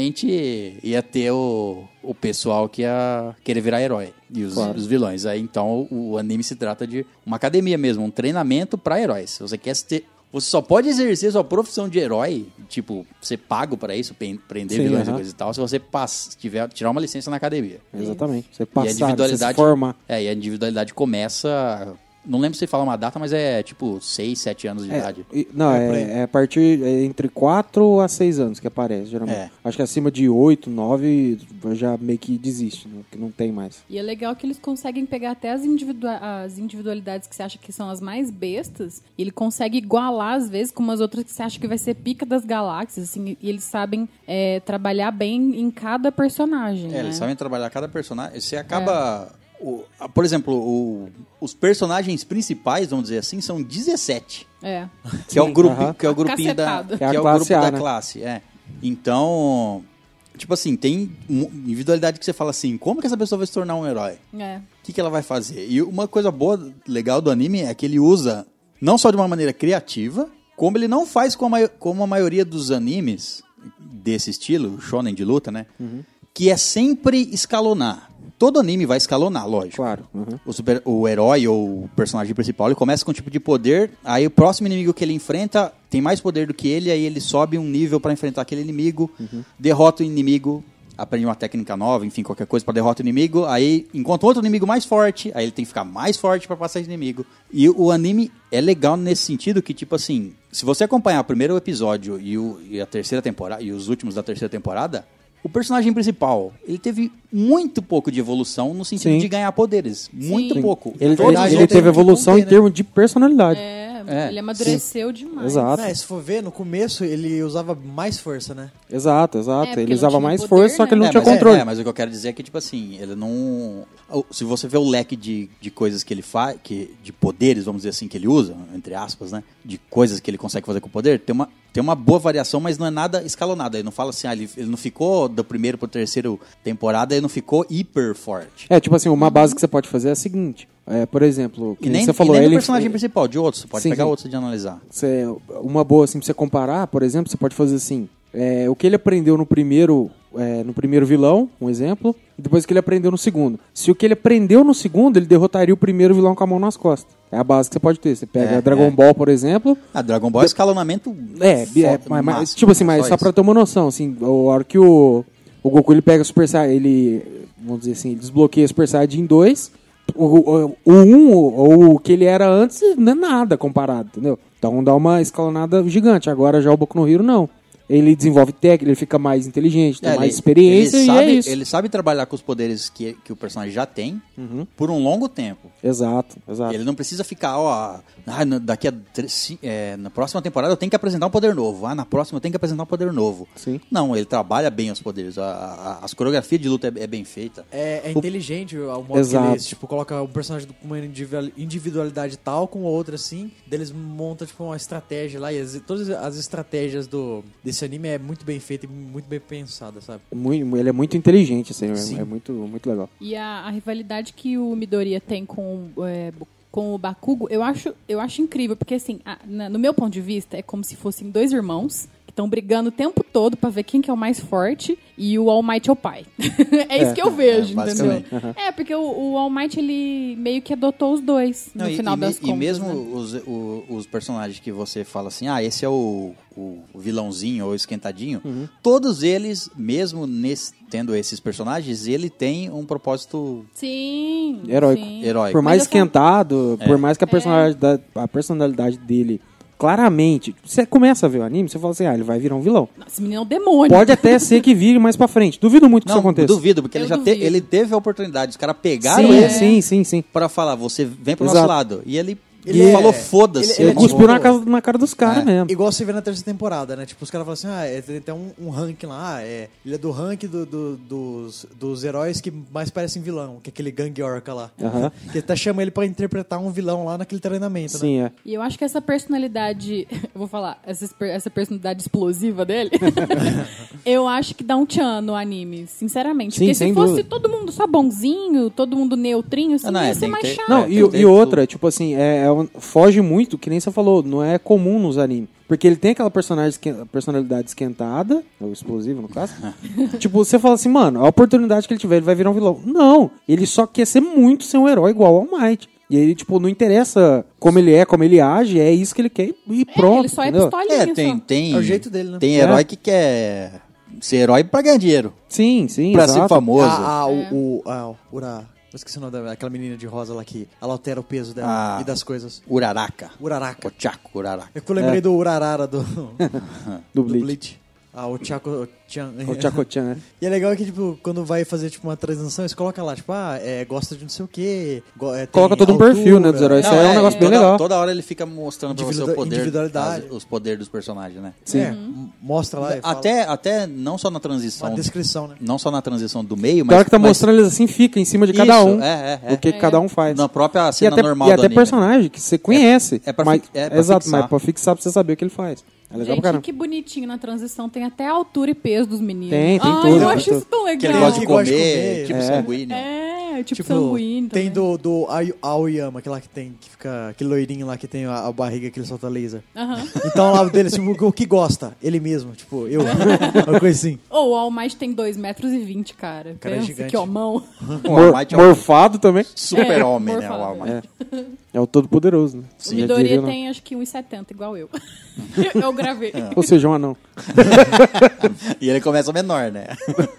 Speaker 2: logicamente ia ter o, o pessoal que ia querer virar herói, e os,
Speaker 5: Claro.
Speaker 2: os vilões. Aí então o anime se trata de uma academia mesmo, um treinamento pra heróis. Se Você quer ter. Você só pode exercer sua profissão de herói, tipo, ser pago pra isso, pen- prender
Speaker 5: Sim,
Speaker 2: vilões e
Speaker 5: aham.
Speaker 2: coisa e tal, se você pass- tiver, tirar uma licença na academia.
Speaker 5: Exatamente.
Speaker 2: e
Speaker 5: Você
Speaker 2: a
Speaker 5: passar, você se
Speaker 2: individualidade,
Speaker 5: formar.
Speaker 2: É, e a individualidade começa Não lembro se fala uma data, mas é tipo 6, 7 anos de idade.
Speaker 5: E- Não,
Speaker 6: É, por
Speaker 5: é,
Speaker 6: aí.
Speaker 5: é a partir é entre 4 a 6 anos que aparece, geralmente.
Speaker 2: É.
Speaker 5: Acho que acima de 8, 9 já meio que desiste, né? que não tem mais.
Speaker 7: E é legal que eles conseguem pegar até as, individua- as individualidades que você acha que são as mais bestas, e ele consegue igualar, às vezes, com umas outras que você acha que vai ser pica das galáxias, assim, e eles sabem é, trabalhar bem em cada personagem.
Speaker 2: É,
Speaker 7: né?
Speaker 2: eles sabem trabalhar cada personagem. Você acaba.
Speaker 5: É.
Speaker 2: o- a- por exemplo, o- os personagens principais, vamos dizer assim, são 17.
Speaker 7: É.
Speaker 2: Que é o, grupi,
Speaker 5: aham.
Speaker 2: que é o grupinho da,
Speaker 7: Cacetado.
Speaker 2: que
Speaker 5: Que é a
Speaker 2: é o
Speaker 5: classe
Speaker 2: grupo
Speaker 5: A,
Speaker 2: da
Speaker 5: né?
Speaker 2: classe. É. Então, tipo assim, tem mu- individualidade que você fala assim, como que essa pessoa vai se tornar um herói?
Speaker 7: É.
Speaker 2: O que, que ela vai fazer? E uma coisa boa, legal do anime é que ele usa não só de uma maneira criativa, como ele não faz com a mai- como a maioria dos animes desse estilo, shonen de luta, né? Que é sempre escalonar. Todo anime vai escalonar, lógico.
Speaker 5: Claro. uhum.
Speaker 2: O, super- o herói ou o personagem principal, ele começa com um tipo de poder, aí o próximo inimigo que ele enfrenta tem mais poder do que ele, aí ele sobe um nível pra enfrentar aquele inimigo, derrota o inimigo, aprende uma técnica nova, enfim, qualquer coisa pra derrota o inimigo, aí encontra outro inimigo mais forte, aí ele tem que ficar mais forte pra passar esse inimigo. E o anime é legal nesse sentido que, tipo assim, se você acompanhar o primeiro episódio e, o- e a terceira temporada, e os últimos da terceira temporada, o personagem principal, ele teve muito pouco de evolução no sentido
Speaker 5: Sim.
Speaker 2: de ganhar poderes. Muito
Speaker 5: Sim.
Speaker 2: pouco.
Speaker 5: Ele,
Speaker 2: Todos
Speaker 5: ele-
Speaker 2: eles
Speaker 5: ele
Speaker 2: têm
Speaker 5: teve
Speaker 2: que
Speaker 5: evolução
Speaker 2: conter,
Speaker 5: em
Speaker 2: né?
Speaker 5: termos de personalidade.
Speaker 7: É,
Speaker 2: É,
Speaker 7: ele amadureceu demais.
Speaker 5: Exato.
Speaker 6: Não, É, se for ver, no começo ele usava mais força, né?
Speaker 5: Exato, exato.
Speaker 7: É, porque
Speaker 5: ele
Speaker 7: não
Speaker 5: usava
Speaker 7: tinha
Speaker 5: mais
Speaker 7: poder, né?
Speaker 5: força, só que ele não
Speaker 2: É,
Speaker 5: tinha
Speaker 2: mas-
Speaker 5: controle.
Speaker 2: É, mas o que eu quero dizer é que, tipo assim, ele não. Se você vê o leque de, de coisas que ele faz, que, de poderes, vamos dizer assim, que ele usa, entre aspas, né? De coisas que ele consegue fazer com o poder, tem uma, tem uma boa variação, mas não é nada escalonado. Ele não fala assim, ah, ele, ele não ficou do primeiro pro terceiro temporada, ele não ficou hiper forte.
Speaker 5: É, tipo assim, uma base que você pode fazer é a seguinte. É, por exemplo, que
Speaker 2: E nem,
Speaker 5: você falou,
Speaker 2: e nem do
Speaker 5: ele
Speaker 2: personagem principal, de outros. Você pode
Speaker 5: Sim,
Speaker 2: pegar
Speaker 5: sim.
Speaker 2: outros de analisar.
Speaker 5: você- uma boa assim pra você comparar, por exemplo, você pode fazer assim, é, o que ele aprendeu no primeiro é, no primeiro vilão, um exemplo, e depois o que ele aprendeu no segundo. Se o que ele aprendeu no segundo, ele derrotaria o primeiro vilão com a mão nas costas. É a base que você pode ter. Você pega
Speaker 2: É,
Speaker 5: Dragon
Speaker 2: é.
Speaker 5: Ball, por exemplo,
Speaker 2: Ah, Dragon Ball é escalonamento.
Speaker 5: É,
Speaker 2: fo-
Speaker 5: é, mas, mas,
Speaker 2: máximo,
Speaker 5: tipo assim,
Speaker 2: né?
Speaker 5: mas só
Speaker 2: isso.
Speaker 5: pra ter uma noção, assim, a hora que o, o Goku ele pega o Super Saiyajin, ele, vamos dizer assim, ele desbloqueia o Super Saiyajin 2, o- o 1 um, ou o que ele era antes não é nada comparado, entendeu? Então dá uma escalonada gigante. Agora já o Boku no Hero não. Ele desenvolve técnica, ele fica mais inteligente, tem
Speaker 2: É,
Speaker 5: mais experiência
Speaker 2: ele
Speaker 5: e
Speaker 2: sabe,
Speaker 5: é isso.
Speaker 2: Ele sabe trabalhar com os poderes que, que o personagem já tem
Speaker 5: Uhum.
Speaker 2: por um longo tempo.
Speaker 5: Exato, exato.
Speaker 2: Ele não precisa ficar, ó, ah, na- daqui a tre- ci- é, na próxima temporada eu tenho que apresentar um poder novo. Ah, na próxima eu tenho que apresentar um poder novo.
Speaker 5: Sim.
Speaker 2: Não, ele trabalha bem os poderes. A, a- as coreografias de luta é, é bem feita.
Speaker 6: É, é
Speaker 2: O-
Speaker 6: inteligente o o modo
Speaker 5: Exato.
Speaker 6: que eles, tipo, coloca um personagem com uma individual- individualidade tal com outra, assim, daí eles montam, tipo, uma estratégia lá, e as- todas as estratégias do, desse anime é muito bem feita e muito bem pensada, sabe?
Speaker 5: Muito- ele é muito inteligente, assim, é,
Speaker 6: Sim.
Speaker 5: é muito, muito legal.
Speaker 7: E a, a rivalidade que o Midoriya tem com, é, com o Bakugo, eu acho, eu acho incrível, porque assim, a- na- no meu ponto de vista, é como se fossem dois irmãos que estão brigando o tempo todo pra ver quem que é o mais forte e o All Might é o pai. é isso que eu vejo,
Speaker 2: é,
Speaker 7: entendeu?
Speaker 2: basicamente.
Speaker 7: É, porque o, o All Might, ele meio que adotou os dois
Speaker 2: Não,
Speaker 7: no
Speaker 2: e,
Speaker 7: final
Speaker 2: e me-
Speaker 7: das
Speaker 2: e
Speaker 7: contas.
Speaker 2: mesmo
Speaker 7: né?
Speaker 2: os, o- os personagens que você fala assim, ah, esse é o, o vilãozinho ou esquentadinho,
Speaker 5: Uhum.
Speaker 2: todos eles, mesmo nesse- tendo esses personagens, ele tem um propósito
Speaker 7: Sim.
Speaker 5: Heróico.
Speaker 7: sim.
Speaker 2: heróico.
Speaker 5: Por mais
Speaker 7: Mas eu falo-
Speaker 5: esquentado, por mais que a personalidade, a personalidade dele, claramente, você começa a ver o anime, você fala assim, ah, ele vai virar um vilão.
Speaker 7: Nossa, esse menino é um demônio.
Speaker 5: Pode até ser que vire mais pra frente. Duvido muito que isso
Speaker 2: Não,
Speaker 5: aconteça.
Speaker 2: duvido, é. porque ele
Speaker 7: Eu
Speaker 2: já te-
Speaker 7: duvido.
Speaker 2: ele teve a oportunidade, os caras pegaram
Speaker 5: Sim,
Speaker 2: ele
Speaker 5: sim, sim, sim.
Speaker 2: pra falar, você vem pro
Speaker 5: Exato.
Speaker 2: nosso lado. E ele,
Speaker 6: Ele
Speaker 2: ele
Speaker 6: é-
Speaker 2: falou, foda-se.
Speaker 6: ele
Speaker 5: Ele
Speaker 6: é
Speaker 2: eu não
Speaker 6: tipo-
Speaker 5: cuspiu
Speaker 2: vou."
Speaker 5: na, casa- na cara dos caras
Speaker 2: É.
Speaker 5: mesmo.
Speaker 6: Igual você vê na terceira temporada, né? Tipo, os caras falam assim, ah, é, tem até um, um ranking lá, ah, é, ele é do ranking do- do- dos, dos heróis que mais parecem vilão, que é aquele Gang Orca lá.
Speaker 5: Aham.
Speaker 6: Que até chama ele pra interpretar um vilão lá naquele treinamento, né?
Speaker 5: Sim, é.
Speaker 7: E eu acho que essa personalidade, eu vou falar, essa, esper- essa personalidade explosiva dele, eu acho que dá um tchan no anime, sinceramente.
Speaker 5: Sim,
Speaker 7: Porque
Speaker 5: sem
Speaker 7: se fosse
Speaker 5: dúvia.
Speaker 7: todo mundo só bonzinho, todo mundo neutrinho, assim,
Speaker 2: Ah, não, é,
Speaker 7: ia ser
Speaker 2: tem
Speaker 7: mais
Speaker 2: que ter-
Speaker 7: chato.
Speaker 5: Não,
Speaker 2: É,
Speaker 5: e,
Speaker 2: tem-
Speaker 5: e
Speaker 2: tem
Speaker 5: outra, tipo assim, é, é um- foge muito, que nem você falou, não é comum nos animes. Porque ele tem aquela personagem esquen- personalidade esquentada, ou explosiva no caso. tipo, você fala assim, mano, a oportunidade que ele tiver, ele vai virar um vilão. Não, ele só quer ser muito ser um herói igual ao Might. E ele, tipo, não interessa como ele é, como ele age, é isso que ele quer e
Speaker 7: É,
Speaker 5: pronto.
Speaker 7: ele só é
Speaker 5: entendeu?
Speaker 7: pistolinha.
Speaker 2: É, tem,
Speaker 7: só.
Speaker 2: tem.
Speaker 6: É o jeito dele, né?
Speaker 2: Tem
Speaker 5: É.
Speaker 2: herói que quer ser herói pra ganhar dinheiro.
Speaker 5: Sim, sim,
Speaker 2: Pra
Speaker 5: exato.
Speaker 2: ser famoso.
Speaker 6: Ah, ah, o, o, ah, o Ura- Eu esqueci o nome da- daquela menina de rosa lá que ela altera o peso dela
Speaker 2: Ah.
Speaker 6: e das coisas.
Speaker 2: Uraraca.
Speaker 6: Uraraca.
Speaker 2: Ochaco, Uraraca.
Speaker 6: É que eu lembrei do Urarara do,
Speaker 5: Do
Speaker 6: do
Speaker 5: Bleach.
Speaker 6: Bleach. Ah, o Chaco. O Chan.
Speaker 5: O Chacochan, né?
Speaker 6: E é legal que, tipo, quando vai fazer tipo, uma transição, eles colocam lá, tipo, ah, é, gosta de não sei o quê. go- é, tem
Speaker 5: Coloca todo um
Speaker 6: altura.
Speaker 5: perfil, né, dos heróis. Isso aí é um
Speaker 2: e
Speaker 5: negócio bem
Speaker 2: toda-
Speaker 5: legal.
Speaker 2: Toda hora ele fica mostrando pra você o
Speaker 6: Individua-
Speaker 2: poder,
Speaker 6: individualidade.
Speaker 2: as- os poderes dos personagens, né?
Speaker 6: É, m- mostra lá. e fala
Speaker 2: Até, até não só na
Speaker 6: Uma
Speaker 2: transição.
Speaker 6: descrição, né?
Speaker 2: Não só na transição do meio, mas.
Speaker 5: Na hora que tá
Speaker 2: mas-
Speaker 5: mostrando, eles assim, fica em cima de cada
Speaker 2: Isso,
Speaker 5: um.
Speaker 2: é, é, é.
Speaker 5: O que, que
Speaker 7: É.
Speaker 5: cada um faz.
Speaker 2: Na própria
Speaker 5: E
Speaker 2: cena
Speaker 5: até,
Speaker 2: normal
Speaker 5: e
Speaker 2: do
Speaker 5: até
Speaker 2: anime. né?
Speaker 5: personagem que você conhece.
Speaker 2: é pra
Speaker 5: mas,
Speaker 2: fi- é pra
Speaker 5: Exato,
Speaker 2: fixar.
Speaker 5: mas pra fixar, pra você saber o que ele faz. É legal pra
Speaker 7: Gente,
Speaker 5: caramba.
Speaker 7: que bonitinho na transição. Tem até a altura e peso dos meninos.
Speaker 5: Tem, tem
Speaker 7: Ai,
Speaker 5: tudo,
Speaker 7: eu
Speaker 5: tem
Speaker 7: acho
Speaker 5: tudo.
Speaker 7: isso tão legal.
Speaker 2: Que ele gosta de
Speaker 6: Que gosta de
Speaker 2: comer,
Speaker 6: comer.
Speaker 2: tipo
Speaker 5: É.
Speaker 2: sanguíneo.
Speaker 7: É, tipo, sanguíneo.
Speaker 6: tem
Speaker 7: também.
Speaker 6: do, do Ai- Aoyama, que lá que tem, que fica, aquele loirinho lá que tem a, a barriga que ele solta laser.
Speaker 7: Aham.
Speaker 6: Então lá dele, tipo, o que gosta? Ele mesmo, tipo, eu. Uma coisa assim.
Speaker 7: Ou o All Might tem 2,20 metros, e vinte, cara.
Speaker 6: Cara, é
Speaker 7: Pensa
Speaker 6: gigante.
Speaker 7: que homão.
Speaker 2: All
Speaker 5: Mor-
Speaker 2: Might é um
Speaker 5: morfado também.
Speaker 2: super-homem,
Speaker 7: É,
Speaker 2: né? O All
Speaker 7: morfado.
Speaker 2: Might.
Speaker 5: É o todo-poderoso, né?
Speaker 7: O
Speaker 5: Já
Speaker 7: Midoriya
Speaker 5: diria, né?
Speaker 7: tem acho que 1,70, igual eu. eu gravei.
Speaker 5: Ou seja, um anão.
Speaker 2: E ele começa menor, né?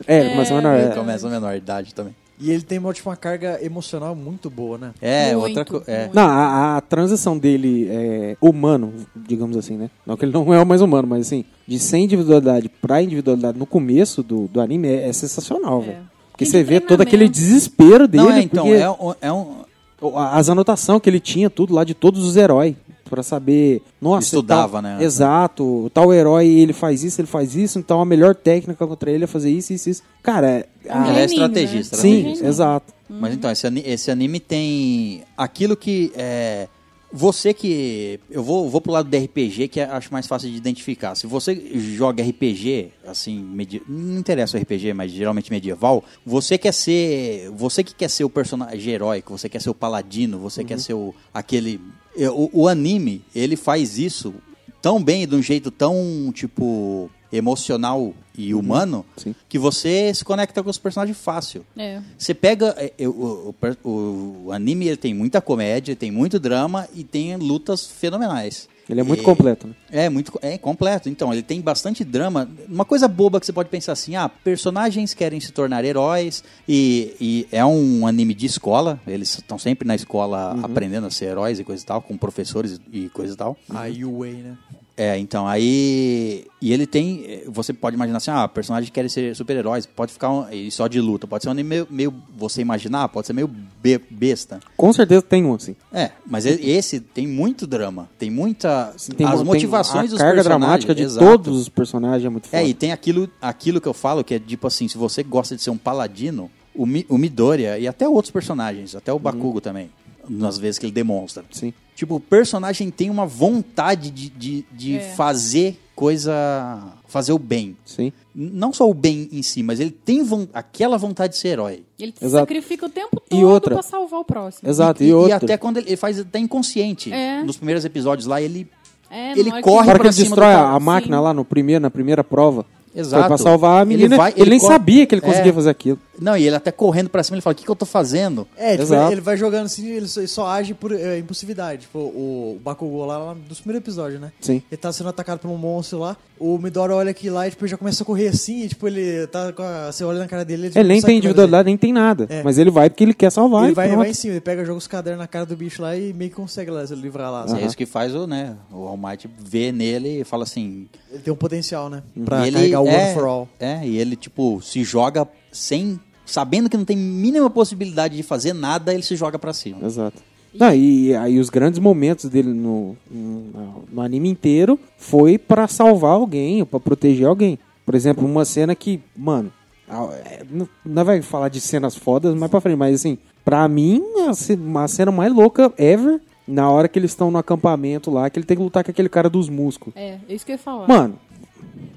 Speaker 5: É, mas um anão
Speaker 2: Ele
Speaker 7: então
Speaker 5: é.
Speaker 2: começa menor de idade também.
Speaker 6: E ele tem uma, tipo, uma carga emocional muito boa, né?
Speaker 2: É,
Speaker 7: Muito,
Speaker 2: outra coisa. É.
Speaker 7: muito.
Speaker 5: Não, a, a transição dele é humano, digamos assim, né? Não que ele não é o mais humano, mas assim, de sem individualidade pra individualidade no começo do, do anime é, é sensacional, velho. Porque
Speaker 7: Tem
Speaker 5: você vê todo aquele
Speaker 7: treinamento.
Speaker 5: desespero dele,
Speaker 2: Não, é, então,
Speaker 5: porque
Speaker 2: é um- é um.
Speaker 5: o- a- as anotações que ele tinha, tudo lá de todos os heróis, pra saber, nossa,
Speaker 2: Estudava,
Speaker 5: tal-
Speaker 2: né?
Speaker 5: Exato, o tal herói, ele faz isso, ele faz isso, então a melhor técnica contra ele é fazer isso, isso, isso. Cara, é-
Speaker 7: um
Speaker 5: a-
Speaker 2: Ele é
Speaker 7: geninho,
Speaker 2: estrategista,
Speaker 7: né?
Speaker 5: sim,
Speaker 7: Geninho.
Speaker 5: exato.
Speaker 2: Mas então, esse, ani- esse anime tem aquilo que é. Você que. Eu vou, vou pro lado do RPG, que eu acho mais fácil de identificar. Se você joga RPG, assim, medi- não interessa o RPG, mas geralmente medieval, você quer ser. Você que quer ser o personagem heróico, você quer ser o paladino, você quer ser o, aquele. é, O, o anime, ele faz isso tão bem, de um jeito tão, tipo, emocional e humano,
Speaker 5: sim.
Speaker 2: que você se conecta com os personagens fácil.
Speaker 7: É.
Speaker 2: Você pega. é, é, o, o per- o- o anime ele tem muita comédia, tem muito drama e tem lutas fenomenais.
Speaker 5: Ele é muito
Speaker 2: E-
Speaker 5: completo, né?
Speaker 2: É, muito, co- é completo. Então, ele tem bastante drama. Uma coisa boba que você pode pensar assim: ah, personagens querem se tornar heróis, e, e é um anime de escola. Eles estão sempre na escola
Speaker 5: Uhum.
Speaker 2: aprendendo a ser heróis e coisa e tal, com professores e e coisa e tal.
Speaker 6: A Yuei, né?
Speaker 2: É, então, aí. E ele tem. eh, Você pode imaginar assim, ah, personagens querem ser super-heróis, pode ficar um- e só de luta, pode ser um anime meio, meio- Você imaginar, pode ser meio be- besta.
Speaker 5: Com certeza tem um, assim.
Speaker 2: É, mas e- esse tem muito drama, tem muita.
Speaker 5: Tem- um,
Speaker 2: as
Speaker 5: tem
Speaker 2: motivações
Speaker 5: a
Speaker 2: dos
Speaker 5: carga
Speaker 2: personagens.
Speaker 5: dramática de
Speaker 2: exato.
Speaker 5: todos os personagens é muito forte.
Speaker 2: É, e tem aquilo, aquilo que eu falo, que é tipo assim, se você gosta de ser um paladino, o, Mi- o Midoriya e até outros personagens, até
Speaker 5: Uhum.
Speaker 2: o Bakugo também, nas vezes que ele demonstra.
Speaker 5: Sim.
Speaker 2: Tipo, o personagem tem uma vontade de, de, de
Speaker 7: É.
Speaker 2: fazer coisa. fazer o bem.
Speaker 5: Sim.
Speaker 2: N- Não só o bem em si, mas ele tem von- aquela vontade de ser herói.
Speaker 7: Ele
Speaker 5: Exato.
Speaker 7: sacrifica o tempo todo
Speaker 5: outra.
Speaker 7: pra salvar o próximo.
Speaker 5: Exato. E, outro.
Speaker 2: até quando ele, ele faz até inconsciente.
Speaker 7: É.
Speaker 2: Nos primeiros episódios lá, ele.
Speaker 7: É,
Speaker 2: Ele
Speaker 7: na hora
Speaker 2: corre
Speaker 5: Na hora que
Speaker 2: pra
Speaker 5: ele
Speaker 2: cima do
Speaker 5: destrói
Speaker 2: cara,
Speaker 5: a a máquina
Speaker 7: sim.
Speaker 5: lá no primeiro, na primeira prova.
Speaker 2: Exato.
Speaker 5: Foi pra salvar a
Speaker 2: Ele
Speaker 5: menina. Ele,
Speaker 2: vai- ele
Speaker 5: nem
Speaker 2: corre-
Speaker 5: sabia que ele
Speaker 2: É.
Speaker 5: conseguia fazer aquilo.
Speaker 2: Não, e ele até correndo pra cima, ele fala: o que, que eu tô fazendo?
Speaker 6: É, tipo,
Speaker 5: Exato.
Speaker 6: ele vai jogando assim, ele só, ele só age por é, impulsividade. Tipo, o Bakugou lá, lá dos primeiros episódios, né?
Speaker 5: Sim.
Speaker 6: Ele tá sendo atacado por um monstro lá, o Midori olha aqui lá e tipo, ele já começa a correr assim, e tipo, ele tá com a... Você olha na cara dele... tipo,
Speaker 5: Ele nem
Speaker 6: sabe
Speaker 5: tem
Speaker 6: o que vai fazer.
Speaker 5: individualidade, nem tem nada.
Speaker 6: É.
Speaker 5: Mas ele vai porque ele quer salvar.
Speaker 6: Ele
Speaker 5: e
Speaker 6: vai,
Speaker 5: pronto.
Speaker 6: vai em cima, ele pega, joga os cadernos na cara do bicho lá e meio que consegue lá, se livrar lá. sabe?
Speaker 2: É isso que faz o, né, o All Might vê nele e fala assim.
Speaker 6: Ele tem um potencial, né?
Speaker 5: Uhum.
Speaker 6: Pra
Speaker 2: e ele
Speaker 6: carregar o
Speaker 2: é,
Speaker 6: One for All.
Speaker 2: É, e ele, tipo, se joga sem. Sabendo que não tem mínima possibilidade de fazer nada, ele se joga pra cima.
Speaker 5: Exato. Não, e aí os grandes momentos dele no, no, no anime inteiro foi pra salvar alguém, ou pra proteger alguém. Por exemplo, uma cena que, mano, a- é, não- não vai falar de cenas fodas mais pra frente, mas assim, pra mim, a ce- uma cena mais louca ever, na hora que eles estão no acampamento lá, que ele tem que lutar com aquele cara dos músculos.
Speaker 7: É, é isso que eu ia falar.
Speaker 5: Mano,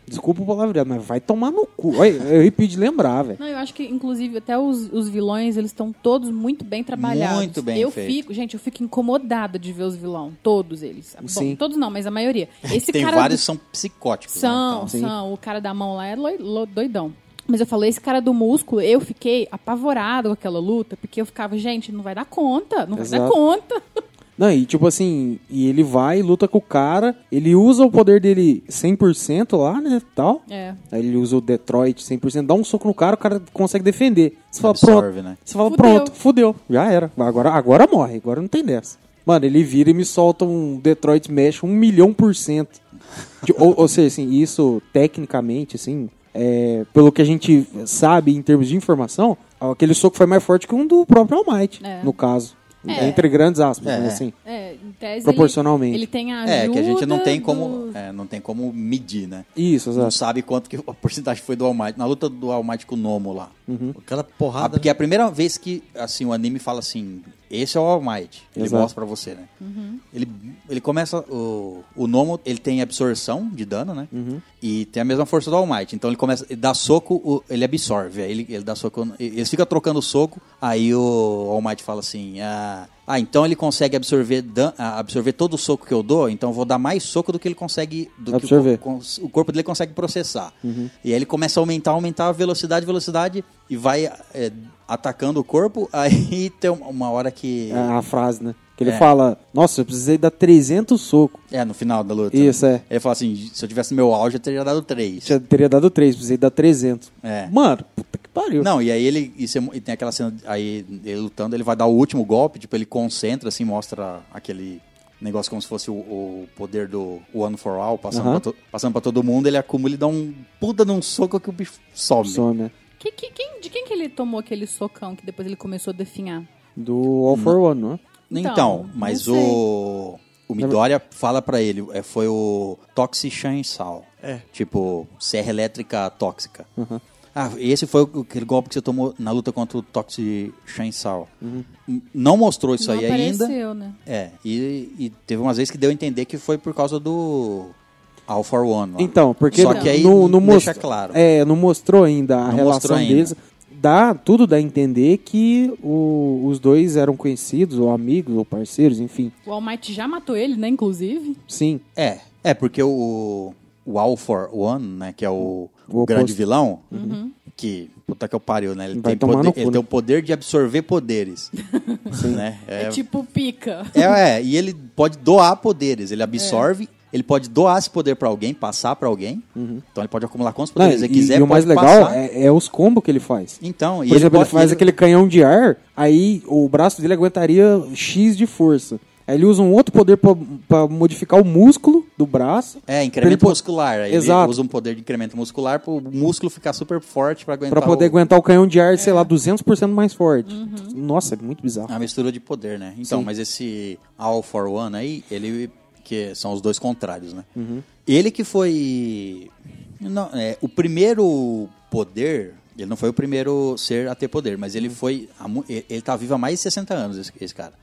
Speaker 5: desculpa o palavreado, mas vai tomar no cu. Olha, eu arrepio de lembrar, velho.
Speaker 7: Não, eu acho que, inclusive, até os, os vilões, eles estão todos muito bem trabalhados.
Speaker 2: Muito bem
Speaker 7: Eu
Speaker 2: feito.
Speaker 7: fico, gente, eu fico incomodada de ver os vilões. Todos eles. Bom,
Speaker 5: Sim.
Speaker 7: todos não, mas a maioria. Esse
Speaker 2: tem
Speaker 7: cara
Speaker 2: vários que são psicóticos. né,
Speaker 7: São,
Speaker 2: então.
Speaker 5: Sim.
Speaker 7: são. O cara da mão lá é loi- lo- doidão. Mas eu falei, esse cara do músculo, eu fiquei apavorado com aquela luta, porque eu ficava, gente, não vai dar conta, não vai
Speaker 5: Exato.
Speaker 7: dar conta.
Speaker 5: Não, e tipo assim, e ele vai, luta com o cara, ele usa o poder dele 100% lá, né, tal.
Speaker 7: É.
Speaker 5: Aí ele usa o Detroit 100%, dá um soco no cara, o cara consegue defender. Você fala,
Speaker 2: Absorve,
Speaker 5: pronto.
Speaker 2: né?
Speaker 5: Você fala,
Speaker 7: Fudeu.
Speaker 5: pronto, fudeu. Já era. Agora, agora morre, agora não tem dessa. Mano, ele vira e me solta um Detroit Mesh um milhão por cento. De- ou, ou seja, assim, isso tecnicamente, assim, é, pelo que a gente sabe em termos de informação, aquele soco foi mais forte que um do próprio All Might,
Speaker 7: É.
Speaker 5: no caso.
Speaker 7: É.
Speaker 5: Entre grandes aspas,
Speaker 2: É.
Speaker 5: mas assim.
Speaker 7: É, em tese,
Speaker 5: Proporcionalmente.
Speaker 7: Ele, ele tem a ajuda.
Speaker 2: É, que a gente não tem como,
Speaker 7: do-
Speaker 2: é, não tem como medir, né?
Speaker 5: Isso,
Speaker 2: Não
Speaker 5: exato.
Speaker 2: sabe quanto que a porcentagem foi do All Might. Na luta do All Might com o Nomo lá.
Speaker 5: Uhum.
Speaker 6: Aquela
Speaker 2: Ah,
Speaker 6: porrada. né?
Speaker 2: porque é a primeira vez que assim, o anime fala assim: esse é o All Might. Ele
Speaker 5: Exato.
Speaker 2: mostra pra você, né? Ele, ele começa. O, o Nomo ele tem absorção de dano, né?
Speaker 5: Uhum.
Speaker 2: E tem a mesma força do All Might. Então ele começa. Ele dá soco, o- ele absorve. Aí ele, ele dá soco. Eles ficam trocando soco. Aí o All Might fala assim: ah, ah, então ele consegue absorver, dan- ah, absorver todo o soco que eu dou, então eu vou dar mais soco do que ele consegue. Do Que
Speaker 5: Absorver.
Speaker 2: o, co- cons- o corpo dele consegue processar. E aí ele começa a aumentar, aumentar a velocidade, velocidade e vai é, atacando o corpo. Aí tem uma- uma hora que.
Speaker 5: É a frase, né? Que ele
Speaker 2: É.
Speaker 5: fala, nossa, eu precisei dar 300 socos.
Speaker 2: É, no final da luta.
Speaker 5: Isso,
Speaker 2: né?
Speaker 5: é.
Speaker 2: Ele fala assim: se eu tivesse meu auge, eu teria dado três.
Speaker 5: Tinha- Teria dado 3, precisei dar 300.
Speaker 2: É.
Speaker 5: Mano, puta que pariu.
Speaker 2: Não, e aí ele e você- e tem aquela cena, aí ele lutando, ele vai dar o último golpe, tipo, ele concentra, assim, mostra aquele negócio como se fosse o, o poder do One for All, passando, pra
Speaker 5: Aham.
Speaker 2: to- passando pra todo mundo, ele acumula e dá um puta num soco que o bicho some.
Speaker 5: Some, né?
Speaker 7: Que- que- quem- de quem que ele tomou aquele socão que depois ele começou a definhar?
Speaker 5: Do All for One, não é?
Speaker 2: Então,
Speaker 7: Então,
Speaker 2: mas
Speaker 7: não sei.
Speaker 2: o. O Midoriya fala pra ele, é, foi o Toxic Chainsaw. É. Tipo, serra elétrica tóxica. Ah, esse foi o- aquele golpe que você tomou na luta contra o Toxic Chainsaw. N- Não mostrou isso
Speaker 7: não
Speaker 2: aí
Speaker 7: apareceu,
Speaker 2: ainda.
Speaker 7: né?
Speaker 2: É, e, e teve umas vezes que deu a entender que foi por causa do All for One. lá.
Speaker 5: Então, porque
Speaker 2: Só que aí
Speaker 5: não, não
Speaker 2: não deixa
Speaker 5: mostrou,
Speaker 2: claro.
Speaker 5: É, não mostrou ainda a
Speaker 2: Não mostrou
Speaker 5: relação
Speaker 2: ainda.
Speaker 5: deles. Dá, tudo dá a entender que o- os dois eram conhecidos, ou amigos, ou parceiros, enfim.
Speaker 7: O All Might já matou ele, né, inclusive?
Speaker 5: Sim.
Speaker 2: É, é porque o, o All for One, né, que é o,
Speaker 5: O
Speaker 2: grande
Speaker 5: oposto.
Speaker 2: vilão, que puta que eu pariu, né? Ele,
Speaker 5: Vai
Speaker 2: tem,
Speaker 5: tomar
Speaker 2: poder,
Speaker 5: no cu,
Speaker 2: ele tem
Speaker 5: né?
Speaker 2: o poder de absorver poderes, né?
Speaker 7: É,
Speaker 2: É,
Speaker 7: tipo pica.
Speaker 2: é, é, e ele pode doar poderes, ele absorve, ele pode doar esse poder pra alguém, passar pra alguém. Então ele pode acumular quantos
Speaker 5: Uhum. Não,
Speaker 2: poderes
Speaker 5: e,
Speaker 2: ele quiser,
Speaker 5: e o
Speaker 2: pode
Speaker 5: mais legal
Speaker 2: passar.
Speaker 5: é, é os combos que ele faz.
Speaker 2: Então, e
Speaker 5: Por exemplo, ele,
Speaker 2: pode-
Speaker 5: faz aquele canhão de ar, aí o braço dele aguentaria X de força. Aí ele usa um outro poder pra- pra modificar o músculo do braço.
Speaker 2: É, incremento
Speaker 5: Pra ele-
Speaker 2: muscular. Aí Ele
Speaker 5: Exato.
Speaker 2: usa um poder de incremento muscular pro músculo ficar super forte pra aguentar
Speaker 5: Pra poder
Speaker 2: o-
Speaker 5: aguentar o canhão de ar, sei lá, 200% mais forte. Nossa, é muito bizarro.
Speaker 2: A mistura de poder, né? Então,
Speaker 5: Sim.
Speaker 2: mas esse All for One aí, ele. que são os dois contrários, né? Ele que foi. não, é, o primeiro poder. Ele não foi o primeiro ser a ter poder, mas ele foi. há mu- e- Ele tá vivo há mais de 60 anos, esse, esse cara.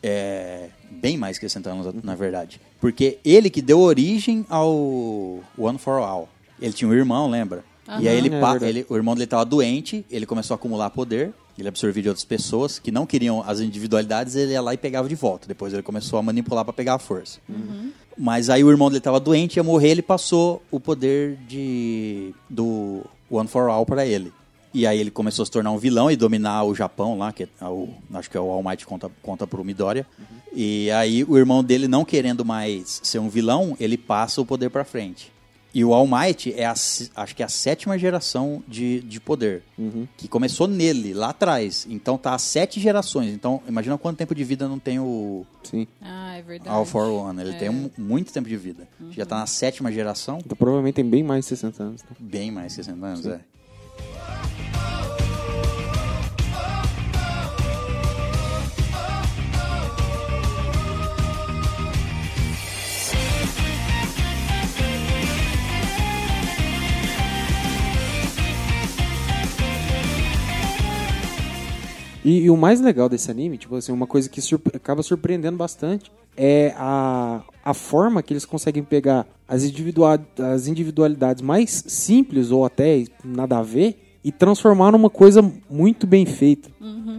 Speaker 2: É, bem mais que 60 anos, na verdade. Porque ele que deu origem ao One for All. Ele tinha um irmão, lembra? E aí ele,
Speaker 5: É
Speaker 2: pa-
Speaker 5: verdade.
Speaker 2: ele- o irmão dele estava doente, ele começou a acumular poder, ele absorvia de outras pessoas que não queriam as individualidades, ele ia lá e pegava de volta. Depois ele começou a manipular para pegar a força.
Speaker 5: Uhum.
Speaker 2: Mas aí o irmão dele estava doente, ia morrer, ele passou o poder de do One for All para ele. E aí ele começou a se tornar um vilão e dominar o Japão lá, que é o, acho que é o All Might conta, conta pro Midoriya.
Speaker 5: Uhum.
Speaker 2: E aí o irmão dele, não querendo mais ser um vilão, ele passa o poder para frente. E o All Might é a, se- acho que é a sétima geração de, de poder. Que começou nele, lá atrás. Então tá há sete gerações. Então, imagina quanto tempo de vida não tem o
Speaker 5: Sim.
Speaker 7: Ah, é verdade.
Speaker 2: All For One. Ele
Speaker 7: É. Uhum.
Speaker 2: tem um- muito tempo de vida. Já tá na sétima geração,
Speaker 5: Então, provavelmente tem bem mais de 60 anos. né?
Speaker 2: bem mais que 60 anos, é.
Speaker 5: E, e o mais legal desse anime, tipo assim, uma coisa que surpre- acaba surpreendendo bastante é a, a forma que eles conseguem pegar as, individua- as individualidades mais simples ou até nada a ver e transformar numa coisa muito bem feita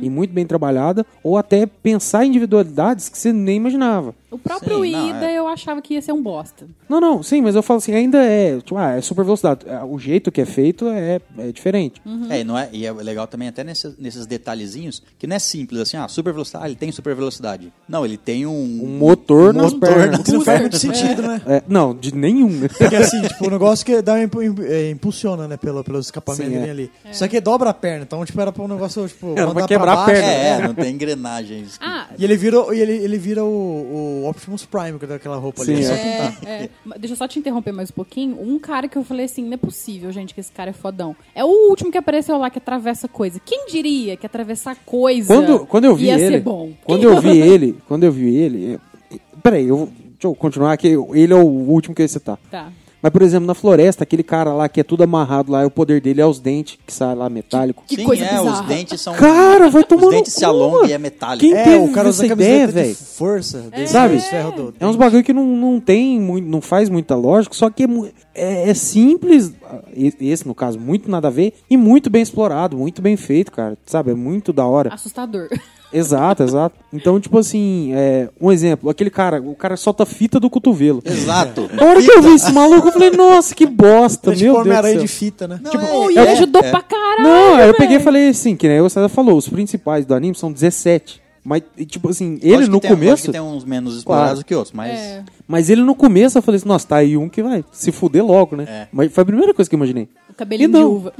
Speaker 5: e muito bem trabalhada, ou até pensar em individualidades que você nem imaginava.
Speaker 7: O próprio
Speaker 2: Sim, não,
Speaker 7: Ida
Speaker 2: é.
Speaker 7: eu achava que ia ser um bosta.
Speaker 5: Não, não, sim, mas eu falo assim, ainda é, tipo, ah, é super velocidade. Ah, O jeito que é feito é, é diferente.
Speaker 7: Uhum.
Speaker 2: É, e não é, e é legal também até nesse- nesses detalhezinhos, que não é simples assim, ah, super velocidade, ah, ele tem super velocidade. Não, ele tem um...
Speaker 5: Um motor nas
Speaker 6: Motor,
Speaker 5: pernas.
Speaker 6: né? Que não faz muito sentido, né?
Speaker 5: É, não, de nenhum.
Speaker 6: Porque assim, tipo, o negócio que dá, impu- impu- é, impulsiona, né, pelo, pelos escapamentos
Speaker 5: Sim, é.
Speaker 6: que tem ali. Só que dobra a perna, então, tipo, era pra um negócio, tipo,
Speaker 5: Era pra
Speaker 6: mandar
Speaker 5: quebrar a
Speaker 6: baixo,
Speaker 5: perna. é.
Speaker 6: né?
Speaker 2: É, é, não tem engrenagens.
Speaker 7: Ah,
Speaker 6: E ele vira, e ele, ele vira o, o Optimus Prime com aquela roupa ali. né?
Speaker 5: Sim,
Speaker 6: só
Speaker 5: é.
Speaker 6: que-
Speaker 7: É, é. Mas Deixa eu só te interromper mais um pouquinho. Um cara que eu falei assim, não é possível, gente, que esse cara é fodão. É o último que apareceu lá que atravessa coisa. Quem diria que atravessar coisa
Speaker 5: Quando, quando eu vi
Speaker 7: ia
Speaker 5: ele.
Speaker 7: ser bom?
Speaker 5: Quando eu vi ele, quando eu vi ele. eu- peraí, eu, vou- deixa eu continuar, que ele é o último que eu ia citar.
Speaker 7: Tá.
Speaker 5: Mas, por exemplo, na floresta, aquele cara lá que é tudo amarrado lá, e o poder dele é os dentes que sai lá metálico.
Speaker 7: Que
Speaker 2: Sim,
Speaker 7: coisa
Speaker 2: é,
Speaker 7: bizarra.
Speaker 2: os dentes são...
Speaker 5: Cara, vai tomando
Speaker 2: Os dentes se
Speaker 5: cu,
Speaker 2: alongam
Speaker 5: mano.
Speaker 2: e é metálico.
Speaker 5: Quem um
Speaker 6: É,
Speaker 5: teve
Speaker 6: o cara usa
Speaker 5: essa
Speaker 6: camiseta
Speaker 5: ideia,
Speaker 6: de
Speaker 5: velho?
Speaker 6: força. desse-
Speaker 5: Sabe?
Speaker 6: desse ferro do-
Speaker 5: É uns bagulho que não, não tem muito, não faz muita lógica, só que é, mu- é- é simples, ah, e- esse no caso, muito nada a ver, e muito bem explorado, muito bem feito, cara. Sabe? É muito da hora.
Speaker 7: Assustador.
Speaker 5: Exato, exato. Então, tipo assim, é, um exemplo, aquele cara, o cara solta fita do cotovelo.
Speaker 2: Exato.
Speaker 5: Na hora que eu vi esse maluco, eu falei, nossa, que bosta,
Speaker 6: É tipo
Speaker 5: meu Deus.
Speaker 6: Homem-Aranha
Speaker 5: do
Speaker 6: de
Speaker 5: céu.
Speaker 6: fita, né?
Speaker 2: Não,
Speaker 7: Oh,
Speaker 2: é-
Speaker 7: e
Speaker 2: é-
Speaker 7: ele ajudou
Speaker 2: é.
Speaker 7: pra caralho.
Speaker 5: Não, aí eu
Speaker 7: velho.
Speaker 5: peguei e falei assim, que nem o Sada falou, os principais do anime são 17. Mas, e, tipo assim, ele
Speaker 2: Lógico
Speaker 5: no
Speaker 2: que tem- lógico
Speaker 5: começo.
Speaker 2: que tem uns menos explorados
Speaker 5: Claro.
Speaker 2: que outros, mas...
Speaker 7: É.
Speaker 5: Mas ele no começo eu falei assim, nossa, tá aí um que vai se fuder logo, né?
Speaker 2: É.
Speaker 5: Mas foi a primeira coisa que eu imaginei.
Speaker 7: O cabelinho
Speaker 5: E
Speaker 7: de
Speaker 5: não.
Speaker 7: uva.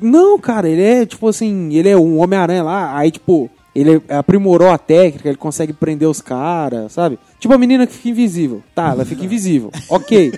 Speaker 5: Não, cara, ele é tipo assim, ele é um Homem-Aranha lá, aí tipo, ele aprimorou a técnica, ele consegue prender os caras, sabe? Tipo a menina que fica invisível. Tá, ela fica invisível. ok.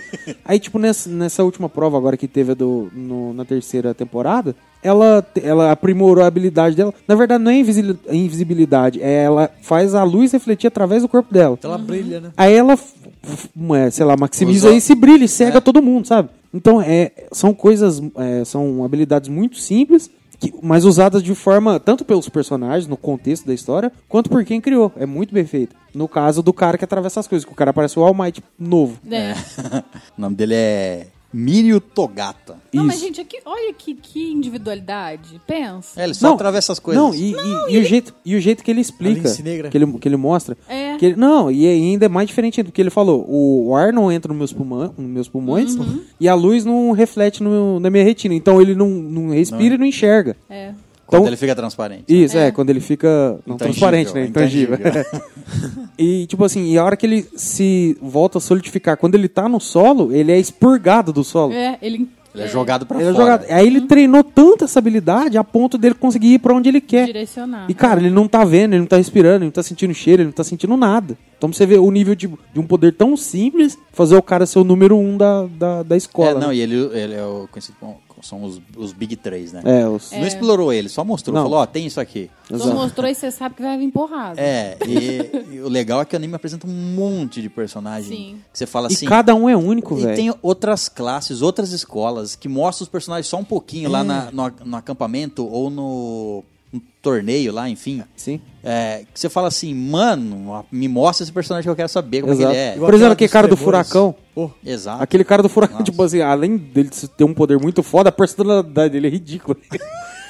Speaker 5: Aí, tipo, nessa, nessa última prova agora que teve a do, no- na terceira temporada, ela, te- ela aprimorou a habilidade dela. Na verdade, não é invisi- invisibilidade, é ela faz a luz refletir através do corpo dela.
Speaker 6: Então ela brilha, né?
Speaker 5: Aí ela, f- f- é, sei lá, maximiza
Speaker 2: Usa-
Speaker 5: esse brilho e cega todo mundo, sabe? Então, é, são coisas, é, são habilidades muito simples, que, mas usadas de forma, tanto pelos personagens, no contexto da história, quanto por quem criou. É muito bem feito. No caso do cara que atravessa as coisas, que o cara parece o All Might novo.
Speaker 7: É.
Speaker 2: o nome dele é... Mirio Togata.
Speaker 7: Não, mas
Speaker 5: Isso.
Speaker 7: gente, aqui, olha que, que individualidade. Pensa.
Speaker 2: É, ele só atravessa as coisas.
Speaker 5: Não, então- e, e- e o, jeito, e o jeito que ele explica,
Speaker 6: Alice Negra.
Speaker 5: que ele, que ele mostra.
Speaker 7: É.
Speaker 5: que ele- não, e ainda é mais diferente do que ele falou. O ar não entra nos meus, pulmão- nos meus pulmões e a luz não reflete no- na minha retina. Então ele não, não respira e não enxerga.
Speaker 7: É.
Speaker 2: Quando
Speaker 5: então-
Speaker 2: ele fica transparente.
Speaker 5: Isso, é. quando ele fica
Speaker 2: Intangível,
Speaker 5: não transparente, né?
Speaker 2: é
Speaker 5: Intangível.
Speaker 2: intangível.
Speaker 5: e tipo assim, e a hora que ele se volta a solidificar, quando ele tá no solo, ele é expurgado do solo.
Speaker 7: É, ele.
Speaker 2: Ele é jogado pra
Speaker 5: Ele é
Speaker 2: fora.
Speaker 5: jogado. Aí ele treinou tanto essa habilidade a ponto dele conseguir ir pra onde ele quer.
Speaker 7: Direcionar.
Speaker 5: É. E, cara, ele não tá vendo, ele não tá respirando, ele não tá sentindo cheiro, ele não tá sentindo nada. Então pra você vê o nível de, de um poder tão simples fazer o cara ser o número um da, da, da escola.
Speaker 2: É, não,
Speaker 5: né?
Speaker 2: e ele, ele é o conhecido como- são os, os Big Três, né?
Speaker 5: É, os-
Speaker 2: Não explorou ele, só mostrou.
Speaker 5: Não.
Speaker 2: Falou, ó, tem isso aqui.
Speaker 7: Só mostrou e você sabe que vai vir porrada.
Speaker 2: É, e, e o legal é que o anime apresenta um monte de personagem.
Speaker 7: Sim.
Speaker 2: Que você fala
Speaker 5: E
Speaker 2: assim.
Speaker 5: cada um é único,
Speaker 2: E
Speaker 5: velho.
Speaker 2: tem outras classes, outras escolas que mostram os personagens só um pouquinho lá na- no, no acampamento ou no, no torneio lá, enfim.
Speaker 5: Sim.
Speaker 2: É, que você fela assim, mano, me mostra esse personagem que eu quero saber como é que
Speaker 5: Exato.
Speaker 2: ele é.
Speaker 5: Por exemplo, aquele
Speaker 6: dos
Speaker 5: cara do
Speaker 6: tremores.
Speaker 5: furacão.
Speaker 6: Pô,
Speaker 2: Exato.
Speaker 5: Aquele cara do furacão,
Speaker 2: Ah, Nossa.
Speaker 5: tipo assim, além dele ter um poder muito foda, a personalidade dele é ridícula.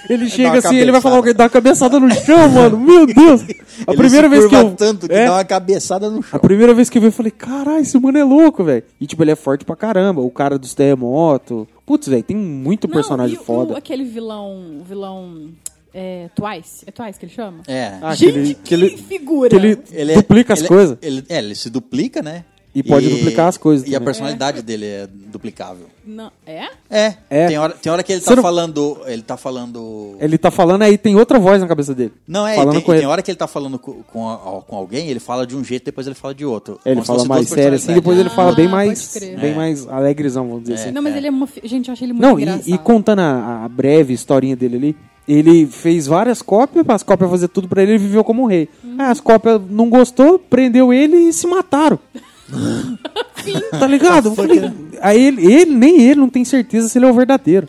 Speaker 5: Ele chega assim, ele
Speaker 2: cabeçada.
Speaker 5: vai falar alguém dá uma cabeçada no chão, mano. Meu Deus! A
Speaker 2: Ele
Speaker 5: primeira
Speaker 2: se
Speaker 5: vez que
Speaker 2: curva
Speaker 5: eu.
Speaker 2: tanto que
Speaker 5: É.
Speaker 2: dá uma cabeçada no chão.
Speaker 5: A primeira vez que eu vi, eu falei, caralho, esse mano é louco, velho. E, tipo, ele é forte pra caramba. O cara dos terremotos. Putz, velho, tem muito
Speaker 7: Não,
Speaker 5: personagem
Speaker 7: e o-
Speaker 5: foda.
Speaker 7: aquele vilão. vilão. É, Twice. É Twice que ele chama?
Speaker 2: É.
Speaker 5: Ah,
Speaker 7: Gente, que,
Speaker 5: aquele-
Speaker 7: figura!
Speaker 5: que ele,
Speaker 2: Ele é-
Speaker 5: duplica as
Speaker 2: ele-
Speaker 5: coisas.
Speaker 2: Ele, é, ele se duplica, né?
Speaker 5: E pode duplicar as coisas
Speaker 2: E a
Speaker 5: também.
Speaker 2: personalidade dele é duplicável.
Speaker 7: Não, é?
Speaker 2: É.
Speaker 5: É.
Speaker 2: Tem, hora, tem hora que ele tá
Speaker 5: Você não-
Speaker 2: falando. Ele tá falando.
Speaker 5: Ele tá falando aí, tem outra voz na cabeça dele.
Speaker 2: Não, é,
Speaker 5: falando
Speaker 2: tem,
Speaker 5: com
Speaker 2: tem
Speaker 5: ele.
Speaker 2: hora que ele tá falando co- com, a- com alguém, ele fala de um jeito, depois ele fala de outro.
Speaker 5: Ele
Speaker 2: Como se
Speaker 5: fala
Speaker 2: fosse
Speaker 5: mais
Speaker 2: duas
Speaker 5: sério, assim, depois ele
Speaker 7: Ah,
Speaker 5: fala bem
Speaker 7: pode
Speaker 5: mais,
Speaker 7: crer.
Speaker 5: bem
Speaker 2: né? É.
Speaker 5: mais alegrezão, vamos dizer assim.
Speaker 7: Não, mas ele é uma. fi- Gente, eu achei ele muito
Speaker 5: Não,
Speaker 7: engraçado.
Speaker 5: e, e contando a, a breve historinha dele ali, ele fez várias cópias, as cópias fazer tudo pra ele, ele viveu como um rei.
Speaker 7: Uhum.
Speaker 5: Ah, as cópias não gostou, prendeu ele e se mataram. tá ligado? Eu falei, aí ele, ele- nem ele não tem certeza se ele é o verdadeiro.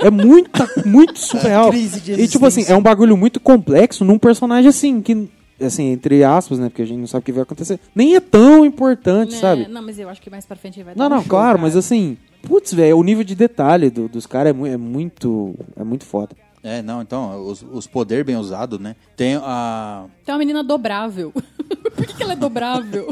Speaker 5: É muita, muito surreal.
Speaker 6: Crise de
Speaker 5: e tipo assim, é um bagulho muito complexo num personagem assim, que, assim, entre aspas, né? Porque a gente não sabe o que vai acontecer. Nem é tão importante,
Speaker 7: Né,
Speaker 5: sabe?
Speaker 7: Não, mas eu acho que mais pra frente ele vai
Speaker 5: Não,
Speaker 7: dar um
Speaker 5: não,
Speaker 7: show,
Speaker 5: claro,
Speaker 7: cara.
Speaker 5: mas assim, Putz, velho, o nível de detalhe do- dos caras é, mu- é muito. É muito foda.
Speaker 2: É, não, então, os, os poder bem usados, né? Tem a.
Speaker 7: Tem uma menina dobrável. Por que, que ela é dobrável?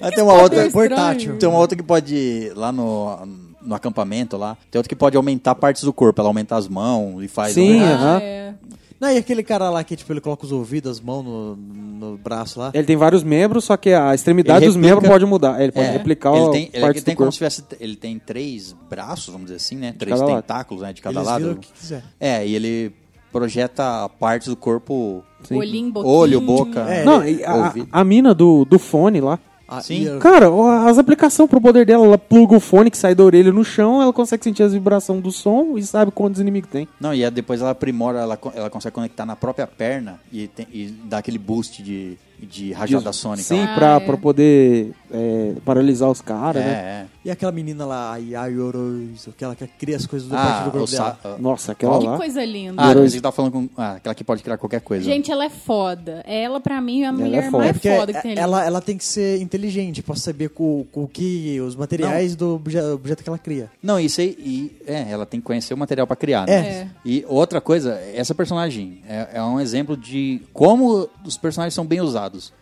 Speaker 2: Ah, tem uma outra.
Speaker 7: poder portátil.
Speaker 2: Tem uma outra que pode. Lá no, no acampamento lá. Tem outra que pode aumentar partes do corpo. Ela aumenta as mãos e faz.
Speaker 5: Sim,
Speaker 2: um-
Speaker 5: aham.
Speaker 7: É.
Speaker 6: Não, e aquele cara lá que, tipo, ele coloca os ouvidos, as mãos no, no braço lá.
Speaker 5: Ele tem vários membros, só que a extremidade
Speaker 2: Ele
Speaker 5: dos
Speaker 2: replica-
Speaker 5: membros pode mudar. Ele pode
Speaker 2: É,
Speaker 5: replicar
Speaker 2: ele
Speaker 5: o
Speaker 2: tem, ele,
Speaker 5: partes
Speaker 2: tem
Speaker 5: do
Speaker 2: como
Speaker 5: corpo.
Speaker 2: se tivesse. Ele tem três braços, vamos dizer assim, né? Três
Speaker 5: cada lado.
Speaker 2: tentáculos, né? De cada
Speaker 6: Eles viram
Speaker 2: lado.
Speaker 6: o que quiser.
Speaker 2: É, e ele projeta partes do corpo.
Speaker 7: Olhinho, boquinha.
Speaker 2: Olho, boca.
Speaker 6: É,
Speaker 5: Não, e a- a,
Speaker 2: ouvido.
Speaker 5: a mina do, do fone lá.
Speaker 6: Ah,
Speaker 2: Sim.
Speaker 6: e eu-
Speaker 5: Cara, ó, as aplicações pro poder dela, ela pluga o fone que sai da orelha no chão, ela consegue sentir as vibrações do som e sabe quantos inimigos tem.
Speaker 2: Não, e aí depois ela aprimora, ela, co- ela consegue conectar na própria perna e, tem- e dá aquele boost de, de rajada sônica. né?
Speaker 5: Sim,
Speaker 2: lá.
Speaker 5: pra,
Speaker 7: Ah, é.
Speaker 5: pra poder é, paralisar os caras, né?
Speaker 2: É, é.
Speaker 6: E aquela menina lá, a Yayoroizo, aquela que cria as coisas do parte
Speaker 2: Ah,
Speaker 6: do
Speaker 2: o
Speaker 6: corpo
Speaker 2: sa...
Speaker 6: dela.
Speaker 2: ah,
Speaker 5: Nossa, aquela
Speaker 7: Que
Speaker 5: lá.
Speaker 7: coisa linda.
Speaker 2: Ah, você tá falando com ah, aquela que pode criar qualquer coisa.
Speaker 7: Gente, ela é foda. Ela, pra mim, é a mulher
Speaker 5: é foda.
Speaker 6: É
Speaker 7: mais
Speaker 6: porque
Speaker 7: foda que tem ali.
Speaker 6: ela, ela tem que ser inteligente pra saber com, com o que os materiais do obje- objeto que ela cria.
Speaker 2: Não, isso aí, e, é, ela tem que conhecer o material pra criar, né?
Speaker 6: É.
Speaker 7: É.
Speaker 2: E outra coisa, essa personagem é, é um exemplo de como os personagens são bem usados.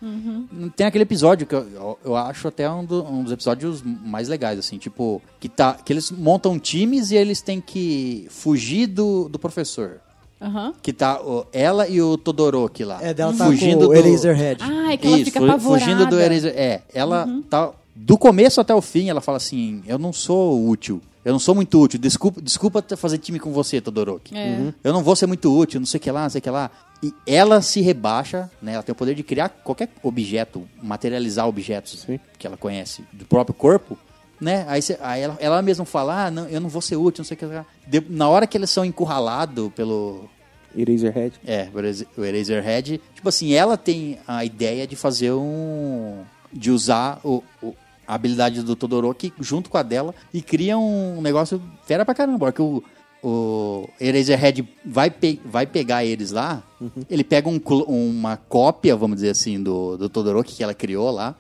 Speaker 2: Tem aquele episódio que eu, eu- eu acho até um, do- um dos episódios mais legais, assim, tipo, que, tá, que eles montam times e eles têm que fugir do, do professor.
Speaker 7: Aham.
Speaker 2: Que tá o- ela e o Todoroki lá.
Speaker 6: É, dela tá com o Eraserhead.
Speaker 7: Ah, é que ela
Speaker 2: Isso,
Speaker 7: fica
Speaker 2: fu-
Speaker 7: apavorada. Uhum.
Speaker 2: fugindo do Eraser. É, ela tá. Do começo até o fim, ela fala assim: Eu não sou útil. Eu não sou muito útil. Desculpa, desculpa ter- fazer time com você, Todoroki.
Speaker 7: É. Uhum.
Speaker 2: Eu não vou ser muito útil, não sei o que lá, não sei o que lá. E ela se rebaixa, né? Ela tem o poder de criar qualquer objeto, materializar objetos
Speaker 5: Sim.
Speaker 2: que ela conhece do próprio corpo, né? Aí, cê- aí ela, ela mesma fala: Ah, não, eu não vou ser útil, não sei o que lá. De- na hora que eles são encurralados pelo,
Speaker 5: Eraserhead.
Speaker 2: é, o Eras- o Eraserhead. Tipo assim, ela tem a ideia de fazer um. de usar o, o- a habilidade do Todoroki junto com a dela e cria um negócio fera pra caramba. Porque o, o Eraserhead vai, pe- vai pegar eles lá, ele pega um clo- uma cópia, vamos dizer assim, do, do Todoroki que ela criou lá.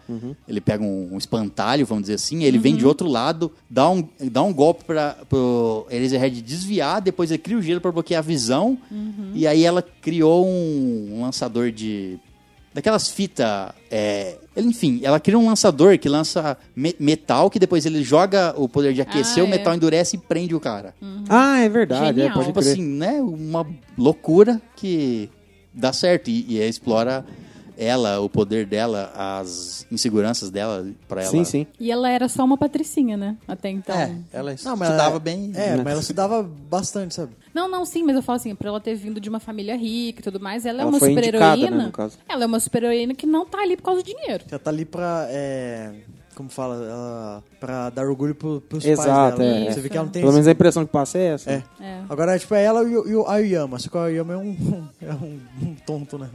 Speaker 2: Ele pega um, um espantalho, vamos dizer assim, ele vem de outro lado, dá um, dá um golpe pra, pro Eraserhead desviar, depois ele cria o gelo pra bloquear a visão. E aí ela criou um, um lançador de. Daquelas fitas. É, ele- enfim, ela cria um lançador que lança me- metal, que depois ele joga o poder de aquecer,
Speaker 7: Ah,
Speaker 2: o
Speaker 7: é.
Speaker 2: metal endurece e prende o cara.
Speaker 5: Ah, é verdade. É,
Speaker 7: Uhum. Genial.
Speaker 5: pode
Speaker 2: tipo
Speaker 5: crer.
Speaker 2: assim, né? Uma loucura que dá certo. E, e explora ela, o poder dela, as inseguranças dela pra ela.
Speaker 5: sim, sim.
Speaker 7: E ela era só uma patricinha, né? Até então.
Speaker 2: É, ela
Speaker 6: Não,
Speaker 2: estudava
Speaker 6: mas ela-
Speaker 2: bem.
Speaker 6: É, mas ela estudava bastante, sabe?
Speaker 7: Não, não, sim, mas eu falo assim, pra ela ter vindo de uma família rica e tudo mais, ela, é
Speaker 5: Ela
Speaker 7: uma
Speaker 5: foi indicada,
Speaker 7: super-heroína.
Speaker 5: né, no caso.
Speaker 7: Ela é uma super-heroína que não tá ali por causa do dinheiro.
Speaker 6: Ela tá ali pra. é, como fala? Ela, pra dar orgulho pro, pros pais
Speaker 5: Exato,
Speaker 6: dela. né?
Speaker 5: é,
Speaker 6: Você
Speaker 5: é.
Speaker 6: vê que ela não tem.
Speaker 5: Pelo menos a impressão que passa é essa.
Speaker 6: É.
Speaker 7: É.
Speaker 6: Agora, tipo, é ela e o, e o Aoyama. Só que o Aoyama é um, é um, um tonto, né?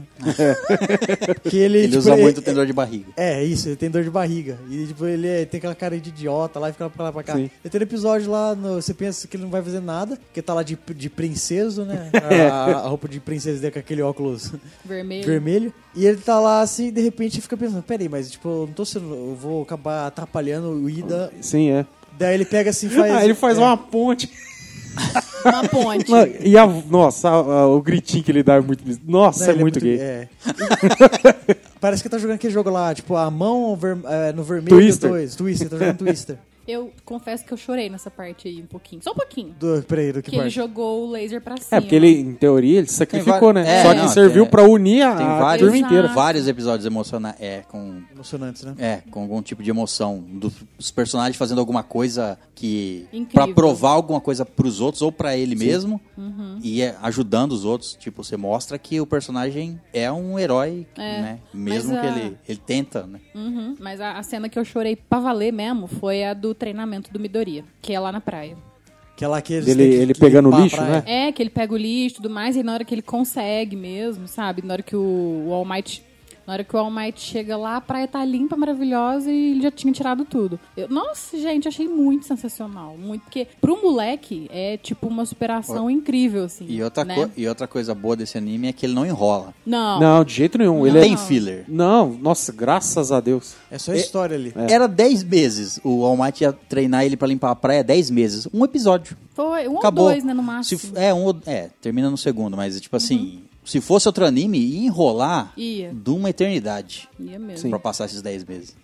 Speaker 6: que ele,
Speaker 2: Ele
Speaker 6: tipo,
Speaker 2: usa muito o
Speaker 6: ele,
Speaker 2: tendor de barriga.
Speaker 6: É, isso, ele tem dor de barriga. E tipo, ele é- tem aquela cara de idiota lá e fica pra lá pra cá.
Speaker 5: Sim.
Speaker 6: E tem um episódio lá, no- você pensa que ele não vai fazer nada, porque tá lá de, de princeso, né? A, a roupa de princesa dele com aquele óculos
Speaker 7: Vermelho.
Speaker 6: vermelho. E ele tá lá assim, e de repente fica pensando, peraí, mas tipo, eu não tô sendo. Eu vou acabar atrapalhando o Ida.
Speaker 5: Sim, é.
Speaker 6: Daí ele pega assim e faz.
Speaker 5: ah, ele faz
Speaker 6: é,
Speaker 5: uma ponte.
Speaker 7: Uma ponte.
Speaker 5: Não, e a, nossa, a- a- o gritinho que ele dá é muito. Nossa,
Speaker 6: né,
Speaker 5: é,
Speaker 6: ele
Speaker 5: muito gay.
Speaker 6: é. Parece que tá jogando aquele jogo lá, tipo, a mão ver- é, no vermelho
Speaker 5: Twister.
Speaker 6: depois. Twister, tá jogando Twister.
Speaker 7: Eu confesso que eu chorei nessa parte aí um pouquinho. Só um pouquinho.
Speaker 6: Do, peraí, do que,
Speaker 7: Que ele
Speaker 6: parte?
Speaker 7: jogou o laser pra cima.
Speaker 5: É, porque ele, em teoria, ele se sacrificou,
Speaker 2: Tem vários-
Speaker 5: né? Só
Speaker 2: é,
Speaker 5: que
Speaker 2: não,
Speaker 5: serviu
Speaker 2: tem-
Speaker 5: pra unir a,
Speaker 2: Tem
Speaker 5: a
Speaker 2: vários,
Speaker 5: turma inteira.
Speaker 7: Exato.
Speaker 2: Ah, vários episódios emocionantes. É, com.
Speaker 6: Emocionantes, né?
Speaker 2: É, com algum tipo de emoção. do- Dos personagens fazendo alguma coisa que.
Speaker 7: Incrível.
Speaker 2: Pra provar alguma coisa pros outros ou pra ele mesmo.
Speaker 7: Uhum.
Speaker 2: E é, ajudando os outros. Tipo, você mostra que o personagem é um herói, né? Mesmo
Speaker 7: É. Mas
Speaker 2: que
Speaker 7: a-
Speaker 2: ele, ele tenta, né?
Speaker 7: Uhum, Mas a, a cena que eu chorei pra valer mesmo foi a do treinamento do Midoriya, que é lá na praia.
Speaker 6: Que é lá que eles
Speaker 5: Dele-
Speaker 6: têm que-
Speaker 5: ele
Speaker 6: que
Speaker 5: pegando
Speaker 6: limpar a
Speaker 5: lixo,
Speaker 6: praia.
Speaker 5: né?
Speaker 7: É, que ele pega o lixo e tudo mais, e na hora que ele consegue mesmo, sabe? Na hora que o, o All Might Na hora que o All Might chega lá, a praia tá limpa, maravilhosa e ele já tinha tirado tudo. Eu- nossa, gente, achei muito sensacional. Muito, porque pro moleque é tipo uma superação incrível, assim.
Speaker 2: E outra,
Speaker 7: né?
Speaker 2: co- e outra coisa boa desse anime é que ele não enrola.
Speaker 7: Não.
Speaker 5: Não, de jeito nenhum. Ele
Speaker 2: Não tem
Speaker 5: é...
Speaker 2: filler.
Speaker 5: Não, nossa, graças a Deus.
Speaker 6: É só história ali.
Speaker 2: Era 10 meses. O All Might ia treinar ele pra limpar a praia 10 meses. Um episódio.
Speaker 7: Foi um
Speaker 2: Acabou.
Speaker 7: ou dois, né, no
Speaker 2: Se
Speaker 7: máximo.
Speaker 2: f- é, um, ou- é, termina no segundo, mas tipo assim, se fosse outro anime, ia enrolar
Speaker 7: Ia.
Speaker 2: de uma eternidade
Speaker 7: Ia mesmo.
Speaker 2: pra passar esses 10 meses.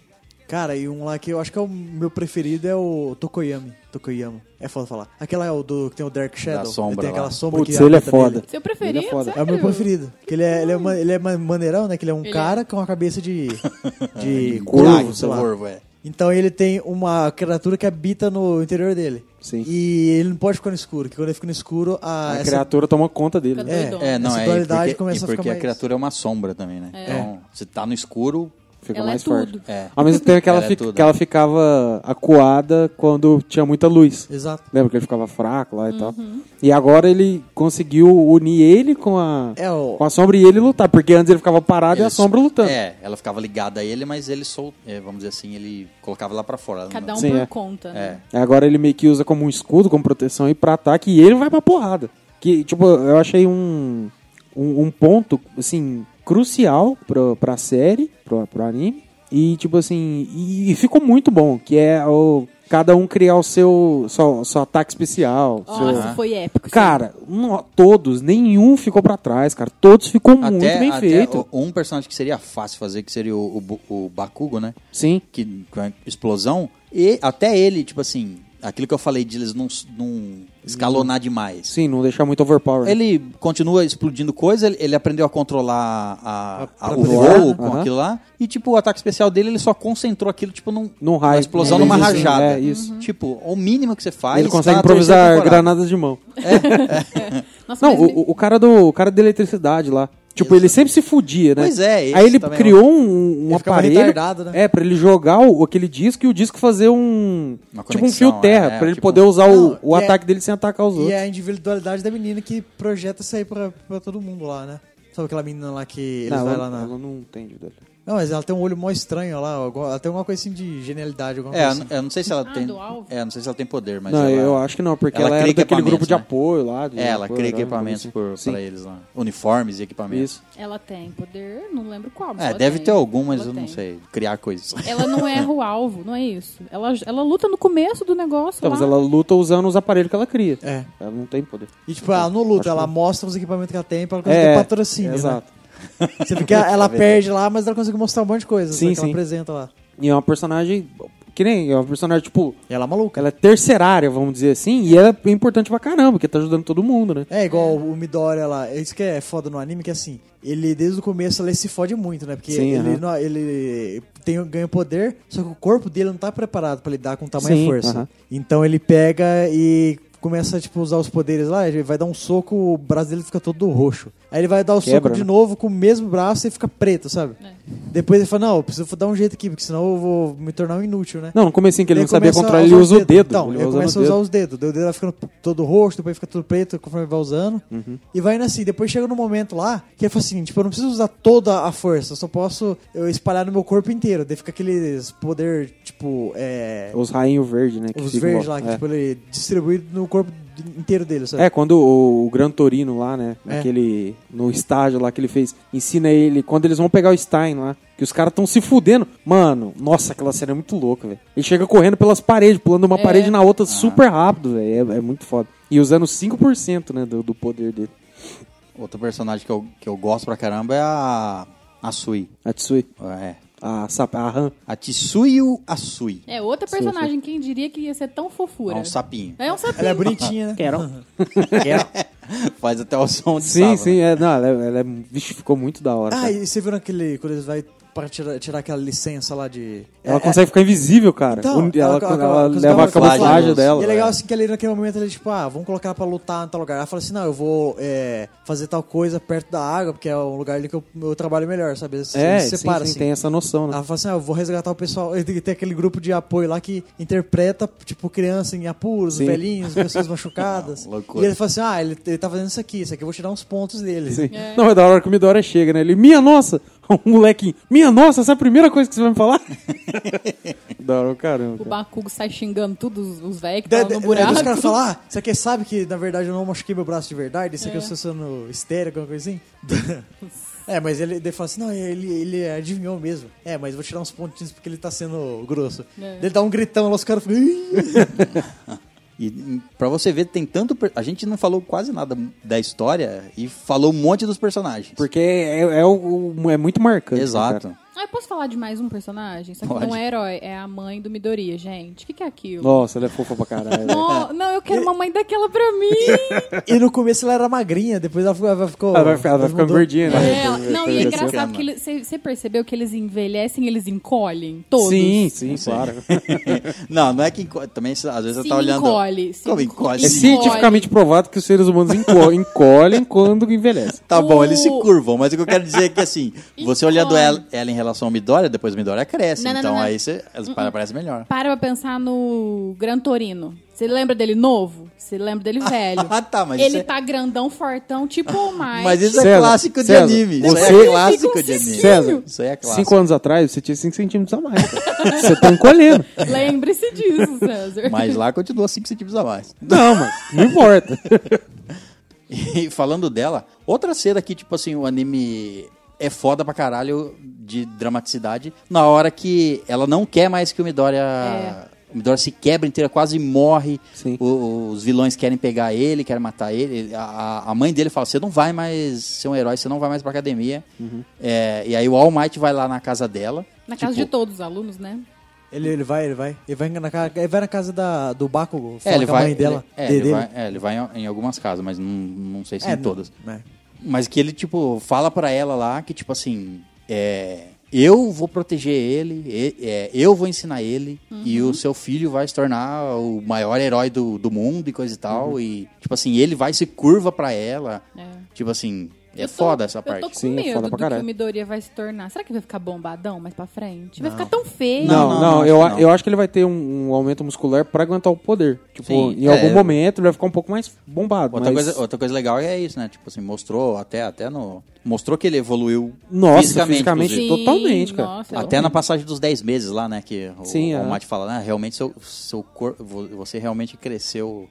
Speaker 6: Cara, e um lá que eu acho que é o meu preferido é o Tokoyami. Tokoyama. É foda falar. Aquela é o do que tem o Dark Shadow.
Speaker 2: Da sombra
Speaker 6: ele tem aquela
Speaker 2: lá.
Speaker 6: sombra
Speaker 5: Putz,
Speaker 6: que
Speaker 5: ele é
Speaker 6: aperta nele.
Speaker 5: foda.
Speaker 7: Seu preferido,
Speaker 5: Ele é foda.
Speaker 6: É o meu
Speaker 7: sério?
Speaker 6: preferido. Que ele é, ele é, ma- ele é ma- maneirão, né? Que ele é um
Speaker 7: Ele é.
Speaker 6: cara com uma cabeça de. de
Speaker 2: Corvo,
Speaker 6: corvo, sei
Speaker 2: seu
Speaker 6: lá.
Speaker 2: corvo, é.
Speaker 6: Então ele tem uma criatura que habita no interior dele.
Speaker 5: Sim.
Speaker 6: E ele não pode ficar no escuro, que quando ele fica no escuro, a.
Speaker 2: Ah,
Speaker 5: A
Speaker 6: essa-
Speaker 5: criatura toma conta dele. né?
Speaker 7: É.
Speaker 6: É,
Speaker 2: É, não,
Speaker 6: essa
Speaker 2: é. E
Speaker 6: dualidade
Speaker 2: porque,
Speaker 6: começa
Speaker 2: e
Speaker 6: a
Speaker 2: porque
Speaker 6: ficar
Speaker 2: a
Speaker 6: mais-
Speaker 2: criatura é uma sombra também,
Speaker 7: É.
Speaker 2: né? Então, se tá no escuro,
Speaker 5: Fica
Speaker 7: Ela é
Speaker 5: mais
Speaker 7: tudo.
Speaker 5: forte.
Speaker 2: é.
Speaker 5: Ao mesmo tempo que ela,
Speaker 2: Ela é
Speaker 5: fica-
Speaker 2: tudo.
Speaker 5: que ela ficava acuada quando tinha muita luz.
Speaker 6: Exato.
Speaker 5: Lembra que ele ficava fraco lá e tal. E agora ele conseguiu unir ele com a,
Speaker 6: É, o-
Speaker 5: com a sombra e ele lutar. Porque antes ele ficava parado e
Speaker 2: Ele
Speaker 5: a sombra
Speaker 2: sol-
Speaker 5: lutando.
Speaker 2: É, ela ficava ligada a ele, mas ele sol, é, vamos dizer assim, ele colocava lá pra fora.
Speaker 7: Cada um
Speaker 5: Sim,
Speaker 7: por
Speaker 5: é.
Speaker 7: conta,
Speaker 2: É.
Speaker 7: né?
Speaker 5: Agora ele meio que usa como um escudo, como proteção e pra ataque, e ele vai pra porrada. Que, tipo, eu achei um, um, um ponto, assim, crucial pra, pra série, pro, pro anime. E, tipo assim, e, e ficou muito bom, que é o, cada um criar o seu, seu, seu ataque especial. seu-
Speaker 7: Nossa, foi épico. sim.
Speaker 5: Cara, no- todos, nenhum ficou pra trás, cara. Todos ficou muito
Speaker 2: até,
Speaker 5: bem
Speaker 2: até
Speaker 5: feito.
Speaker 2: o- um personagem que seria fácil fazer, que seria o, o, Bu- o Bakugo, né?
Speaker 5: Sim.
Speaker 2: Que, com a explosão. E até ele, tipo assim, aquilo que eu falei de eles não, s- não escalonar demais.
Speaker 5: Sim, não deixar muito né? overpowered.
Speaker 2: Ele continua explodindo coisa, ele, ele aprendeu a controlar a, a-
Speaker 6: pra
Speaker 2: o
Speaker 6: voar,
Speaker 2: voo
Speaker 5: né?
Speaker 2: com
Speaker 5: Aham.
Speaker 2: aquilo lá. E, tipo, o ataque especial dele, ele só concentrou aquilo, tipo, num,
Speaker 5: Num raio.
Speaker 2: numa explosão,
Speaker 5: É,
Speaker 2: numa
Speaker 5: isso,
Speaker 2: rajada.
Speaker 5: é, isso.
Speaker 2: Tipo, o mínimo que você faz...
Speaker 5: ele
Speaker 2: tá
Speaker 5: consegue
Speaker 2: na
Speaker 5: improvisar
Speaker 2: terceira temporada.
Speaker 5: granadas de mão.
Speaker 7: Nossa,
Speaker 5: Não,
Speaker 7: mas me-
Speaker 5: o, o cara do o cara da eletricidade lá. Tipo, ele sempre se fudia, né?
Speaker 2: Pois é, esse
Speaker 5: Aí ele
Speaker 2: também é
Speaker 5: criou um, um
Speaker 6: Ele ficava
Speaker 5: aparelho.
Speaker 6: retardado, né?
Speaker 5: É, pra ele jogar o, aquele disco e o disco fazer um.
Speaker 2: Uma
Speaker 5: tipo um
Speaker 2: conexão,
Speaker 5: fio terra,
Speaker 2: é,
Speaker 5: pra ele
Speaker 2: tipo
Speaker 5: poder
Speaker 2: um-
Speaker 5: usar
Speaker 6: Não,
Speaker 5: o, o
Speaker 6: e é-
Speaker 5: ataque dele sem atacar os
Speaker 6: E
Speaker 5: outros.
Speaker 6: é a individualidade da menina que projeta isso aí pra, pra todo mundo lá, né? Sabe aquela menina lá que eles
Speaker 5: não,
Speaker 6: vai
Speaker 5: ela,
Speaker 6: lá na.
Speaker 5: ela não entende dele.
Speaker 6: Não, mas ela tem um olho mó estranho lá, alguma- ela tem alguma coisa assim de genialidade, alguma
Speaker 2: É, eu
Speaker 6: coisa
Speaker 2: não-
Speaker 6: assim.
Speaker 2: eu não sei se ela
Speaker 7: Ah,
Speaker 2: tem.
Speaker 7: do alvo?
Speaker 2: É, eu não sei se ela tem poder, mas.
Speaker 5: Não,
Speaker 2: ela,
Speaker 5: eu acho que não, porque ela,
Speaker 2: ela
Speaker 5: era
Speaker 2: cria
Speaker 5: daquele grupo de
Speaker 2: equipamentos, né?
Speaker 5: apoio lá. de
Speaker 2: É, ela
Speaker 5: apoio
Speaker 2: cria
Speaker 5: herói,
Speaker 2: equipamentos
Speaker 5: assim.
Speaker 2: por,
Speaker 5: Sim,
Speaker 2: pra eles lá. Uniformes e equipamentos.
Speaker 5: Isso.
Speaker 7: Ela tem poder, não lembro qual. mas
Speaker 2: É,
Speaker 7: ela
Speaker 2: deve
Speaker 7: tem.
Speaker 2: ter algum, mas
Speaker 7: Ela
Speaker 2: eu não
Speaker 7: tem.
Speaker 2: sei. Criar coisas.
Speaker 7: Ela não erra o alvo, não é isso. Ela, ela luta no começo do negócio.
Speaker 5: Então, mas
Speaker 7: lá.
Speaker 5: ela luta usando os aparelhos que ela cria.
Speaker 6: É.
Speaker 5: Ela não tem poder.
Speaker 6: E tipo, ela não
Speaker 5: Acho que- É,
Speaker 6: luta, ela mostra os equipamentos que ela tem pra ela conseguir patrocínio. né?
Speaker 5: Exato. É
Speaker 6: Você vê que ela perde lá, mas ela consegue mostrar um monte de coisa.
Speaker 5: Sim,
Speaker 6: Sim, sim.
Speaker 5: sim.
Speaker 6: Ela apresenta lá.
Speaker 5: E é uma personagem. Que nem, é uma personagem, tipo,
Speaker 6: E ela é maluca.
Speaker 5: Ela é terceirária, vamos dizer assim, e ela é importante pra caramba, porque tá ajudando todo mundo, né?
Speaker 6: É igual o Midoriya lá. É Isso que é foda no anime, que assim, ele desde o começo ele se fode muito, né? Porque
Speaker 5: Sim,
Speaker 6: ele,
Speaker 5: aham.
Speaker 6: não- ele tem, ganha poder, só que o corpo dele não tá preparado pra lidar com tamanha
Speaker 5: Sim,
Speaker 6: força.
Speaker 5: aham.
Speaker 6: Então ele pega e começa tipo, a usar os poderes lá, ele vai dar um soco, o braço dele fica todo roxo. Aí ele vai dar o
Speaker 5: Quebra,
Speaker 6: soco de
Speaker 5: né?
Speaker 6: novo com o mesmo braço e fica preto, sabe? Depois ele fala, não, eu preciso dar um jeito aqui, porque senão eu vou me tornar um inútil, né?
Speaker 5: Não, no comecinho que ele, não sabia
Speaker 6: começa a
Speaker 5: controlar, ele
Speaker 6: usar os
Speaker 5: usa o
Speaker 6: dedos.
Speaker 5: dedo.
Speaker 6: Então,
Speaker 5: ele
Speaker 6: ele
Speaker 5: vai usando
Speaker 6: começa
Speaker 5: o
Speaker 6: a usar
Speaker 5: dedo.
Speaker 6: os dedos. Daí O dedo vai ficando todo roxo, depois fica tudo preto, conforme vai usando.
Speaker 5: Uhum.
Speaker 6: E vai indo assim. Depois chega num momento lá que ele fala assim: tipo, eu não preciso usar toda a força, eu só posso eu espalhar no meu corpo inteiro. Daí fica aqueles poder, tipo, é.
Speaker 5: Os rainhos verdes, né? que
Speaker 6: Os
Speaker 5: ficam
Speaker 6: verdes
Speaker 5: volta.
Speaker 6: lá, que
Speaker 5: é.
Speaker 6: tipo, ele distribui no corpo inteiro dele, sabe?
Speaker 5: É, quando o, o Gran Torino lá, né?
Speaker 6: É.
Speaker 5: Naquele. No estágio lá que ele fez, ensina ele. Quando eles vão pegar o Stein lá, que os caras tão se fudendo. Mano, nossa, aquela cena é muito louca, velho. Ele chega correndo pelas paredes, pulando
Speaker 6: É.
Speaker 5: uma parede na
Speaker 6: Ah.
Speaker 5: outra super rápido, velho. É, é muito foda. E usando 5%, né, do, do poder dele.
Speaker 2: Outro personagem que eu, que eu gosto pra caramba é a. A Sui.
Speaker 5: A Tsui.
Speaker 2: É.
Speaker 5: A, sap- a Han.
Speaker 2: A Tsuyu Asui.
Speaker 7: É outra personagem, quem diria que ia ser tão fofura.
Speaker 2: É um sapinho.
Speaker 7: É um sapinho.
Speaker 6: Ela é bonitinha, né?
Speaker 2: Faz até o som de né?
Speaker 5: Sim,
Speaker 2: sábado.
Speaker 5: sim, é, não, ela, é- ela é. Vixe, ficou muito da hora.
Speaker 6: né? Ah,
Speaker 5: cara.
Speaker 6: e você viu naquele. Quando eles vai para tirar, tirar aquela licença lá de.
Speaker 5: Ela
Speaker 6: é-
Speaker 5: consegue ficar invisível, cara.
Speaker 6: Então,
Speaker 5: Uni- Um ela
Speaker 6: ela-
Speaker 5: ela
Speaker 6: ela-
Speaker 5: leva a
Speaker 6: ela-
Speaker 5: camuflagem
Speaker 2: ela-
Speaker 5: dela. né?
Speaker 6: E é legal assim que ali naquele momento ele, tipo, ah, vamos colocar ela pra lutar em tal lugar. Ela fala assim, não, eu vou é, fazer tal coisa perto da água, porque é um lugar ali que eu, eu trabalho melhor, sabe? Eles
Speaker 5: É,
Speaker 6: se
Speaker 5: sim,
Speaker 6: separa,
Speaker 5: sim,
Speaker 6: assim.
Speaker 5: tem essa noção, né?
Speaker 6: Ela fala assim, ah, eu vou resgatar o pessoal. E Tem tem aquele grupo de apoio lá que interpreta, tipo, criança em apuros,
Speaker 5: Sim.
Speaker 6: velhinhos, pessoas machucadas.
Speaker 2: loucura.
Speaker 6: e ele fala assim, ah, ele, ele tá fazendo isso aqui, isso aqui eu vou tirar uns pontos dele.
Speaker 5: Sim. Não, é da hora que o Midora chega, né? Ele, minha nossa, um molequinho. Minha nossa, essa é a primeira coisa que você vai me falar? da hora, caramba.
Speaker 7: O
Speaker 5: cara.
Speaker 7: Bakugo sai xingando todos os velhos que
Speaker 6: Da,
Speaker 7: estavam
Speaker 6: da,
Speaker 7: no
Speaker 6: buraco.
Speaker 7: um buraco.
Speaker 6: Os caras falam, ah, você quer sabe que na verdade eu não machuquei meu braço de verdade? Isso aqui
Speaker 7: É.
Speaker 6: eu estou sendo histérico, alguma coisa assim? é, mas ele, ele fala assim, não, ele, ele adivinhou mesmo. É, mas vou tirar uns pontinhos porque ele tá sendo grosso.
Speaker 7: É.
Speaker 6: Ele dá um gritão, lá os caras ficam... "Ih!"
Speaker 2: E hum, pra você ver, tem tanto. per- A gente não falou quase nada da história e falou um monte dos personagens.
Speaker 5: Porque é, é, o- o- é muito marcante.
Speaker 2: Exato.
Speaker 5: né, cara?
Speaker 7: Ah, eu posso falar de mais um personagem? Só que
Speaker 2: Pode.
Speaker 7: não é herói, é a mãe do Midoriya, gente. O que, que é aquilo?
Speaker 5: Nossa, ela é fofa pra caralho. velho.
Speaker 7: Não, não, eu quero uma mãe daquela pra mim!
Speaker 6: e no começo ela era magrinha, depois ela ficou... Ela ficou,
Speaker 5: Ela vai, ficar- ela vai ficando
Speaker 6: mudou.
Speaker 5: gordinha, né?
Speaker 7: É, não, e é
Speaker 5: Sim,
Speaker 7: engraçado
Speaker 2: Cama.
Speaker 7: que eles- você você percebeu que eles envelhecem, eles encolhem, todos.
Speaker 5: Sim, sim, claro.
Speaker 2: não, não é que encolhe. Também às vezes você
Speaker 7: Se
Speaker 2: tá olhando.
Speaker 7: encolhe, se
Speaker 2: Como
Speaker 7: encolhe.
Speaker 2: encolhe?
Speaker 5: É cientificamente provado que os seres humanos enco- encolhem quando envelhecem.
Speaker 2: Tá bom,
Speaker 7: O-
Speaker 2: eles se curvam, mas o que eu quero dizer é que assim, você olhando
Speaker 7: Encolhe.
Speaker 2: ela, ela em relação ao Midoriya, depois o Midoriya cresce.
Speaker 7: Não, não,
Speaker 2: então
Speaker 7: não, Uh-uh. não.
Speaker 2: aí você as- parece melhor.
Speaker 7: Para pra pensar no Gran Torino. Você lembra dele novo? Você lembra dele velho?
Speaker 2: Ah, tá, mas
Speaker 7: Ele
Speaker 2: isso é-
Speaker 7: tá grandão, fortão, tipo o Mike.
Speaker 2: Mas isso é
Speaker 5: César,
Speaker 2: clássico de
Speaker 5: César,
Speaker 2: anime.
Speaker 5: você-
Speaker 2: Isso é
Speaker 5: Eles
Speaker 2: clássico
Speaker 7: ficam
Speaker 2: de anime.
Speaker 5: César,
Speaker 2: Isso aí é clássico.
Speaker 5: cinco anos atrás você tinha 5 centímetros a mais. cara. Você tá encolhendo.
Speaker 7: Lembre-se disso, César.
Speaker 2: Mas lá continua 5 centímetros a mais.
Speaker 5: Não, mas não importa.
Speaker 2: E falando dela, outra cena que, tipo assim, o anime é foda pra caralho de dramaticidade na hora que ela não quer mais que o Midoriya...
Speaker 7: É.
Speaker 2: O Midoriya se quebra inteira, quase morre.
Speaker 5: Sim.
Speaker 2: O- os vilões querem pegar ele, querem matar ele. Ele- A, a mãe dele fala, você não vai mais ser um herói, você não vai mais pra academia.
Speaker 5: Uhum.
Speaker 2: É, e aí o All Might vai lá na casa dela.
Speaker 7: Na casa
Speaker 2: tipo,
Speaker 7: de todos os alunos, né?
Speaker 6: Ele, ele vai, ele vai. Ele vai na, ca- ele vai na casa da, do Bakugo,
Speaker 2: É,
Speaker 6: fala
Speaker 2: ele
Speaker 6: com a
Speaker 2: vai,
Speaker 6: mãe dela.
Speaker 2: ele, é,
Speaker 6: de-
Speaker 2: ele
Speaker 6: dele.
Speaker 2: vai, é, ele vai em, em algumas casas, mas não, não sei se
Speaker 6: É,
Speaker 2: em todas.
Speaker 6: né?
Speaker 2: Mas que ele, tipo, fala pra ela lá que, tipo assim, é, eu vou proteger ele, e- é, eu vou ensinar ele, e
Speaker 7: Uhum.
Speaker 2: o seu filho vai se tornar o maior herói do, do mundo e coisa e tal.
Speaker 6: Uhum.
Speaker 2: E, tipo assim, ele vai se curva pra ela.
Speaker 7: É.
Speaker 2: Tipo assim, é
Speaker 7: Eu tô-
Speaker 2: foda essa
Speaker 7: Eu tô
Speaker 2: parte.
Speaker 7: com
Speaker 5: Sim, é
Speaker 7: medo
Speaker 5: foda pra
Speaker 7: do que
Speaker 5: caralho.
Speaker 7: o Midoriya vai se tornar. Será que vai ficar bombadão mais pra frente? Vai ficar tão feio.
Speaker 2: não,
Speaker 5: Não, não,
Speaker 2: não,
Speaker 5: eu,
Speaker 2: acho que não.
Speaker 5: eu acho que ele vai ter um, um aumento muscular pra aguentar o poder. Tipo,
Speaker 2: Sim,
Speaker 5: em
Speaker 2: é.
Speaker 5: algum momento ele vai ficar um pouco mais bombado.
Speaker 2: Outra,
Speaker 5: mas-
Speaker 2: coisa, outra coisa legal é isso, né? Tipo assim, mostrou até, até no. Mostrou que ele evoluiu
Speaker 5: Nossa,
Speaker 2: fisicamente.
Speaker 5: fisicamente,
Speaker 2: inclusive.
Speaker 7: Sim,
Speaker 5: totalmente, cara.
Speaker 7: nossa, eu-
Speaker 2: Até na passagem dos 10 meses lá, né? Que o,
Speaker 5: Sim,
Speaker 2: o
Speaker 5: é.
Speaker 2: Mate fala, né? Realmente seu, seu corpo. Você realmente cresceu.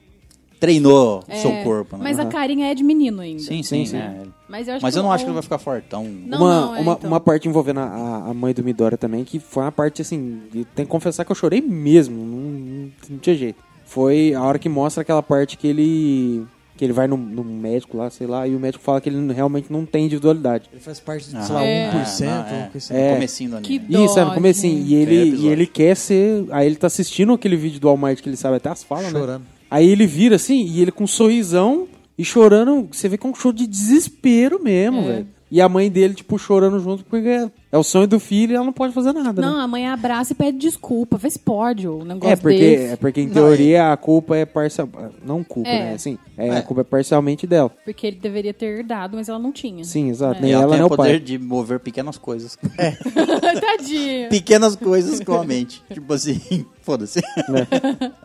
Speaker 2: Treinou o
Speaker 7: É,
Speaker 2: seu corpo, né?
Speaker 7: Mas a carinha é de menino ainda.
Speaker 2: Sim, sim,
Speaker 5: Sim,
Speaker 2: né?
Speaker 7: Mas eu, acho
Speaker 2: Mas
Speaker 7: que
Speaker 2: eu não
Speaker 7: o-
Speaker 2: acho que ele vai ficar fortão.
Speaker 7: Não,
Speaker 5: uma,
Speaker 7: não, é,
Speaker 5: uma,
Speaker 7: então.
Speaker 5: uma parte envolvendo a- a, a mãe do Midori também, que foi uma parte assim, de- tem que confessar que eu chorei mesmo, não, não- não tinha jeito. Foi a hora que mostra aquela parte que ele que ele vai no, no médico lá, sei lá, e o médico fala que ele realmente não tem individualidade.
Speaker 6: Ele faz parte, de,
Speaker 2: Ah,
Speaker 6: sei lá,
Speaker 2: é. Ah,
Speaker 6: 1%.
Speaker 2: não, é.
Speaker 6: alguma coisa assim.
Speaker 2: No comecinho do anime.
Speaker 7: Que
Speaker 2: né?
Speaker 7: Dó,
Speaker 5: Isso, é no comecinho.
Speaker 7: gente.
Speaker 5: E
Speaker 2: Tem
Speaker 5: ele,
Speaker 2: episódio.
Speaker 5: e ele quer ser. Aí ele tá assistindo aquele vídeo do All Might que ele sabe até as falas,
Speaker 6: Chorando.
Speaker 5: né? Aí ele vira assim, e ele com um sorrisão e chorando. Você vê que é um choro de desespero
Speaker 7: É.
Speaker 5: mesmo, velho. E a mãe dele, tipo, chorando junto, porque é- é o sonho do filho e ela não pode fazer nada, né?
Speaker 7: Não, a mãe abraça e pede desculpa. Vê se pode o negócio
Speaker 5: É porque,
Speaker 7: desse.
Speaker 5: é porque, em
Speaker 2: Não,
Speaker 5: teoria, a culpa é parcial. Não culpa,
Speaker 7: É.
Speaker 5: né? Assim, é,
Speaker 2: É.
Speaker 5: A culpa é parcialmente dela.
Speaker 7: Porque ele deveria ter herdado, mas ela não tinha.
Speaker 5: Sim, exato.
Speaker 2: E
Speaker 5: Nem
Speaker 2: É. ela,
Speaker 5: ela,
Speaker 2: tem
Speaker 5: nem
Speaker 2: o
Speaker 5: o
Speaker 2: poder
Speaker 5: pai.
Speaker 2: de mover pequenas coisas.
Speaker 7: Tadinha.
Speaker 2: pequenas coisas com a mente. Tipo assim, foda-se.
Speaker 5: Né?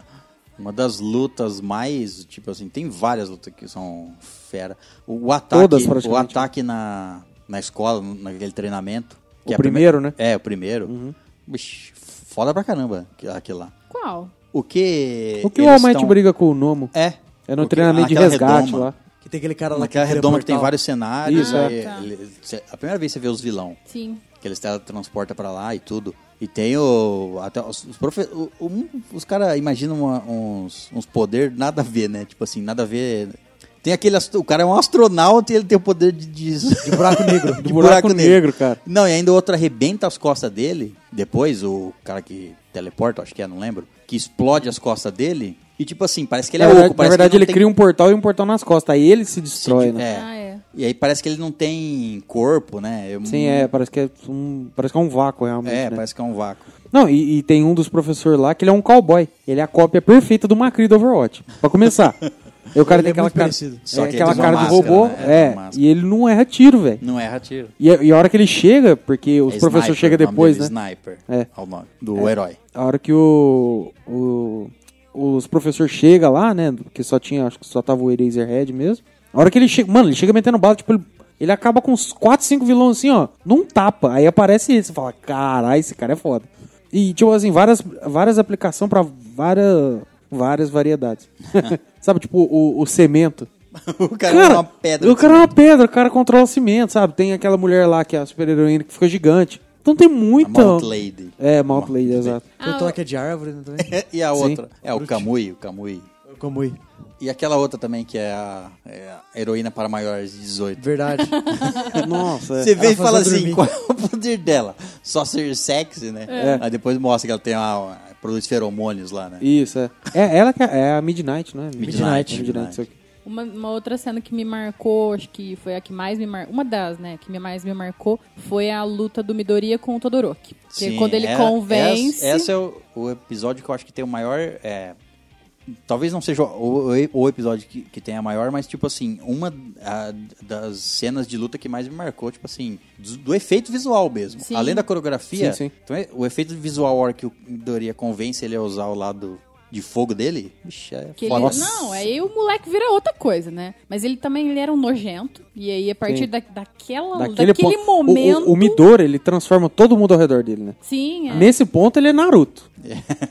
Speaker 2: Uma das lutas mais, tipo assim, tem várias lutas que são fera. O, o ataque,
Speaker 5: Todas,
Speaker 2: o
Speaker 5: praticamente.
Speaker 2: ataque na, na escola, naquele treinamento.
Speaker 5: O primeiro, né?
Speaker 2: É, o primeiro. Vixe, foda pra caramba aqu- aquilo lá.
Speaker 7: Qual?
Speaker 2: O que.
Speaker 5: O que o
Speaker 2: eles
Speaker 5: All Might
Speaker 2: tão-
Speaker 5: briga com o Nomo?
Speaker 2: É.
Speaker 5: É no
Speaker 2: O que-
Speaker 5: treinamento de
Speaker 2: aquela
Speaker 5: resgate
Speaker 2: redoma.
Speaker 5: lá.
Speaker 6: Que tem aquele cara lá
Speaker 2: Naquela
Speaker 6: cria
Speaker 2: redoma que tem
Speaker 6: portal.
Speaker 2: vários cenários.
Speaker 5: Isso, é.
Speaker 2: aí
Speaker 7: Ah, tá.
Speaker 2: ele- cê- a primeira vez que você vê os vilão
Speaker 7: Sim.
Speaker 2: que eles teletransportam pra lá e tudo. E tem o. Até os os, profe- o- um- os caras imaginam uma- uns, uns poder nada a ver, né? Tipo assim, nada a ver. Tem aquele. ast- O cara é um astronauta e ele tem o poder de. De, de buraco negro.
Speaker 5: Do buraco negro, cara.
Speaker 2: Não, e ainda o outro arrebenta as costas dele. Depois, o cara que teleporta, acho que é, não lembro. Que explode as costas dele. E tipo assim, parece que ele é,
Speaker 5: na
Speaker 2: oco.
Speaker 5: verdade, na
Speaker 2: parece que
Speaker 5: verdade,
Speaker 2: não
Speaker 5: ele
Speaker 2: tem-
Speaker 5: cria um portal e um portal nas costas. Aí ele se destrói, né?
Speaker 2: É.
Speaker 7: Ah, é.
Speaker 2: E aí parece que ele não tem corpo, né? Eu-
Speaker 5: Sim, é, parece que é um, parece que é um vácuo, realmente.
Speaker 2: É,
Speaker 5: né?
Speaker 2: parece que é um vácuo.
Speaker 5: Não, e, e tem um dos professores lá que ele é um cowboy. Ele é a cópia perfeita do Macri do Overwatch. Pra começar. E o cara
Speaker 6: Ele é
Speaker 5: tem aquela
Speaker 6: muito
Speaker 5: cara,
Speaker 6: parecido.
Speaker 5: é,
Speaker 2: Só que ele
Speaker 5: aquela
Speaker 2: tem
Speaker 5: cara
Speaker 2: uma
Speaker 5: de
Speaker 2: máscara,
Speaker 5: robô.
Speaker 2: né? É,
Speaker 5: É,
Speaker 2: uma máscara.
Speaker 5: e ele não erra tiro, velho.
Speaker 2: Não erra tiro.
Speaker 5: E, a- e a hora que ele chega, porque os
Speaker 2: É Sniper,
Speaker 5: professores chegam
Speaker 2: o nome
Speaker 5: depois, né?
Speaker 2: dele, Sniper.
Speaker 5: É.
Speaker 2: o nome do herói.
Speaker 5: A hora que o, o- os professores chega lá, né? Porque só tinha, acho que só tava o Eraserhead mesmo. A hora que ele chega, mano, ele chega metendo bala, tipo, ele Ele acaba com uns 4, 5 vilões assim, ó, num tapa. Aí aparece ele, você fala, caralho, esse cara é foda. E, tipo assim, várias, várias aplicações pra várias, várias variedades. sabe, tipo, o, o cimento.
Speaker 2: O cara é uma pedra.
Speaker 5: O cara é uma pedra, o cara controla o cimento, sabe? Tem aquela mulher lá que é a super heroína que fica gigante. Então tem
Speaker 2: A
Speaker 5: muita.
Speaker 2: Mount Lady.
Speaker 5: É, Mount Lady, exato.
Speaker 6: Eu
Speaker 7: Ah,
Speaker 6: tô aqui de árvore né, também.
Speaker 2: E a
Speaker 5: Sim.
Speaker 2: outra? É o Kamui, o Kamui.
Speaker 6: Kamui.
Speaker 2: E aquela outra também, que é a, é a heroína para maiores de 18.
Speaker 6: Verdade.
Speaker 5: Nossa, é.
Speaker 2: Você vê
Speaker 6: Ela
Speaker 2: e fala
Speaker 6: fazia
Speaker 2: assim,
Speaker 6: dormir.
Speaker 2: qual é o poder dela? Só ser sexy, né?
Speaker 5: É.
Speaker 2: Aí depois mostra que ela tem uma, uma- produz feromônios lá, né?
Speaker 5: Isso, é. É ela que é, é a Midnight, né?
Speaker 2: Midnight.
Speaker 5: Midnight, sei o quê.
Speaker 7: Uma, uma outra cena que me marcou, acho que foi a que mais me marcou, uma das, né, que me- mais me marcou, foi a luta do Midoriya com o Todoroki. Que
Speaker 2: Sim,
Speaker 7: quando ele
Speaker 2: é-
Speaker 7: convence...
Speaker 2: Essa, essa é o, o episódio que eu acho que tem o maior. é, talvez não seja o, o- o episódio que, que tem a maior, mas, tipo assim, uma a- das cenas de luta que mais me marcou, tipo assim, do, do efeito visual mesmo.
Speaker 7: Sim.
Speaker 2: Além da coreografia,
Speaker 5: Sim, sim.
Speaker 2: Então, é- o efeito visual, a hora que o Doria convence ele a usar o lado de fogo dele, bicho, é
Speaker 7: Que ele,
Speaker 2: foda.
Speaker 7: não, aí o moleque vira outra coisa, né? Mas ele também ele era um nojento. E aí, a partir
Speaker 5: Sim.
Speaker 7: da, daquela,
Speaker 5: Daquele
Speaker 7: daquele
Speaker 5: ponto- o-
Speaker 7: momento.
Speaker 5: O, o Midori, ele transforma todo mundo ao redor dele, né?
Speaker 7: Sim, é.
Speaker 5: Nesse ponto ele é Naruto.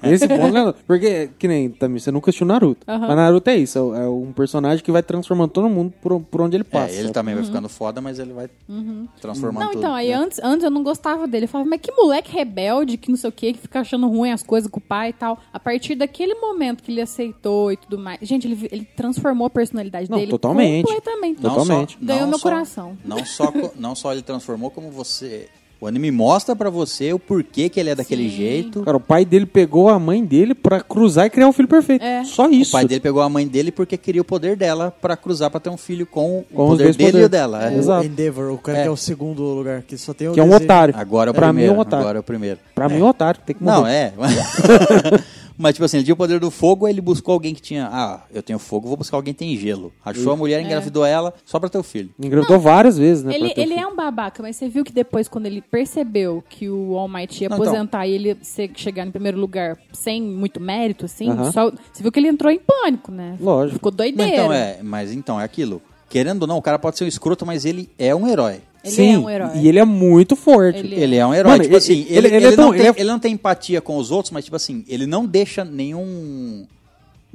Speaker 5: Nesse ponto ele é Naruto. Porque, que nem também, você nunca assistiu Naruto.
Speaker 7: Aham.
Speaker 5: Mas Naruto é isso, é o- é um personagem que vai transformando todo mundo por, por onde ele
Speaker 2: É,
Speaker 5: passa.
Speaker 2: ele
Speaker 5: sabe?
Speaker 2: também vai ficando foda, mas ele vai transformando
Speaker 7: Uhum. Não,
Speaker 2: tudo. né?
Speaker 7: então, aí
Speaker 5: né?
Speaker 7: antes, antes eu não gostava dele. Eu falava, mas que moleque rebelde, que não sei o que, que fica achando ruim as coisas com o pai e tal. A partir daquele momento que ele aceitou e tudo mais. Gente, ele, vi- ele transformou a personalidade
Speaker 5: Não,
Speaker 7: dele
Speaker 5: totalmente.
Speaker 7: completamente.
Speaker 5: Não, Totalmente.
Speaker 2: não
Speaker 7: Ganhou meu
Speaker 2: só-
Speaker 7: coração.
Speaker 2: Não só, co- não só ele transformou, como você. O anime mostra pra você o porquê que ele é daquele
Speaker 7: Sim.
Speaker 2: jeito.
Speaker 5: Cara, o pai dele pegou a mãe dele pra cruzar e criar um filho perfeito.
Speaker 7: É.
Speaker 5: Só isso.
Speaker 2: O pai dele pegou a mãe dele porque queria o poder dela pra cruzar pra ter um filho com o
Speaker 5: Com os
Speaker 2: poder
Speaker 5: dois
Speaker 2: dele e
Speaker 5: poderes.
Speaker 2: o dela. é.
Speaker 5: Exato.
Speaker 6: Endeavor, o cara
Speaker 2: É.
Speaker 6: que é o segundo lugar, que só tem o
Speaker 5: Que é um
Speaker 6: desejo.
Speaker 5: otário.
Speaker 2: Agora é o
Speaker 5: pra
Speaker 2: primeiro.
Speaker 5: mim é um otário.
Speaker 2: Agora é o primeiro.
Speaker 5: Pra mim é um otário, tem que morrer.
Speaker 2: Não, é. Mas, tipo assim, ele tinha o poder do fogo, aí ele buscou alguém que tinha. Ah, eu tenho fogo, vou buscar alguém que tem gelo. Achou a mulher,
Speaker 5: É.
Speaker 2: engravidou ela só pra ter o filho.
Speaker 5: Engravidou várias vezes, né?
Speaker 7: Ele,
Speaker 5: pra ter
Speaker 7: ele
Speaker 5: filho.
Speaker 7: é um babaca, mas você viu que depois, quando ele percebeu que o All Might ia
Speaker 2: Não, então.
Speaker 7: aposentar e ele se- chegar em primeiro lugar sem muito mérito, assim,
Speaker 5: Aham.
Speaker 7: só- você viu que ele entrou em pânico, né?
Speaker 5: Lógico.
Speaker 7: Ficou
Speaker 2: Mas
Speaker 7: doideira.
Speaker 2: então, é, mas então, é aquilo. Querendo ou não, o cara pode ser um escroto, mas ele é um herói.
Speaker 7: Ele
Speaker 5: Sim,
Speaker 7: é um herói.
Speaker 5: E ele é muito forte.
Speaker 7: Ele
Speaker 2: Ele é um herói.
Speaker 5: Mano,
Speaker 2: tipo assim,
Speaker 5: ele-
Speaker 2: ele,
Speaker 5: ele-
Speaker 2: ele
Speaker 5: ele é
Speaker 2: não
Speaker 5: tão-
Speaker 2: tem,
Speaker 5: ele é-
Speaker 2: ele não tem empatia com os outros, mas, tipo assim, ele não deixa nenhum.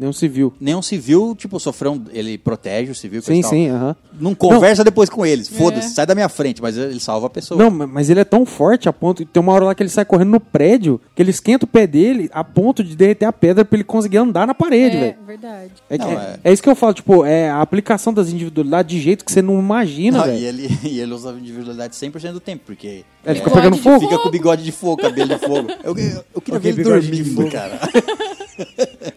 Speaker 5: Nenhum civil.
Speaker 2: Nenhum é um civil, tipo, sofrer um. Ele protege o civil. coisa
Speaker 5: Sim,
Speaker 2: e tal.
Speaker 5: sim, aham.
Speaker 2: Não conversa depois com eles. Foda-se, sai da minha frente, mas ele salva a pessoa.
Speaker 5: Não, ma- mas ele é tão forte a ponto. Tem uma hora lá que ele sai correndo no prédio, que ele esquenta o pé dele a ponto de derreter a pedra pra ele conseguir andar na parede,
Speaker 7: É,
Speaker 5: velho.
Speaker 7: verdade.
Speaker 5: É, que-
Speaker 2: Não, é-
Speaker 5: é, é isso que eu falo, tipo, é a aplicação das individualidades de jeito que você não imagina,
Speaker 2: Não, e, é-
Speaker 5: velho.
Speaker 2: ele, e ele usa a individualidade 100% do tempo, porque. é,
Speaker 5: Ele fica
Speaker 7: Bigode
Speaker 5: pegando
Speaker 7: de
Speaker 5: fogo.
Speaker 2: Fica com o bigode de fogo, cabelo de fogo. Eu, eu, eu queria
Speaker 6: Ok,
Speaker 2: ver ele
Speaker 6: bigode de
Speaker 2: dormindo,
Speaker 6: fogo.
Speaker 2: cara.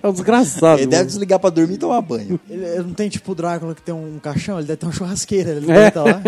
Speaker 5: É um desgraçado.
Speaker 2: Ele deve
Speaker 5: mano.
Speaker 2: desligar pra dormir e tomar banho.
Speaker 6: Ele, ele não tem tipo o Drácula que tem um caixão, ele deve ter uma churrasqueira, ele
Speaker 5: É.
Speaker 6: deita lá.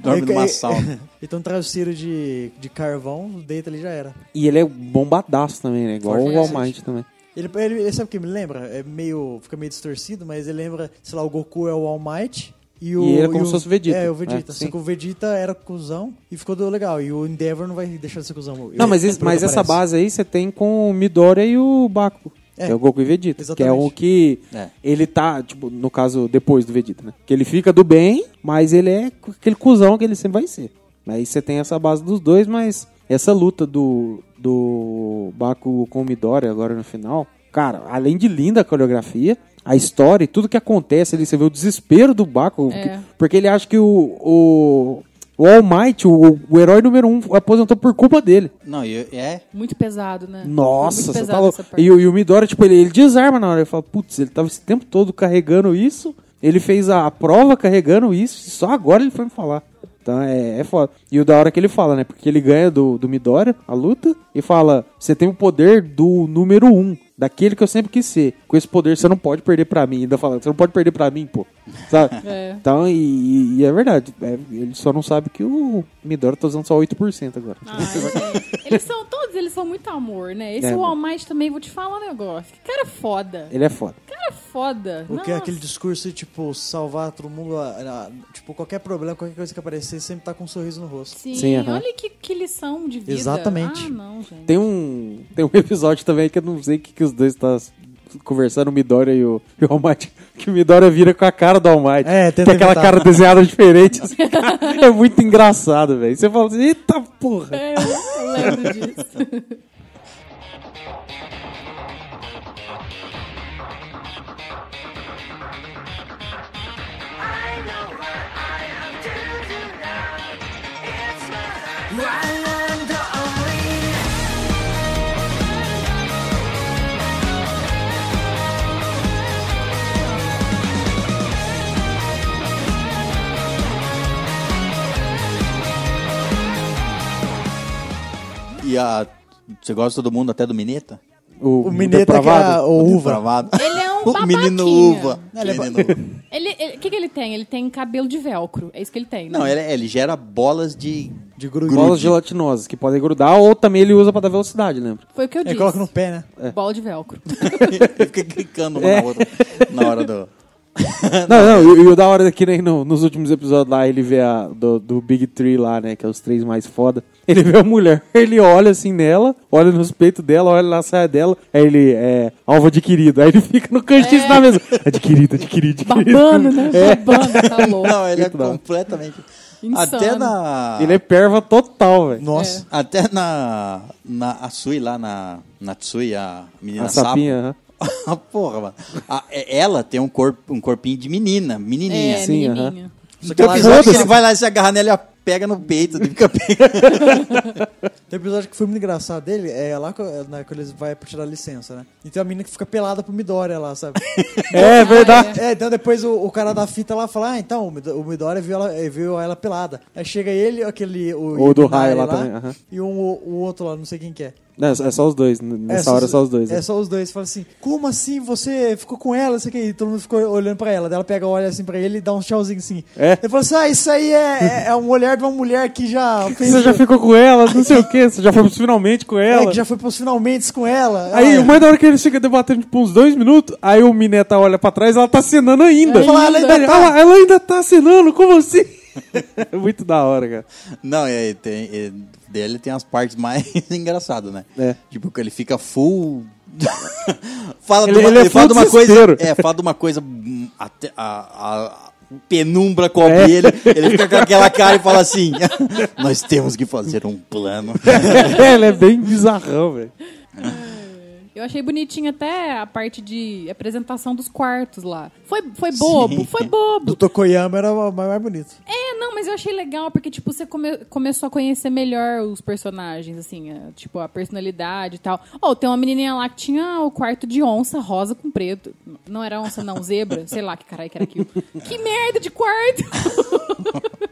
Speaker 2: Dorme
Speaker 6: Ele-
Speaker 2: numa
Speaker 6: ele-
Speaker 2: sauna.
Speaker 6: Ele tem um travesseiro de, de carvão, deita ali já era.
Speaker 5: E ele é bombadaço também, né? Igual
Speaker 6: Forte
Speaker 5: o All
Speaker 6: bastante.
Speaker 5: Might também.
Speaker 6: Ele, ele- ele- sabe o que me lembra? É meio, fica meio distorcido, mas ele lembra, sei lá, o Goku é o All Might. E, o,
Speaker 5: E ele é como
Speaker 6: o-
Speaker 5: se fosse o Vegeta.
Speaker 6: É, o Vegeta.
Speaker 5: É,
Speaker 6: só
Speaker 5: sim.
Speaker 6: que o Vegeta era cuzão e ficou do legal. E o Endeavor não vai deixar de ser cuzão. É,
Speaker 5: Não, mas, esse- mas essa base aí você tem com o Midoriya e o Bakugo.
Speaker 6: É.
Speaker 5: que é o Goku e Vegeta. Que é
Speaker 6: Exatamente.
Speaker 5: o que
Speaker 2: É.
Speaker 5: ele tá, tipo, no caso, depois do Vegeta, né? Que ele fica do bem, mas ele é cu- aquele cuzão que ele sempre vai ser. Aí você tem essa base dos dois, mas essa luta do, do Bakugo com o Midoriya agora no final, cara, além de linda a coreografia, a história e tudo que acontece ali, você vê o desespero do Bakugo,
Speaker 7: É.
Speaker 5: que- porque ele acha que o... o o All Might, o, o herói número um, aposentou por culpa dele.
Speaker 2: Não, e eu- é.
Speaker 7: Muito pesado, né?
Speaker 5: Nossa,
Speaker 7: Muito
Speaker 5: você
Speaker 7: pesado
Speaker 5: tá
Speaker 7: essa
Speaker 5: louco.
Speaker 7: parte.
Speaker 5: E, o- e o Midori, tipo, ele, ele desarma na hora. Ele fala, putz, ele tava esse tempo todo carregando isso, ele fez a, a prova carregando isso, e só agora ele foi me falar. Então é, é foda. E o da hora que ele fala, né? Porque ele ganha do, do Midori a luta e fala: você tem o poder do número um, daquele que eu sempre quis ser. Com esse poder você não pode perder pra mim. Ainda fala, você não pode perder pra mim, pô. Sabe?
Speaker 7: É.
Speaker 5: Então, e- e, e é verdade. É, ele só não sabe que o Midori tá usando só 8% agora.
Speaker 7: Ai, Ah, é, gente. eles são, todos eles são muito amor, né? Esse
Speaker 5: É,
Speaker 7: o All Might também, vou te falar um negócio. Que cara foda.
Speaker 5: Ele é foda.
Speaker 7: Cara foda.
Speaker 6: Porque
Speaker 7: Nossa.
Speaker 6: é aquele discurso de, tipo, salvar todo mundo, a- a- tipo, qualquer problema, qualquer coisa que aparecer, sempre tá com um sorriso no rosto.
Speaker 7: Sim,
Speaker 5: Sim, aham.
Speaker 7: olha que, que lição de vida.
Speaker 6: Exatamente.
Speaker 7: Ah, não, gente.
Speaker 5: Tem um, tem um episódio também que eu não sei o que, que os dois tá conversando o Midoriya e o, e o Almighty, que o Midoriya vira com a cara do Almighty.
Speaker 6: É, tenta
Speaker 5: Tem aquela
Speaker 6: imitar.
Speaker 5: cara desenhada diferente. assim, cara, é muito engraçado, velho. Você fala assim, eita porra.
Speaker 7: É, eu lembro disso.
Speaker 2: E a. Você gosta do mundo até do Mineta?
Speaker 6: O Mineta que é a, o Uva.
Speaker 2: Depravado.
Speaker 7: Ele é um
Speaker 2: O menino
Speaker 7: babaquinha.
Speaker 2: uva.
Speaker 6: Ele é ba-
Speaker 2: Menino uva.
Speaker 7: Ele, ele- o que, que ele tem? Ele tem cabelo de velcro. É isso que ele tem. né?
Speaker 2: Não, ele, ele gera bolas de.
Speaker 6: De grude.
Speaker 5: Bolas gelatinosas que podem grudar ou também ele usa pra dar velocidade, né? lembra?
Speaker 7: Foi o que eu
Speaker 6: Ele
Speaker 7: disse.
Speaker 6: coloca no pé, né?
Speaker 7: Bola de velcro.
Speaker 2: Ele fica clicando uma
Speaker 5: É.
Speaker 2: na outra na hora do.
Speaker 5: Não, não,
Speaker 6: é.
Speaker 5: e, e o da hora daqui, né, no- nos últimos episódios lá, ele vê a do, do Big Three lá, né, que é os três mais foda. Ele vê a mulher, ele olha assim nela, olha nos peitos dela, olha na saia dela, aí ele é alvo adquirido, aí ele fica no cantinho na mesa. Adquirido, adquirido, adquirido.
Speaker 7: Babando, né?
Speaker 5: É.
Speaker 7: Babando, tá louco.
Speaker 2: Não, ele é
Speaker 5: Muito bom.
Speaker 2: completamente.
Speaker 7: Insano.
Speaker 2: Até na.
Speaker 5: Ele é perva total, velho.
Speaker 6: Nossa.
Speaker 2: Até na. Na a Sui lá na. Na Tsui, a menina
Speaker 6: é
Speaker 5: A
Speaker 2: sapo.
Speaker 5: sapinha, aham.
Speaker 2: Ah, Porra, mano. A- é- ela tem um, corpo, um corpinho de menina, menininha.
Speaker 7: É,
Speaker 5: Sim,
Speaker 7: menininha.
Speaker 2: Só que ela
Speaker 5: Então,
Speaker 2: acha que
Speaker 5: foda-se.
Speaker 2: ele vai lá e se agarra nela e ela pega no peito. ele Fica pegando.
Speaker 6: Tem um episódio que foi muito engraçado dele, é lá que, na, que eles vai pra tirar licença, né? E tem uma menina que fica pelada pro Midoriya lá, sabe?
Speaker 5: É verdade.
Speaker 6: É, então depois o, o cara da fita lá fala, ah, então, o Mido- o Midoriya viu ela, eh, viu ela pelada. Aí chega ele, aquele... O,
Speaker 5: O do
Speaker 6: Iminari
Speaker 5: raio lá também, aham.
Speaker 6: E um, o outro lá, não sei quem que é.
Speaker 5: Não, É, só os dois, n-
Speaker 6: É,
Speaker 5: nessa hora só os dois.
Speaker 6: É,
Speaker 5: né?
Speaker 6: só os dois. Fala assim, como assim você ficou com ela? Não sei o que. E todo mundo ficou olhando pra ela. Daí ela pega, olha assim pra ele e dá um tchauzinho assim.
Speaker 5: É.
Speaker 6: Ele fala assim, ah, isso aí é, é, é um olhar de uma mulher que já fez...
Speaker 5: Você já ficou com ela, não sei o que, você já foi finalmente com
Speaker 6: é,
Speaker 5: ela.
Speaker 6: que já foi pros finalmente com ela.
Speaker 5: Aí,
Speaker 6: Ah,
Speaker 5: o mais da hora que eles ficam debatendo, tipo, uns dois minutos, aí o Mineta olha pra trás ela tá acenando ainda.
Speaker 6: Ela fala, "Ela ainda
Speaker 5: Ele,
Speaker 6: tá."
Speaker 5: "Ela- ela ainda tá acenando, como assim? É Muito da hora, cara.
Speaker 2: Não, e aí tem. e dele tem as partes mais engraçadas, né?
Speaker 5: É.
Speaker 2: Tipo, que ele fica full. fala
Speaker 5: Ele-
Speaker 2: de uma,
Speaker 5: ele é
Speaker 2: fala de
Speaker 5: full
Speaker 2: uma coisa.
Speaker 5: desespero.
Speaker 2: É, fala de uma coisa. hum, até- a, a- penumbra cobre
Speaker 5: É.
Speaker 2: ele. Ele fica com aquela cara e fala assim: Nós temos que fazer um plano.
Speaker 5: É, ele é bem bizarrão, velho.
Speaker 7: Eu achei bonitinho até a parte de apresentação dos quartos lá. Foi, foi bobo,
Speaker 2: Sim.
Speaker 7: foi bobo.
Speaker 6: Do Tokoyama era o mais mais bonito.
Speaker 7: É, não, mas eu achei legal, porque, tipo, você come- começou a conhecer melhor os personagens, assim, a- tipo, a personalidade e tal. Ou tem uma menininha lá que tinha o quarto de onça rosa com preto. Não era onça, não, zebra. Sei lá que caralho que era aquilo. que merda de quarto!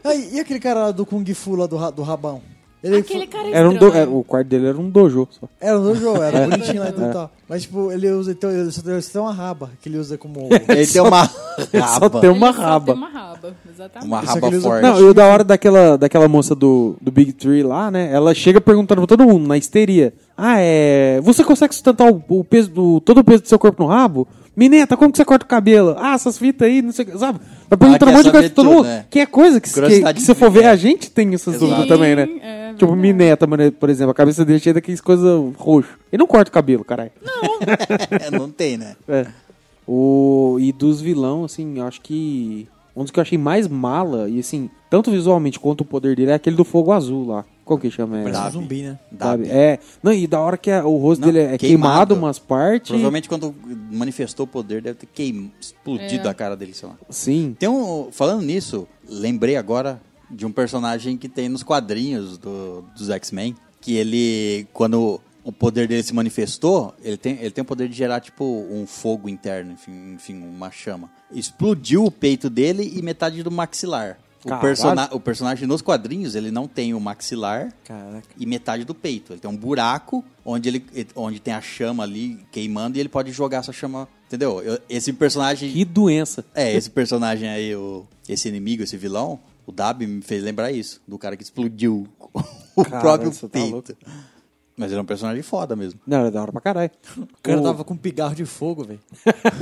Speaker 6: Ah, e e aquele cara lá do Kung Fu lá do, ra- do Rabão? Ele
Speaker 7: Aquele
Speaker 6: fa-
Speaker 7: cara
Speaker 5: Era um do-
Speaker 7: Tá estranho.
Speaker 5: era- o quarto dele era um dojo só.
Speaker 6: Era no jogo, era bonitinho lá e tudo e tal. Mas, tipo, ele usa. Então, ele só ele só tem uma raba que ele usa como.
Speaker 5: É
Speaker 2: Ele tem uma
Speaker 5: Ele só
Speaker 2: raba.
Speaker 5: tem uma
Speaker 7: Ele só
Speaker 5: raba.
Speaker 7: Tem uma raba, exatamente.
Speaker 2: Uma
Speaker 6: Só que ele
Speaker 2: raba
Speaker 6: usa-
Speaker 2: forte.
Speaker 5: Não, e o da hora daquela, daquela moça do, do Big Tree lá, né? Ela chega perguntando pra todo mundo, na histeria. Ah, é. Você consegue sustentar o, o peso do. todo o peso do seu corpo no rabo? Mineta, como que você corta o cabelo? Ah, essas fitas aí, não sei o que. Sabe? Vai perguntando
Speaker 2: quer
Speaker 5: um monte de coisa
Speaker 2: saber
Speaker 5: pra todo
Speaker 2: tudo,
Speaker 5: mundo.
Speaker 2: né?
Speaker 5: Que é coisa que, que,
Speaker 2: Curiosidade
Speaker 5: que se for ver,
Speaker 2: é.
Speaker 5: a gente tem essas
Speaker 2: Exato.
Speaker 5: dúvidas também, né?
Speaker 7: Sim, é
Speaker 5: tipo,
Speaker 7: verdade.
Speaker 5: Mineta, mano, por exemplo, a cabeça dele é cheia daqueles coisas roxo. Ele não corta o cabelo, caralho.
Speaker 2: É, não tem, né?
Speaker 5: É. O, e dos vilão, assim, eu acho que. Um dos que eu achei mais mala, e assim, tanto visualmente quanto o poder dele, é aquele do fogo azul lá. Qual que chama? É,
Speaker 6: Parece um
Speaker 2: Dab.
Speaker 6: zumbi, né?
Speaker 2: Dab.
Speaker 5: É. Não, e da hora que a- o rosto
Speaker 2: Não,
Speaker 5: dele é queimado,
Speaker 2: queimado.
Speaker 5: umas partes.
Speaker 2: Provavelmente quando manifestou o poder deve ter queim... explodido a cara dele, sei lá.
Speaker 5: Sim.
Speaker 2: Tem um, falando nisso, lembrei agora de um personagem que tem nos quadrinhos do, dos X-Men, que ele, quando o poder dele se manifestou, ele tem, ele tem o poder de gerar, tipo, um fogo interno, enfim, enfim, uma chama. Explodiu o peito dele e metade do maxilar. O,
Speaker 5: Caralho.
Speaker 2: persona o personagem nos quadrinhos, ele não tem o maxilar e metade do peito. Ele tem um buraco onde, ele, onde tem a chama ali queimando e ele pode jogar essa chama, entendeu? Eu- esse personagem...
Speaker 5: Que doença.
Speaker 2: É, esse personagem aí, o, esse inimigo, esse vilão, o Dab me fez lembrar isso, do cara que explodiu o
Speaker 5: Caralho,
Speaker 2: próprio
Speaker 5: você tá
Speaker 2: peito. Mas ele é um personagem foda mesmo.
Speaker 5: Não, era da hora pra caralho.
Speaker 6: O cara
Speaker 5: O-
Speaker 6: tava com um pigarro de fogo, velho.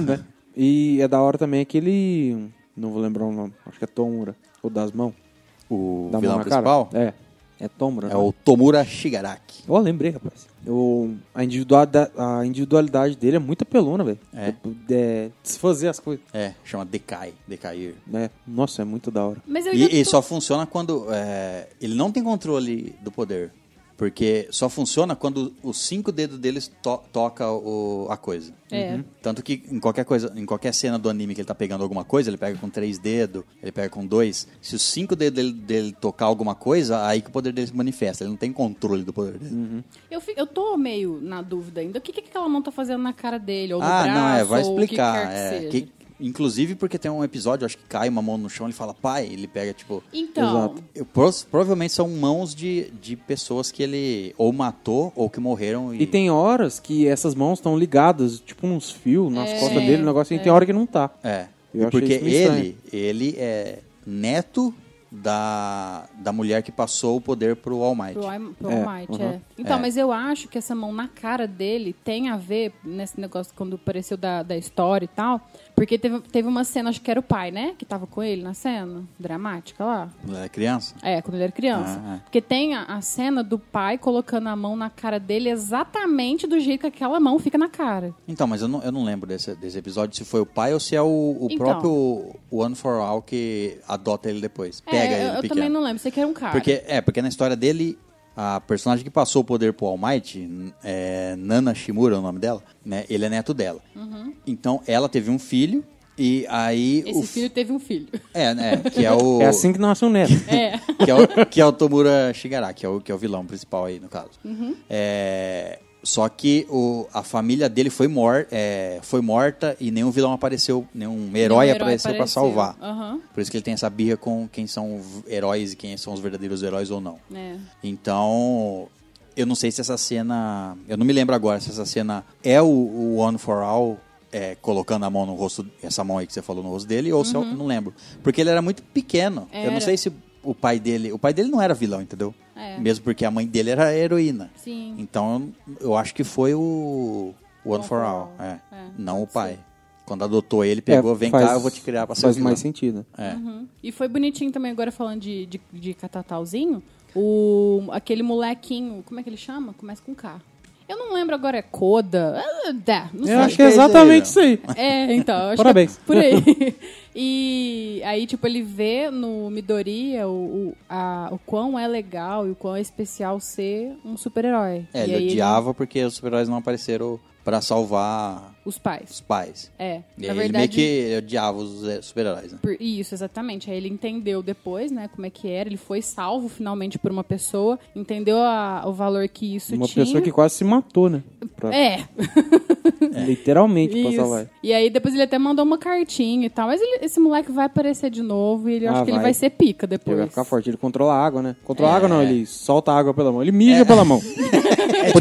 Speaker 5: né? E é da hora também aquele. Não vou lembrar o nome. Acho que é Tomura. Ou das mãos.
Speaker 2: O
Speaker 5: Da mão
Speaker 2: vilão
Speaker 5: na cara.
Speaker 2: principal?
Speaker 5: É. É Tomura,
Speaker 2: É o Tomura Shigaraki.
Speaker 5: Ó, lembrei, rapaz. Eu, a, individualidade, a individualidade dele é muito apelona, velho.
Speaker 2: É.
Speaker 5: é. Desfazer as coisas.
Speaker 2: É, chama Decai, Decair.
Speaker 5: né? Nossa, é muito da hora.
Speaker 7: Mas eu ainda
Speaker 2: E, e
Speaker 7: tô-
Speaker 2: só funciona quando. é, ele não tem controle do poder. Porque só funciona quando os cinco dedos deles to toca o- a coisa. Uhum.
Speaker 7: É.
Speaker 2: Tanto que em qualquer coisa, em qualquer cena do anime que ele tá pegando alguma coisa, ele pega com três dedos, ele pega com dois. Se os cinco dedos dele, dele tocar alguma coisa, aí que o poder dele se manifesta. Ele não tem controle do poder dele.
Speaker 7: Eu, fi- eu tô meio na dúvida ainda. O que, que aquela mão tá fazendo na cara dele? Ou no
Speaker 2: Ah,
Speaker 7: braço,
Speaker 2: não, é, vai
Speaker 7: ou o
Speaker 2: explicar. é,
Speaker 7: Que quer que seja.
Speaker 2: que- inclusive porque tem um episódio, acho que cai uma mão no chão, ele fala pai, ele pega tipo.
Speaker 7: Então,
Speaker 5: Exato.
Speaker 2: Eu- pro- provavelmente são mãos de, de pessoas que ele ou matou ou que morreram. E,
Speaker 5: E tem horas que essas mãos estão ligadas, tipo uns fios nas
Speaker 7: É.
Speaker 5: costas dele, um negócio, e tem hora que não tá.
Speaker 2: É.
Speaker 5: Eu achei
Speaker 2: porque
Speaker 5: isso meio estranho.
Speaker 2: ele, ele é neto da, da mulher que passou o poder pro All Might.
Speaker 7: pro, All- pro
Speaker 5: É,
Speaker 7: All Might,
Speaker 5: uhum.
Speaker 7: é. Então,
Speaker 2: É.
Speaker 7: mas eu acho que essa mão na cara dele tem a ver nesse negócio quando apareceu da, da história e tal. Porque teve, teve uma cena, acho que era o pai, né? Que tava com ele na cena dramática lá.
Speaker 2: Quando ela era criança?
Speaker 7: É, quando ele era criança.
Speaker 2: Ah, é.
Speaker 7: Porque tem a, a cena do pai colocando a mão na cara dele exatamente do jeito que aquela mão fica na cara.
Speaker 2: Então, mas eu não, eu não lembro desse, desse episódio se foi o pai ou se é o, o
Speaker 7: Então.
Speaker 2: próprio One for All que adota ele depois. Pega
Speaker 7: é,
Speaker 2: ele
Speaker 7: eu, eu
Speaker 2: pequeno.
Speaker 7: também não lembro. Sei que era um cara.
Speaker 2: Porque, é, porque na história dele, a personagem que passou o poder pro All Might, n- é, Nana Shimura é o nome dela, né? Ele é neto dela. Então, ela teve um filho e aí...
Speaker 7: Uhum. Esse
Speaker 2: o fi-
Speaker 7: filho teve um filho.
Speaker 2: É, né? Que é o...
Speaker 5: É assim que nasce um neto.
Speaker 7: É.
Speaker 2: que, é o, que é o Tomura Shigaraki, que é o, que é o vilão principal aí, no caso.
Speaker 7: Uhum.
Speaker 2: É, só que o, a família dele foi, mor, é, foi morta e nenhum vilão apareceu, nenhum herói,
Speaker 7: herói
Speaker 2: apareceu pra
Speaker 7: apareceu.
Speaker 2: salvar.
Speaker 7: Aham.
Speaker 2: Por isso que ele tem essa birra com quem são v- heróis e quem são os verdadeiros heróis ou não.
Speaker 7: É.
Speaker 2: Então, eu não sei se essa cena. Eu não me lembro agora se essa cena é o, o One for All. é, colocando a mão no rosto, essa mão aí que você falou no rosto dele, ou se eu não lembro. Porque ele era muito pequeno. Eu não
Speaker 7: Uhum. Era.
Speaker 2: sei se o pai dele. O pai dele não era vilão, entendeu?
Speaker 7: É.
Speaker 2: Mesmo porque a mãe dele era heroína.
Speaker 7: Sim.
Speaker 2: Então eu acho que foi o o One for All. é.
Speaker 7: É,
Speaker 2: Não o
Speaker 7: pode
Speaker 2: pai. Quando adotou ele, pegou,
Speaker 5: É,
Speaker 2: vem
Speaker 5: faz-
Speaker 2: cá, eu vou te criar pra ser o
Speaker 5: Faz
Speaker 2: vilão.
Speaker 5: mais sentido.
Speaker 2: É.
Speaker 7: E foi bonitinho também, agora falando de, de, de catatauzinho, o, aquele molequinho, como é que ele chama? Começa com K. Eu não lembro agora, é Coda? Ah, dá, não
Speaker 5: Eu
Speaker 7: sei.
Speaker 5: acho que é exatamente isso aí.
Speaker 7: É, então. eu Acho
Speaker 5: Parabéns.
Speaker 7: Que é por aí. E aí, tipo, ele vê no Midoriya o, o, a- o quão é legal e o quão é especial ser um super-herói.
Speaker 2: É,
Speaker 7: e
Speaker 2: ele
Speaker 7: aí né?
Speaker 2: odiava porque os super-heróis não apareceram pra salvar
Speaker 7: os
Speaker 2: os
Speaker 7: pais.
Speaker 2: pais.
Speaker 7: É.
Speaker 2: E
Speaker 7: na
Speaker 2: aí
Speaker 7: verdade,
Speaker 2: ele meio que odiava os eh, super-heróis, né?
Speaker 7: Por- isso, exatamente. Aí ele entendeu depois, né, como é que era. Ele foi salvo finalmente por uma pessoa, entendeu a- o valor que isso
Speaker 5: Uma
Speaker 7: tinha.
Speaker 5: pessoa que quase se matou, né? Pra-
Speaker 7: É,
Speaker 5: Literalmente, pra
Speaker 7: isso.
Speaker 5: salvar.
Speaker 7: E aí depois ele até mandou uma cartinha e tal. Mas ele- esse moleque vai aparecer de novo e ele, eu
Speaker 5: Ah,
Speaker 7: acho que ele
Speaker 5: vai.
Speaker 7: vai ser pica
Speaker 5: Ele
Speaker 7: depois.
Speaker 5: vai ficar forte, ele controla a água, né? Controla a água não, ele solta a água pela mão. Ele mija pela mão. Por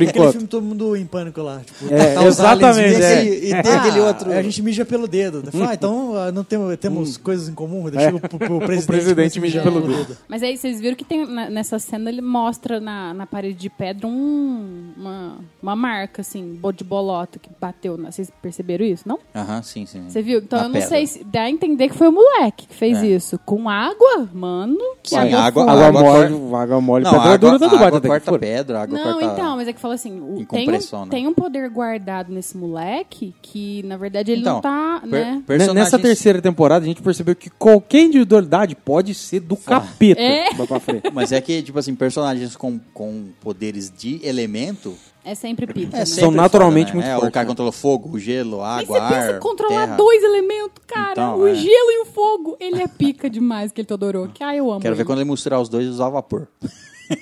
Speaker 6: É, tipo Aquele
Speaker 5: enquanto.
Speaker 6: filme todo mundo em pânico lá. Tipo,
Speaker 5: É,
Speaker 6: tá os aliens,
Speaker 5: exatamente,
Speaker 6: E,
Speaker 5: é.
Speaker 6: aquele, e tem
Speaker 2: Ah.
Speaker 6: aquele outro. É, A gente mija pelo dedo. Fala, ah, então ah, não tem, temos coisas em comum. Deixa É. o, pro- pro presidente,
Speaker 5: presidente mija
Speaker 6: mijar
Speaker 5: pelo dedo.
Speaker 7: Mas aí vocês viram que tem na- nessa cena ele mostra na, na parede de pedra um- uma, uma marca, assim, bo- de bolota que bateu. na- Vocês perceberam isso? Não?
Speaker 2: Aham, sim, sim.
Speaker 7: Você viu? Então
Speaker 2: Na
Speaker 7: eu não
Speaker 2: pedra.
Speaker 7: sei se dá a entender que foi o moleque que fez
Speaker 2: É.
Speaker 7: isso. Com água, mano. Que
Speaker 2: Sim,
Speaker 7: água,
Speaker 2: água-
Speaker 7: funda.
Speaker 5: Água,
Speaker 2: água
Speaker 5: mole,
Speaker 2: corta-
Speaker 5: água mole,
Speaker 2: Não,
Speaker 5: pedra
Speaker 2: água,
Speaker 5: dura, tanto
Speaker 2: água
Speaker 5: bate até que
Speaker 2: corta
Speaker 5: fora.
Speaker 2: pedra, água
Speaker 7: Não,
Speaker 2: corta...
Speaker 7: então, mas é que fala assim, o-
Speaker 2: em
Speaker 7: tem
Speaker 2: compressão,
Speaker 7: um,
Speaker 2: né?
Speaker 7: tem um poder guardado nesse moleque que, na verdade, ele não
Speaker 2: Então,
Speaker 7: tá,
Speaker 2: per-
Speaker 7: né?
Speaker 5: N-
Speaker 2: personagens-
Speaker 5: Nessa terceira temporada, a gente percebeu que qualquer individualidade pode ser do
Speaker 2: Ah.
Speaker 5: capeta.
Speaker 7: É.
Speaker 5: Vai pra frente.
Speaker 2: Mas é que, tipo assim, personagens com, com poderes de elemento
Speaker 7: É sempre pica,
Speaker 2: é
Speaker 7: né?
Speaker 2: sempre
Speaker 5: São naturalmente
Speaker 2: foda, né?
Speaker 5: muito
Speaker 2: É,
Speaker 5: fortes,
Speaker 2: O cara
Speaker 5: né?
Speaker 2: controla fogo, o gelo, a
Speaker 7: Mas
Speaker 2: água,
Speaker 7: você pensa
Speaker 2: ar,
Speaker 7: em controlar
Speaker 2: terra.
Speaker 7: dois elementos, cara.
Speaker 2: Então,
Speaker 7: o
Speaker 2: é.
Speaker 7: gelo e o fogo. Ele é pica demais, que ele Todoroki. Que ai, eu amo.
Speaker 2: Quero ver
Speaker 7: ele.
Speaker 2: quando ele misturar os dois e usar vapor.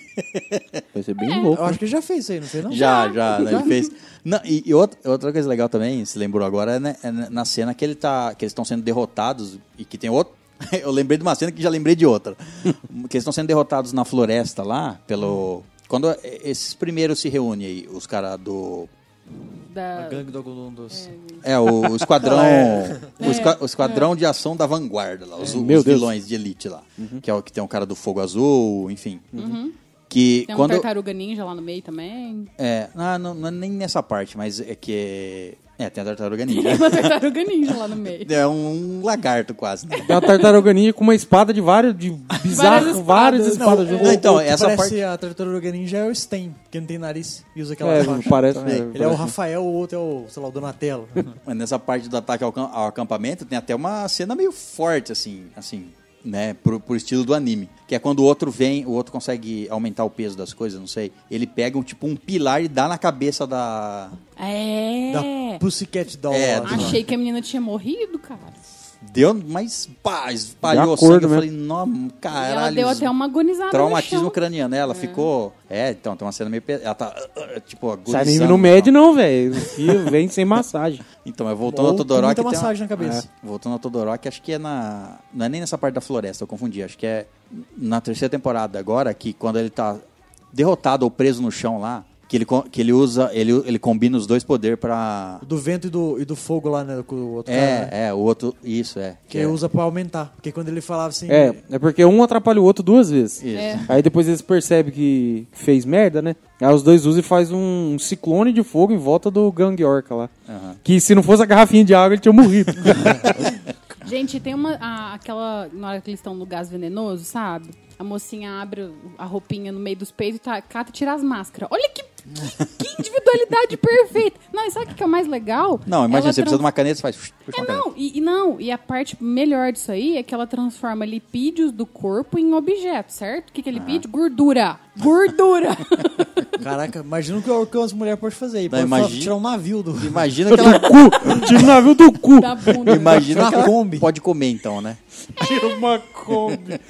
Speaker 5: Vai ser
Speaker 7: É,
Speaker 5: bem louco.
Speaker 6: Eu acho que ele já fez isso aí, não sei não.
Speaker 2: Já, já, né? Ele fez. Não, e e outra, outra coisa legal também, se lembrou agora, é, né, é na cena que ele tá. Que eles estão sendo derrotados e que tem outro. Eu lembrei de uma cena que já lembrei de outra. que eles estão sendo derrotados na floresta lá, pelo. Quando é, esses primeiros se reúnem aí, os caras do.
Speaker 7: Da-
Speaker 6: Gangue do Agulon dos...
Speaker 2: É, o, o esquadrão. o, esqua- o esquadrão de ação da vanguarda lá, os, os
Speaker 5: é- Meu Deus.
Speaker 2: vilões de elite lá. Que é o que tem o cara do fogo azul, enfim. Que
Speaker 7: Tem um
Speaker 2: quando.
Speaker 7: tartaruga ninja lá no meio também.
Speaker 2: É, ah, não, não é nem nessa parte, mas é que É, tem a tartaruga ninja.
Speaker 7: Tem uma tartaruga ninja lá no meio.
Speaker 2: É um lagarto quase, né?
Speaker 5: É uma tartaruga ninja com uma espada de vários, de bizarro,
Speaker 7: espadas.
Speaker 5: várias
Speaker 7: Não,
Speaker 5: espadas junto.
Speaker 2: Não, então,
Speaker 6: o que
Speaker 2: essa
Speaker 6: parece
Speaker 2: parte-
Speaker 6: a tartaruga ninja é o Stain, que não tem nariz e usa aquela
Speaker 5: É,
Speaker 6: faixa.
Speaker 5: parece.
Speaker 2: Ele
Speaker 6: Ele é o Rafael, o outro é o, sei lá, o Donatello.
Speaker 2: Mas nessa parte do ataque ao, cam- ao acampamento tem até uma cena meio forte, assim, assim, né? Pro, pro estilo do anime. Que é quando o outro vem, o outro consegue aumentar o peso das coisas, não sei. Ele pega um tipo um pilar e dá na cabeça da.
Speaker 7: É.
Speaker 6: Da Pussycat Doll.
Speaker 2: É,
Speaker 6: lá,
Speaker 2: do-
Speaker 6: lá.
Speaker 7: Achei que a menina tinha morrido, cara.
Speaker 2: Deu, mas pá, espalhou
Speaker 5: Deu
Speaker 2: o sangue.
Speaker 5: acordo
Speaker 2: Eu
Speaker 5: mesmo.
Speaker 2: falei, não,
Speaker 7: E
Speaker 2: caralho.
Speaker 7: ela deu até uma agonizada
Speaker 2: Ah, Traumatismo
Speaker 7: no chão.
Speaker 2: craniano, né? Ela ficou. É, então, tem uma cena meio. pe- Ela tá, ah, ah, tipo,
Speaker 5: Esse
Speaker 2: agonizando.
Speaker 5: anime não mede, não, velho. O filho vem sem massagem.
Speaker 2: Então, é voltando ao
Speaker 6: Ou tem
Speaker 2: Todoroki.
Speaker 6: muita
Speaker 2: tem uma-
Speaker 6: massagem na cabeça.
Speaker 2: Voltando ao Todoroki, acho que é na. Não é nem nessa parte da floresta, eu confundi. Acho que é na terceira temporada agora, que quando ele tá derrotado ou preso no chão lá, que ele, co- que ele usa. Ele, ele combina os dois poderes pra.
Speaker 6: Do vento e do, e do fogo lá, né, com o outro cara, né?
Speaker 2: É, é, o outro. Isso, é.
Speaker 6: Que
Speaker 2: é,
Speaker 6: ele usa pra aumentar. Porque quando ele falava assim...
Speaker 5: É, é porque um atrapalha o outro duas vezes.
Speaker 2: Isso.
Speaker 5: Aí depois eles percebem que fez merda, né? Aí os dois usam e faz um ciclone de fogo em volta do Gang Orca lá.
Speaker 2: Aham.
Speaker 5: Que se não fosse a garrafinha de água, ele tinha morrido.
Speaker 7: Gente, tem uma. a- aquela. Na hora que eles estão no gás venenoso, sabe? A mocinha abre o- a roupinha no meio dos peitos e tá- cata e tira as máscaras. Olha que, que, que individualidade perfeita! Não, e sabe o que que é o mais legal?
Speaker 2: Não, imagina,
Speaker 7: Ela
Speaker 2: você precisa
Speaker 7: trans-
Speaker 2: de uma caneta, você faz. puxa uma
Speaker 7: É,
Speaker 2: caneta.
Speaker 7: não e, e não, e a parte melhor disso aí é que ela transforma lipídios do corpo em objetos, certo? O que, que é lipídio? Gordura. Gordura!
Speaker 6: Caraca, imagina o que o que as mulheres podem fazer. aí.
Speaker 2: Não,
Speaker 6: Pode
Speaker 2: imagina-
Speaker 6: tirar um navio do...
Speaker 2: Imagina que ela.
Speaker 5: cu! Tira o navio é do cu!
Speaker 7: É da bunda.
Speaker 2: Imagina que ela
Speaker 6: Kombi.
Speaker 2: pode comer, então, né?
Speaker 5: Tira uma Kombi.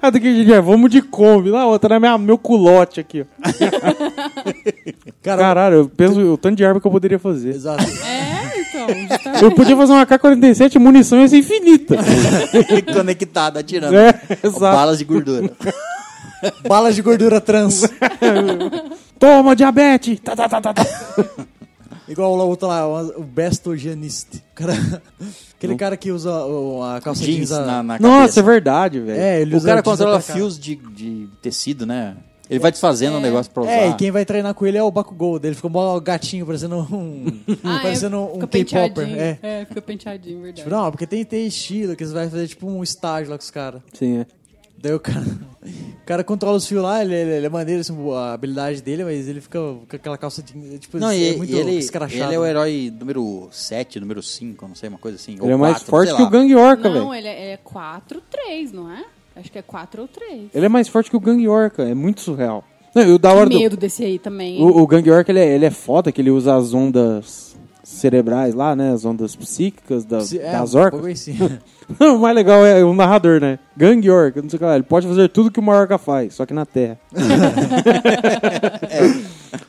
Speaker 5: Ah, do que a gente é? Vamos de Kombi. Lá, outra na minha, meu culote aqui. ó.
Speaker 6: Cara,
Speaker 5: Caralho, eu penso o tanto de arma que eu poderia fazer.
Speaker 6: Exato.
Speaker 7: É, então. justamente.
Speaker 5: Eu podia fazer uma K-47, munição ia ser infinita.
Speaker 2: Conectada, atirando.
Speaker 5: É, exato.
Speaker 2: Balas de gordura.
Speaker 6: Balas de gordura trans.
Speaker 5: Toma, diabetes! Tá, tá, tá, tá, tá.
Speaker 6: Igual o outro lá, o Bestogianist. Cara, aquele cara que usa o- a calça
Speaker 2: Jeans
Speaker 6: jeans. a-
Speaker 2: na, na
Speaker 5: Nossa, é
Speaker 2: tá, cabeça.
Speaker 5: verdade, velho.
Speaker 6: É, ele
Speaker 2: O
Speaker 6: usa
Speaker 2: cara
Speaker 6: jeans
Speaker 2: controla
Speaker 6: pra cá.
Speaker 2: fios de, de tecido, né? Ele vai desfazendo o negócio pra usar.
Speaker 6: É, e quem vai treinar com ele é o Bakugou dele. Ficou mó gatinho, parecendo um.
Speaker 7: Ah, é,
Speaker 6: parecendo um
Speaker 7: fica
Speaker 6: K-Popper.
Speaker 7: penteadinho.
Speaker 6: É.
Speaker 7: é, fica penteadinho, verdade.
Speaker 6: Tipo, não, porque tem, tem estilo que você vai fazer tipo um estágio lá com os caras.
Speaker 5: Sim, é.
Speaker 6: Daí o cara. O cara controla os fios lá, ele, ele- ele é maneiro, assim, a habilidade dele, mas ele fica com aquela calça de. Tipo,
Speaker 2: Não,
Speaker 6: é
Speaker 2: e,
Speaker 6: muito
Speaker 2: e ele,
Speaker 6: escrachado.
Speaker 2: ele é o
Speaker 7: né?
Speaker 2: herói número 7, número 5, não sei, uma coisa assim.
Speaker 5: Ele é mais forte que o
Speaker 2: Gangue.
Speaker 5: Gang Orca, velho.
Speaker 7: Não, ele é 4 ou 3, não é? Acho que é 4 ou 3.
Speaker 5: Ele é mais forte que o Gang Orca, é muito surreal. Não, e o da É hora do...
Speaker 7: medo desse aí também. hein?
Speaker 5: O, o Gang Orca, ele é, ele é foda, que ele usa as ondas cerebrais lá, né? As ondas psíquicas da-
Speaker 6: Se- é,
Speaker 5: das
Speaker 6: um
Speaker 5: orcas.
Speaker 6: pouco assim.
Speaker 5: o mais legal é o narrador, né? Gang Orca, não sei o que lá. Ele pode fazer tudo que uma orca faz, só que na Terra.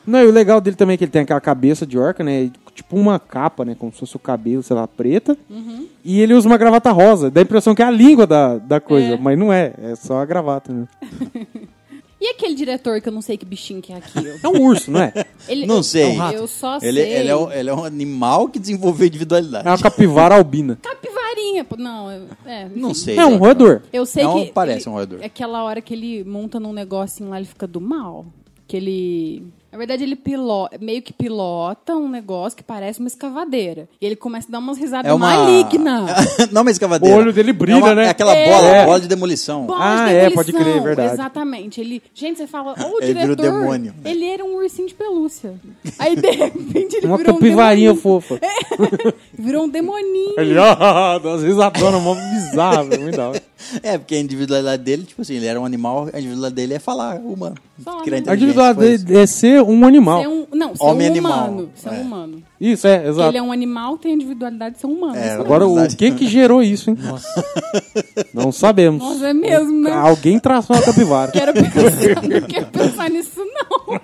Speaker 5: Não, e o legal dele também é que ele tem aquela cabeça de orca, né? e Tipo uma capa, né? Como se fosse o cabelo, sei lá, preta. E ele usa uma gravata rosa. Dá a impressão que é a língua da, da coisa, mas não é. É só a gravata, né?
Speaker 7: E aquele diretor que eu não sei que bichinho que é aquilo?
Speaker 5: É um urso, não é?
Speaker 7: Ele-
Speaker 2: Não sei.
Speaker 7: Eu só
Speaker 2: Ele,
Speaker 7: sei.
Speaker 2: ele é um, ele é um animal que desenvolveu individualidade.
Speaker 5: É uma capivara albina.
Speaker 7: Capivarinha. pô, Não, eu- é. enfim.
Speaker 2: Não sei.
Speaker 5: É um
Speaker 2: Zé.
Speaker 5: roedor.
Speaker 7: Eu sei
Speaker 2: Não
Speaker 7: que.
Speaker 2: parece
Speaker 7: ele- é
Speaker 2: um roedor.
Speaker 7: Aquela hora que ele monta num negocinho lá, ele fica do mal. Que ele. Na verdade, ele pilo... meio que pilota um negócio que parece uma escavadeira. E ele começa a dar umas risadas
Speaker 2: É uma...
Speaker 7: malignas.
Speaker 2: não uma escavadeira.
Speaker 5: O olho dele brilha,
Speaker 2: É uma-
Speaker 5: né?
Speaker 2: É aquela
Speaker 5: É.
Speaker 2: bola,
Speaker 5: É.
Speaker 2: bola de demolição.
Speaker 5: Ah,
Speaker 7: Bola de
Speaker 5: é,
Speaker 7: demolição.
Speaker 5: pode crer, é verdade.
Speaker 7: Exatamente. Ele, gente, você fala, ô, o
Speaker 2: Ele vira
Speaker 7: diretor,
Speaker 2: o demônio.
Speaker 7: ele era um ursinho de pelúcia. Aí, de repente, ele
Speaker 5: Uma
Speaker 7: virou
Speaker 5: capivarinha
Speaker 7: um demoninho.
Speaker 5: fofa.
Speaker 7: Virou um demoninho.
Speaker 5: Ele, ah, às vezes adora, mó bizarro, velho, muito da hora.
Speaker 2: É, porque a individualidade dele, tipo assim, ele era um animal, a individualidade dele é falar humano.
Speaker 7: Falar,
Speaker 2: Criar
Speaker 7: né?
Speaker 5: A
Speaker 2: inteligência,
Speaker 5: individualidade
Speaker 2: coisas.
Speaker 5: dele é ser um animal.
Speaker 7: Ser um, não, ser
Speaker 2: Homem
Speaker 7: um
Speaker 2: animal.
Speaker 7: humano. Ser
Speaker 2: É.
Speaker 7: um humano.
Speaker 5: Isso, é,
Speaker 7: Porque
Speaker 5: exato.
Speaker 7: Ele é um animal, tem a individualidade de ser humano.
Speaker 2: É,
Speaker 7: Isso mesmo.
Speaker 5: Agora, o
Speaker 2: Verdade.
Speaker 5: que que gerou isso, hein? Não sabemos.
Speaker 7: Nossa, é mesmo, né?
Speaker 5: Alguém traçou uma capivara.
Speaker 7: Quero pensar, não quero pensar nisso, não.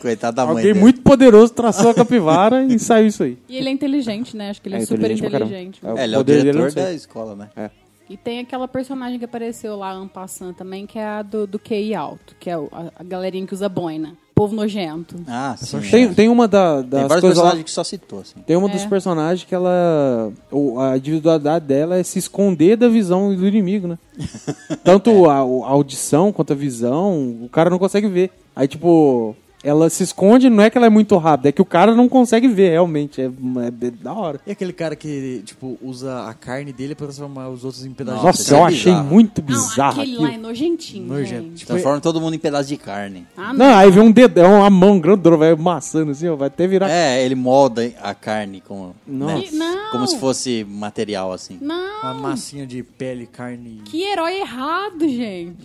Speaker 2: Coitado da mãe
Speaker 5: Alguém
Speaker 2: dele.
Speaker 5: muito poderoso traçou a capivara e saiu isso aí.
Speaker 7: E ele é inteligente, né? Acho que ele é,
Speaker 5: É
Speaker 7: super
Speaker 5: inteligente pra caramba.
Speaker 7: inteligente.
Speaker 5: É o-
Speaker 2: É, ele é o
Speaker 5: poder dele, eu
Speaker 2: diretor
Speaker 5: não sei.
Speaker 2: da escola, né?
Speaker 7: E tem aquela personagem que apareceu lá, Ampassan, também, que é a do, do QI alto, que é o- a, a galerinha que usa boina. Povo nojento.
Speaker 2: Ah, sim.
Speaker 5: Tem,
Speaker 2: é.
Speaker 5: tem uma da,
Speaker 2: Tem
Speaker 5: das
Speaker 2: vários
Speaker 5: coisas lá-
Speaker 2: personagens que só citou, assim.
Speaker 5: Tem uma dos
Speaker 7: É.
Speaker 5: personagens que ela. o- A individualidade dela é se esconder da visão do inimigo, né?
Speaker 2: É.
Speaker 5: Tanto a, o- a audição quanto a visão, o cara não consegue ver. Aí, tipo, Ela se esconde, não é que ela é muito rápida, é que o cara não consegue ver realmente. É, é da hora.
Speaker 6: E aquele cara que, tipo, usa a carne dele pra transformar os outros em pedaços.
Speaker 5: Nossa,
Speaker 2: isso é
Speaker 5: eu achei
Speaker 2: bizarro.
Speaker 5: muito
Speaker 7: Não,
Speaker 5: bizarro
Speaker 7: aquele
Speaker 5: aquilo.
Speaker 7: lá é nojentinho,
Speaker 6: Nojento. Tipo,
Speaker 7: gente.
Speaker 2: Transforma todo mundo em pedaço de carne.
Speaker 7: Ah, não.
Speaker 5: Não, aí vem um dedão, uma mão grandona, vai maçando assim, ó, vai até virar.
Speaker 2: É, ele molda a carne com,
Speaker 5: Nossa.
Speaker 2: né?
Speaker 7: Que- não.
Speaker 2: como se fosse material assim.
Speaker 7: Não,
Speaker 5: Ah.
Speaker 6: Uma massinha de pele, carne.
Speaker 7: que herói errado, gente.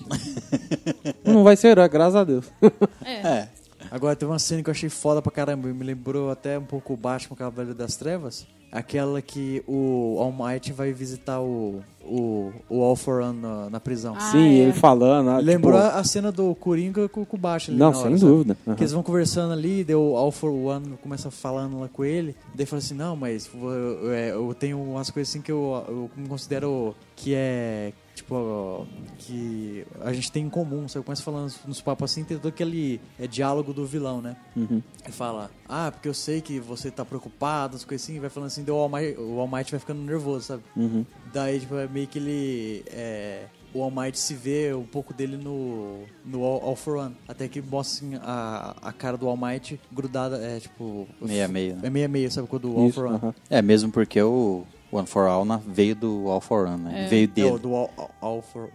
Speaker 5: Não vai ser herói, graças a Deus.
Speaker 2: É.
Speaker 6: Agora tem uma cena que eu achei foda pra caramba. e Me lembrou até um pouco o Batman Cavaleiro das Trevas. Aquela que o All Might vai visitar o, o, o All For One na, na prisão.
Speaker 7: Ah,
Speaker 5: Sim,
Speaker 7: é.
Speaker 5: ele falando. ah,
Speaker 6: Lembrou
Speaker 5: tipo,
Speaker 6: a cena do Coringa com, com o Batman. ali né,
Speaker 5: Não,
Speaker 6: na hora,
Speaker 5: sem
Speaker 6: sabe?
Speaker 5: dúvida. Aham.
Speaker 6: Que eles vão conversando ali, deu All for One, começa falando lá com ele, daí fala assim, não, mas eu, eu- é, eu tenho umas coisas assim que eu, eu me considero que é, tipo, ó, que a gente tem em comum, sabe? Começa falando nos papos assim, tem todo aquele é, diálogo do vilão, né?
Speaker 5: Uhum.
Speaker 6: Ele fala, ah, porque eu sei que você tá preocupado, as coisas assim, e vai falando assim, deu o All Might, o All Might vai ficando nervoso, sabe?
Speaker 5: Uhum.
Speaker 6: Daí, tipo, é meio que ele. É, o All Might se vê um pouco dele no, no All, All For One. Até que mostra assim, a, a cara do All Might grudada, é tipo.
Speaker 2: Meio a meio, né?
Speaker 6: É meia meia, sabe? Quando o All
Speaker 5: Isso,
Speaker 6: For One.
Speaker 5: aham.
Speaker 2: É, mesmo porque o One for All na- veio do All for One, né? Veio
Speaker 6: É, o
Speaker 2: dele.
Speaker 6: do All, All- All For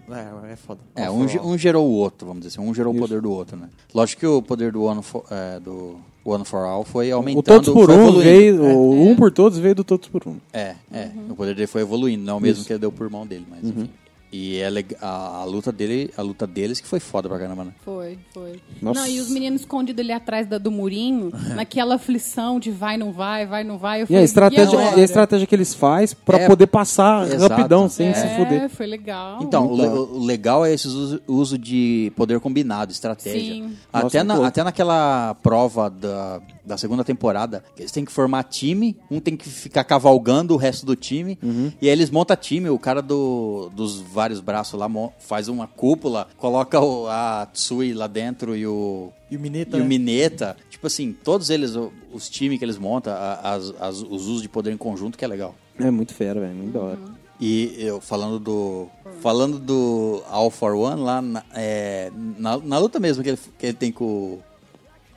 Speaker 6: É, é foda.
Speaker 2: É,
Speaker 6: All
Speaker 2: um,
Speaker 6: for
Speaker 2: ge-
Speaker 6: All.
Speaker 2: um gerou o outro, vamos dizer assim. Um gerou o poder do outro, né? Lógico que o poder do One for, é, do One for All foi
Speaker 5: O
Speaker 2: aumentando.
Speaker 5: Todos por
Speaker 2: foi
Speaker 5: Um
Speaker 2: evoluindo.
Speaker 5: veio.
Speaker 7: É,
Speaker 5: O Um por Todos veio do Todos por Um.
Speaker 2: É, é. O poder dele foi evoluindo, não é o mesmo que ele deu por mão dele,
Speaker 6: Uhum.
Speaker 2: mas enfim. E é leg- a, a luta dele, a luta deles que foi foda pra caramba, né?
Speaker 7: Foi, foi.
Speaker 5: Nossa.
Speaker 7: Não, e os meninos escondidos ali atrás da- do murinho, naquela aflição de vai, não vai, vai, não vai.
Speaker 5: E a
Speaker 7: Eu falei,
Speaker 5: estratégia,
Speaker 7: agora?
Speaker 5: e a estratégia que eles fazem pra
Speaker 2: É,
Speaker 5: poder passar
Speaker 2: exato.
Speaker 5: rapidão, sem
Speaker 7: é,
Speaker 5: se fuder.
Speaker 7: foi legal.
Speaker 2: Então, o,
Speaker 5: Muito
Speaker 2: le-
Speaker 5: bom.
Speaker 2: o legal é esse uso, uso de poder combinado, estratégia.
Speaker 7: Sim.
Speaker 2: Até, na-
Speaker 5: Nossa, muito louco.
Speaker 2: até naquela prova da, da segunda temporada, que eles têm que formar time, um tem que ficar cavalgando o resto do time,
Speaker 5: Uhum.
Speaker 2: e aí eles montam time, o cara do- dos vários braços lá mo- faz uma cúpula, coloca o- a Tsui lá dentro e o...
Speaker 6: E o Mineta.
Speaker 2: um- E
Speaker 5: É.
Speaker 2: o
Speaker 6: né?
Speaker 2: Mineta, tipo assim, todos eles, o- os times que eles montam, a- as- as- os usos de poder em conjunto, que é legal.
Speaker 5: É muito fera, velho. Muito da hora.
Speaker 7: Uhum.
Speaker 2: E eu falando do. Falando do All for One lá na, é, na, na luta mesmo que ele, que ele tem com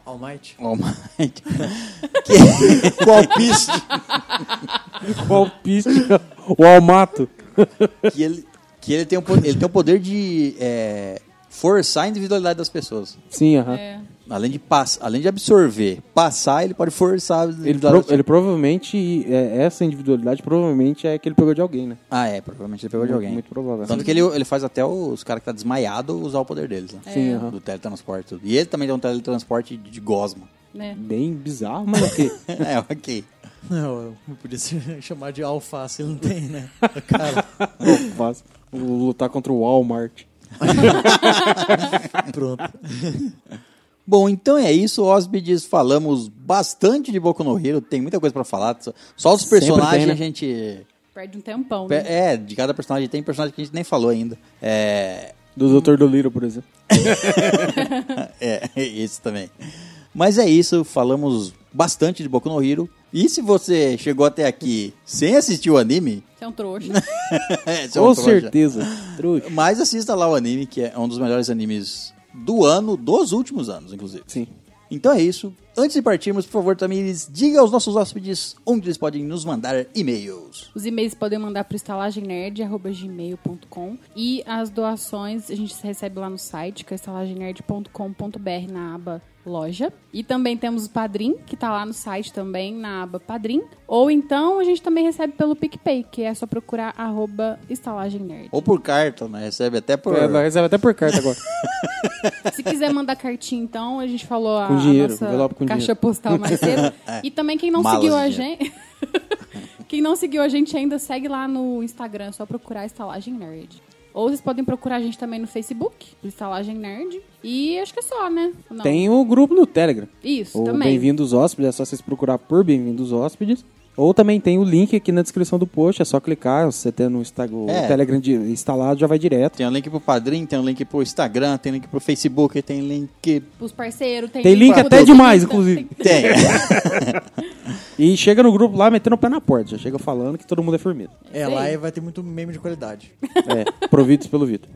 Speaker 6: All Might.
Speaker 2: o All Might. que, com o Alpiste.
Speaker 5: Qual piste? o Almato.
Speaker 2: Que ele, que ele, tem, o, po- ele tem o poder de é, forçar a individualidade das pessoas.
Speaker 5: Sim, aham.
Speaker 7: É.
Speaker 2: Além de, pass, além de absorver, passar, ele pode forçar a
Speaker 5: Ele,
Speaker 2: individualidade.
Speaker 5: pro- ele provavelmente, é, essa individualidade provavelmente é que ele pegou de alguém, né?
Speaker 2: Ah, é, provavelmente ele pegou de
Speaker 5: Muito-
Speaker 2: alguém.
Speaker 5: muito provável.
Speaker 2: Tanto que ele, ele faz até os caras que tá desmaiado usar o poder deles, né?
Speaker 5: Sim, aham.
Speaker 2: Do teletransporte e tudo. E ele também tem um teletransporte de, de gosma.
Speaker 7: Né?
Speaker 5: Bem bizarro, mas o quê?
Speaker 2: é, ok.
Speaker 6: Não, eu podia se chamar de alface, ele não tem, né?
Speaker 5: Eu faço. Vou Lutar contra o Walmart.
Speaker 6: Pronto.
Speaker 2: Bom, então é isso, hóspedes. Falamos bastante de Boku no Hero, tem muita coisa pra falar. Só- Só os
Speaker 5: Sempre tem,
Speaker 2: personagens
Speaker 5: né?
Speaker 2: a gente.
Speaker 7: Perde um tempão.
Speaker 2: pe-
Speaker 7: Né?
Speaker 2: É, de cada personagem tem personagem que a gente nem falou ainda. É.
Speaker 5: Do Dr. Doliro, por exemplo.
Speaker 2: É, isso também. Mas é isso, falamos bastante de Boku no Hero. E se você chegou até aqui sem assistir o anime,
Speaker 7: Você é um trouxa.
Speaker 2: você é um
Speaker 5: Com
Speaker 2: trouxa.
Speaker 5: certeza. Trouxa.
Speaker 2: Mas assista lá o anime, que é um dos melhores animes do ano, dos últimos anos, inclusive.
Speaker 5: Sim.
Speaker 2: Então é isso. Antes de partirmos, por favor, Tamires, diga aos nossos hóspedes onde eles podem nos mandar e-mails.
Speaker 7: Os e-mails podem mandar para estalagemnerd.gmail.com e as doações a gente recebe lá no site, que é estalagemnerd.com.br, na aba loja. E também temos o Padrim, que tá lá no site também, na aba Padrim. Ou então a gente também recebe pelo PicPay, que é só procurar arroba estalagemnerd.
Speaker 2: Ou por carta, né? Recebe até por.
Speaker 5: É, nós recebe até por carta agora.
Speaker 7: Se quiser mandar cartinha, então, a gente falou a,
Speaker 5: Com dinheiro,
Speaker 7: a nossa
Speaker 5: envelope com
Speaker 7: caixa
Speaker 5: dinheiro.
Speaker 7: postal mais cedo. E também quem não
Speaker 2: Malas
Speaker 7: seguiu
Speaker 2: de
Speaker 7: a
Speaker 2: dinheiro.
Speaker 7: gente... quem não seguiu a gente ainda, segue lá no Instagram, é só procurar Estalagem Nerd. Ou vocês podem procurar a gente também no Facebook, Estalagem Nerd. E acho que é só, né? Não.
Speaker 5: Tem o grupo no Telegram.
Speaker 7: Isso,
Speaker 5: O
Speaker 7: também.
Speaker 5: Bem-vindos Hóspedes, é só vocês procurar por Bem-vindos Hóspedes. Ou também tem o link aqui na descrição do post, é só clicar, você tem no Instagram,
Speaker 2: É.
Speaker 5: o Telegram de- instalado, já vai direto.
Speaker 2: Tem um link pro Padrim, tem um link pro Instagram, tem link pro Facebook, tem link.
Speaker 7: Os parceiros, tem,
Speaker 5: Tem link
Speaker 7: pro
Speaker 5: até
Speaker 7: Dota,
Speaker 5: demais,
Speaker 7: tem-
Speaker 5: inclusive.
Speaker 2: Tem.
Speaker 5: E chega no grupo lá metendo o pé na porta, já chega falando que todo mundo é formido.
Speaker 6: É, lá e vai ter muito meme de qualidade.
Speaker 5: É, providos pelo Vitor.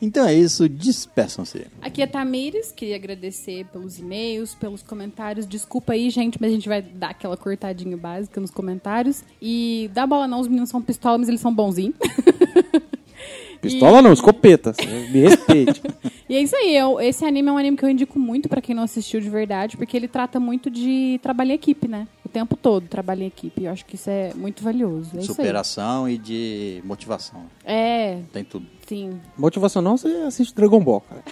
Speaker 2: Então é isso, despeçam-se.
Speaker 7: Aqui é Tamires, queria agradecer pelos e-mails, pelos comentários. Desculpa aí, gente, mas a gente vai dar aquela cortadinha básica nos comentários. E dá bola não, os meninos são pistola, mas eles são bonzinhos.
Speaker 5: Pistola não, escopeta. Você Me respeite.
Speaker 7: E é isso aí, eu- esse anime é um anime que eu indico muito pra quem não assistiu de verdade, porque ele trata muito de trabalho em equipe, né? O tempo todo, trabalho em equipe. Eu acho que isso é muito valioso. É isso aí.
Speaker 2: Superação e de motivação.
Speaker 7: É,
Speaker 2: Tem tudo.
Speaker 7: sim.
Speaker 5: Motivacional, você assiste Dragon Ball, cara.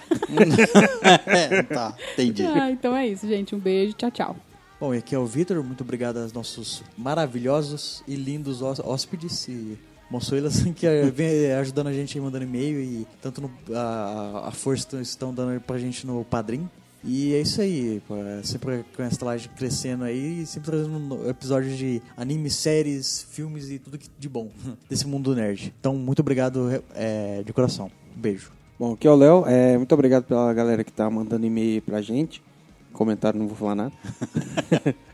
Speaker 2: é, tá, entendi.
Speaker 7: Ah, então é isso, gente. Um beijo, tchau, tchau.
Speaker 6: Bom, e aqui é o Vitor. Muito obrigado aos nossos maravilhosos e lindos hós- hóspedes e moçoilas que eh, vem eh, ajudando a gente aí, mandando e-mail e tanto no, a, a força que estão dando pra gente no Padrim. E é isso aí, pô, é sempre com a estalagem crescendo aí e sempre trazendo no- episódios de animes, séries, filmes e tudo que de bom desse mundo nerd. Então, muito obrigado eh, de coração. Um beijo.
Speaker 5: Bom, aqui é o Léo. É, muito obrigado pela galera que tá mandando e-mail pra gente. Comentário, não vou falar nada.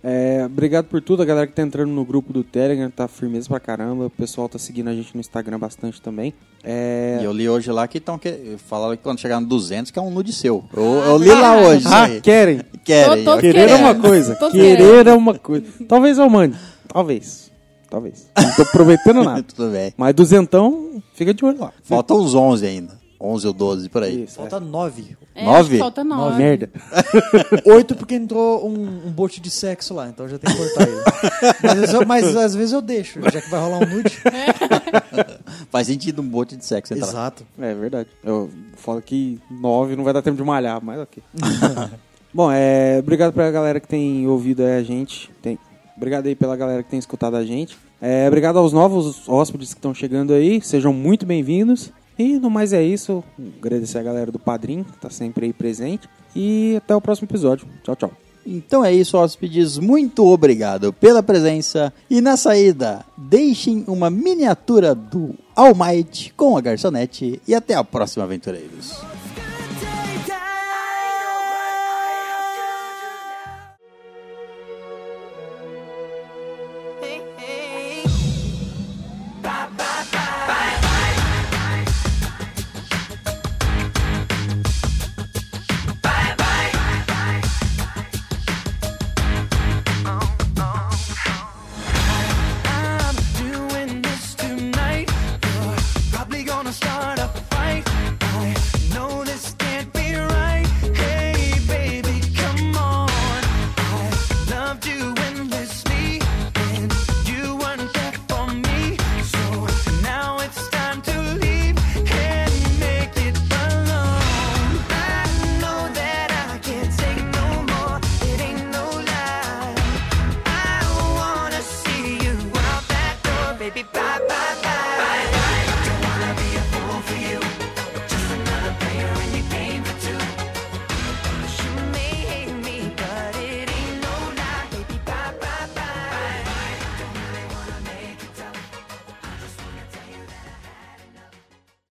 Speaker 5: É, obrigado por tudo, a galera que tá entrando no grupo do Telegram, tá firmeza pra caramba. O pessoal tá seguindo a gente no Instagram bastante também. É,
Speaker 2: E eu li hoje lá que estão que... falaram que quando chegar no 200 que é um nude seu. Eu, eu li lá hoje isso
Speaker 5: Ah,
Speaker 2: aí.
Speaker 5: querem!
Speaker 2: Querem,
Speaker 7: Tô- tô
Speaker 2: eu
Speaker 5: Querer
Speaker 2: quero.
Speaker 5: é uma coisa.
Speaker 7: Tô
Speaker 5: Querer é uma coisa. Talvez eu mande. Talvez. Talvez. Não tô prometendo nada.
Speaker 2: Tudo bem.
Speaker 5: Mas duzentão, fica de olho lá.
Speaker 2: Faltam uns 11 ainda. 11 ou 12 por aí.
Speaker 5: Isso, é.
Speaker 6: Falta nove.
Speaker 7: É,
Speaker 2: Nove?
Speaker 7: acho que Falta nove.
Speaker 5: Merda.
Speaker 6: Oito porque entrou um, um bote de sexo lá, então já tem que cortar ele. mas, às vezes eu, mas às vezes eu deixo, já que vai rolar um nude.
Speaker 2: Faz sentido um bote de sexo entrar.
Speaker 6: Exato.
Speaker 5: É verdade. Eu falo que nove não vai dar tempo de malhar, mas ok. Bom, é, obrigado pra galera que tem ouvido aí a gente. Tem, obrigado aí pela galera que tem escutado a gente. É, obrigado aos novos hóspedes que estão chegando aí. Sejam muito bem-vindos. E no mais é isso. Agradecer a galera do Padrim, que tá sempre aí presente. E até o próximo episódio. Tchau, tchau.
Speaker 2: Então é isso, hóspedes. Muito obrigado pela presença. E na saída, deixem uma miniatura do All Might com a garçonete. E até a próxima, aventureiros.
Speaker 1: I'm doing this tonight. You're probably gonna start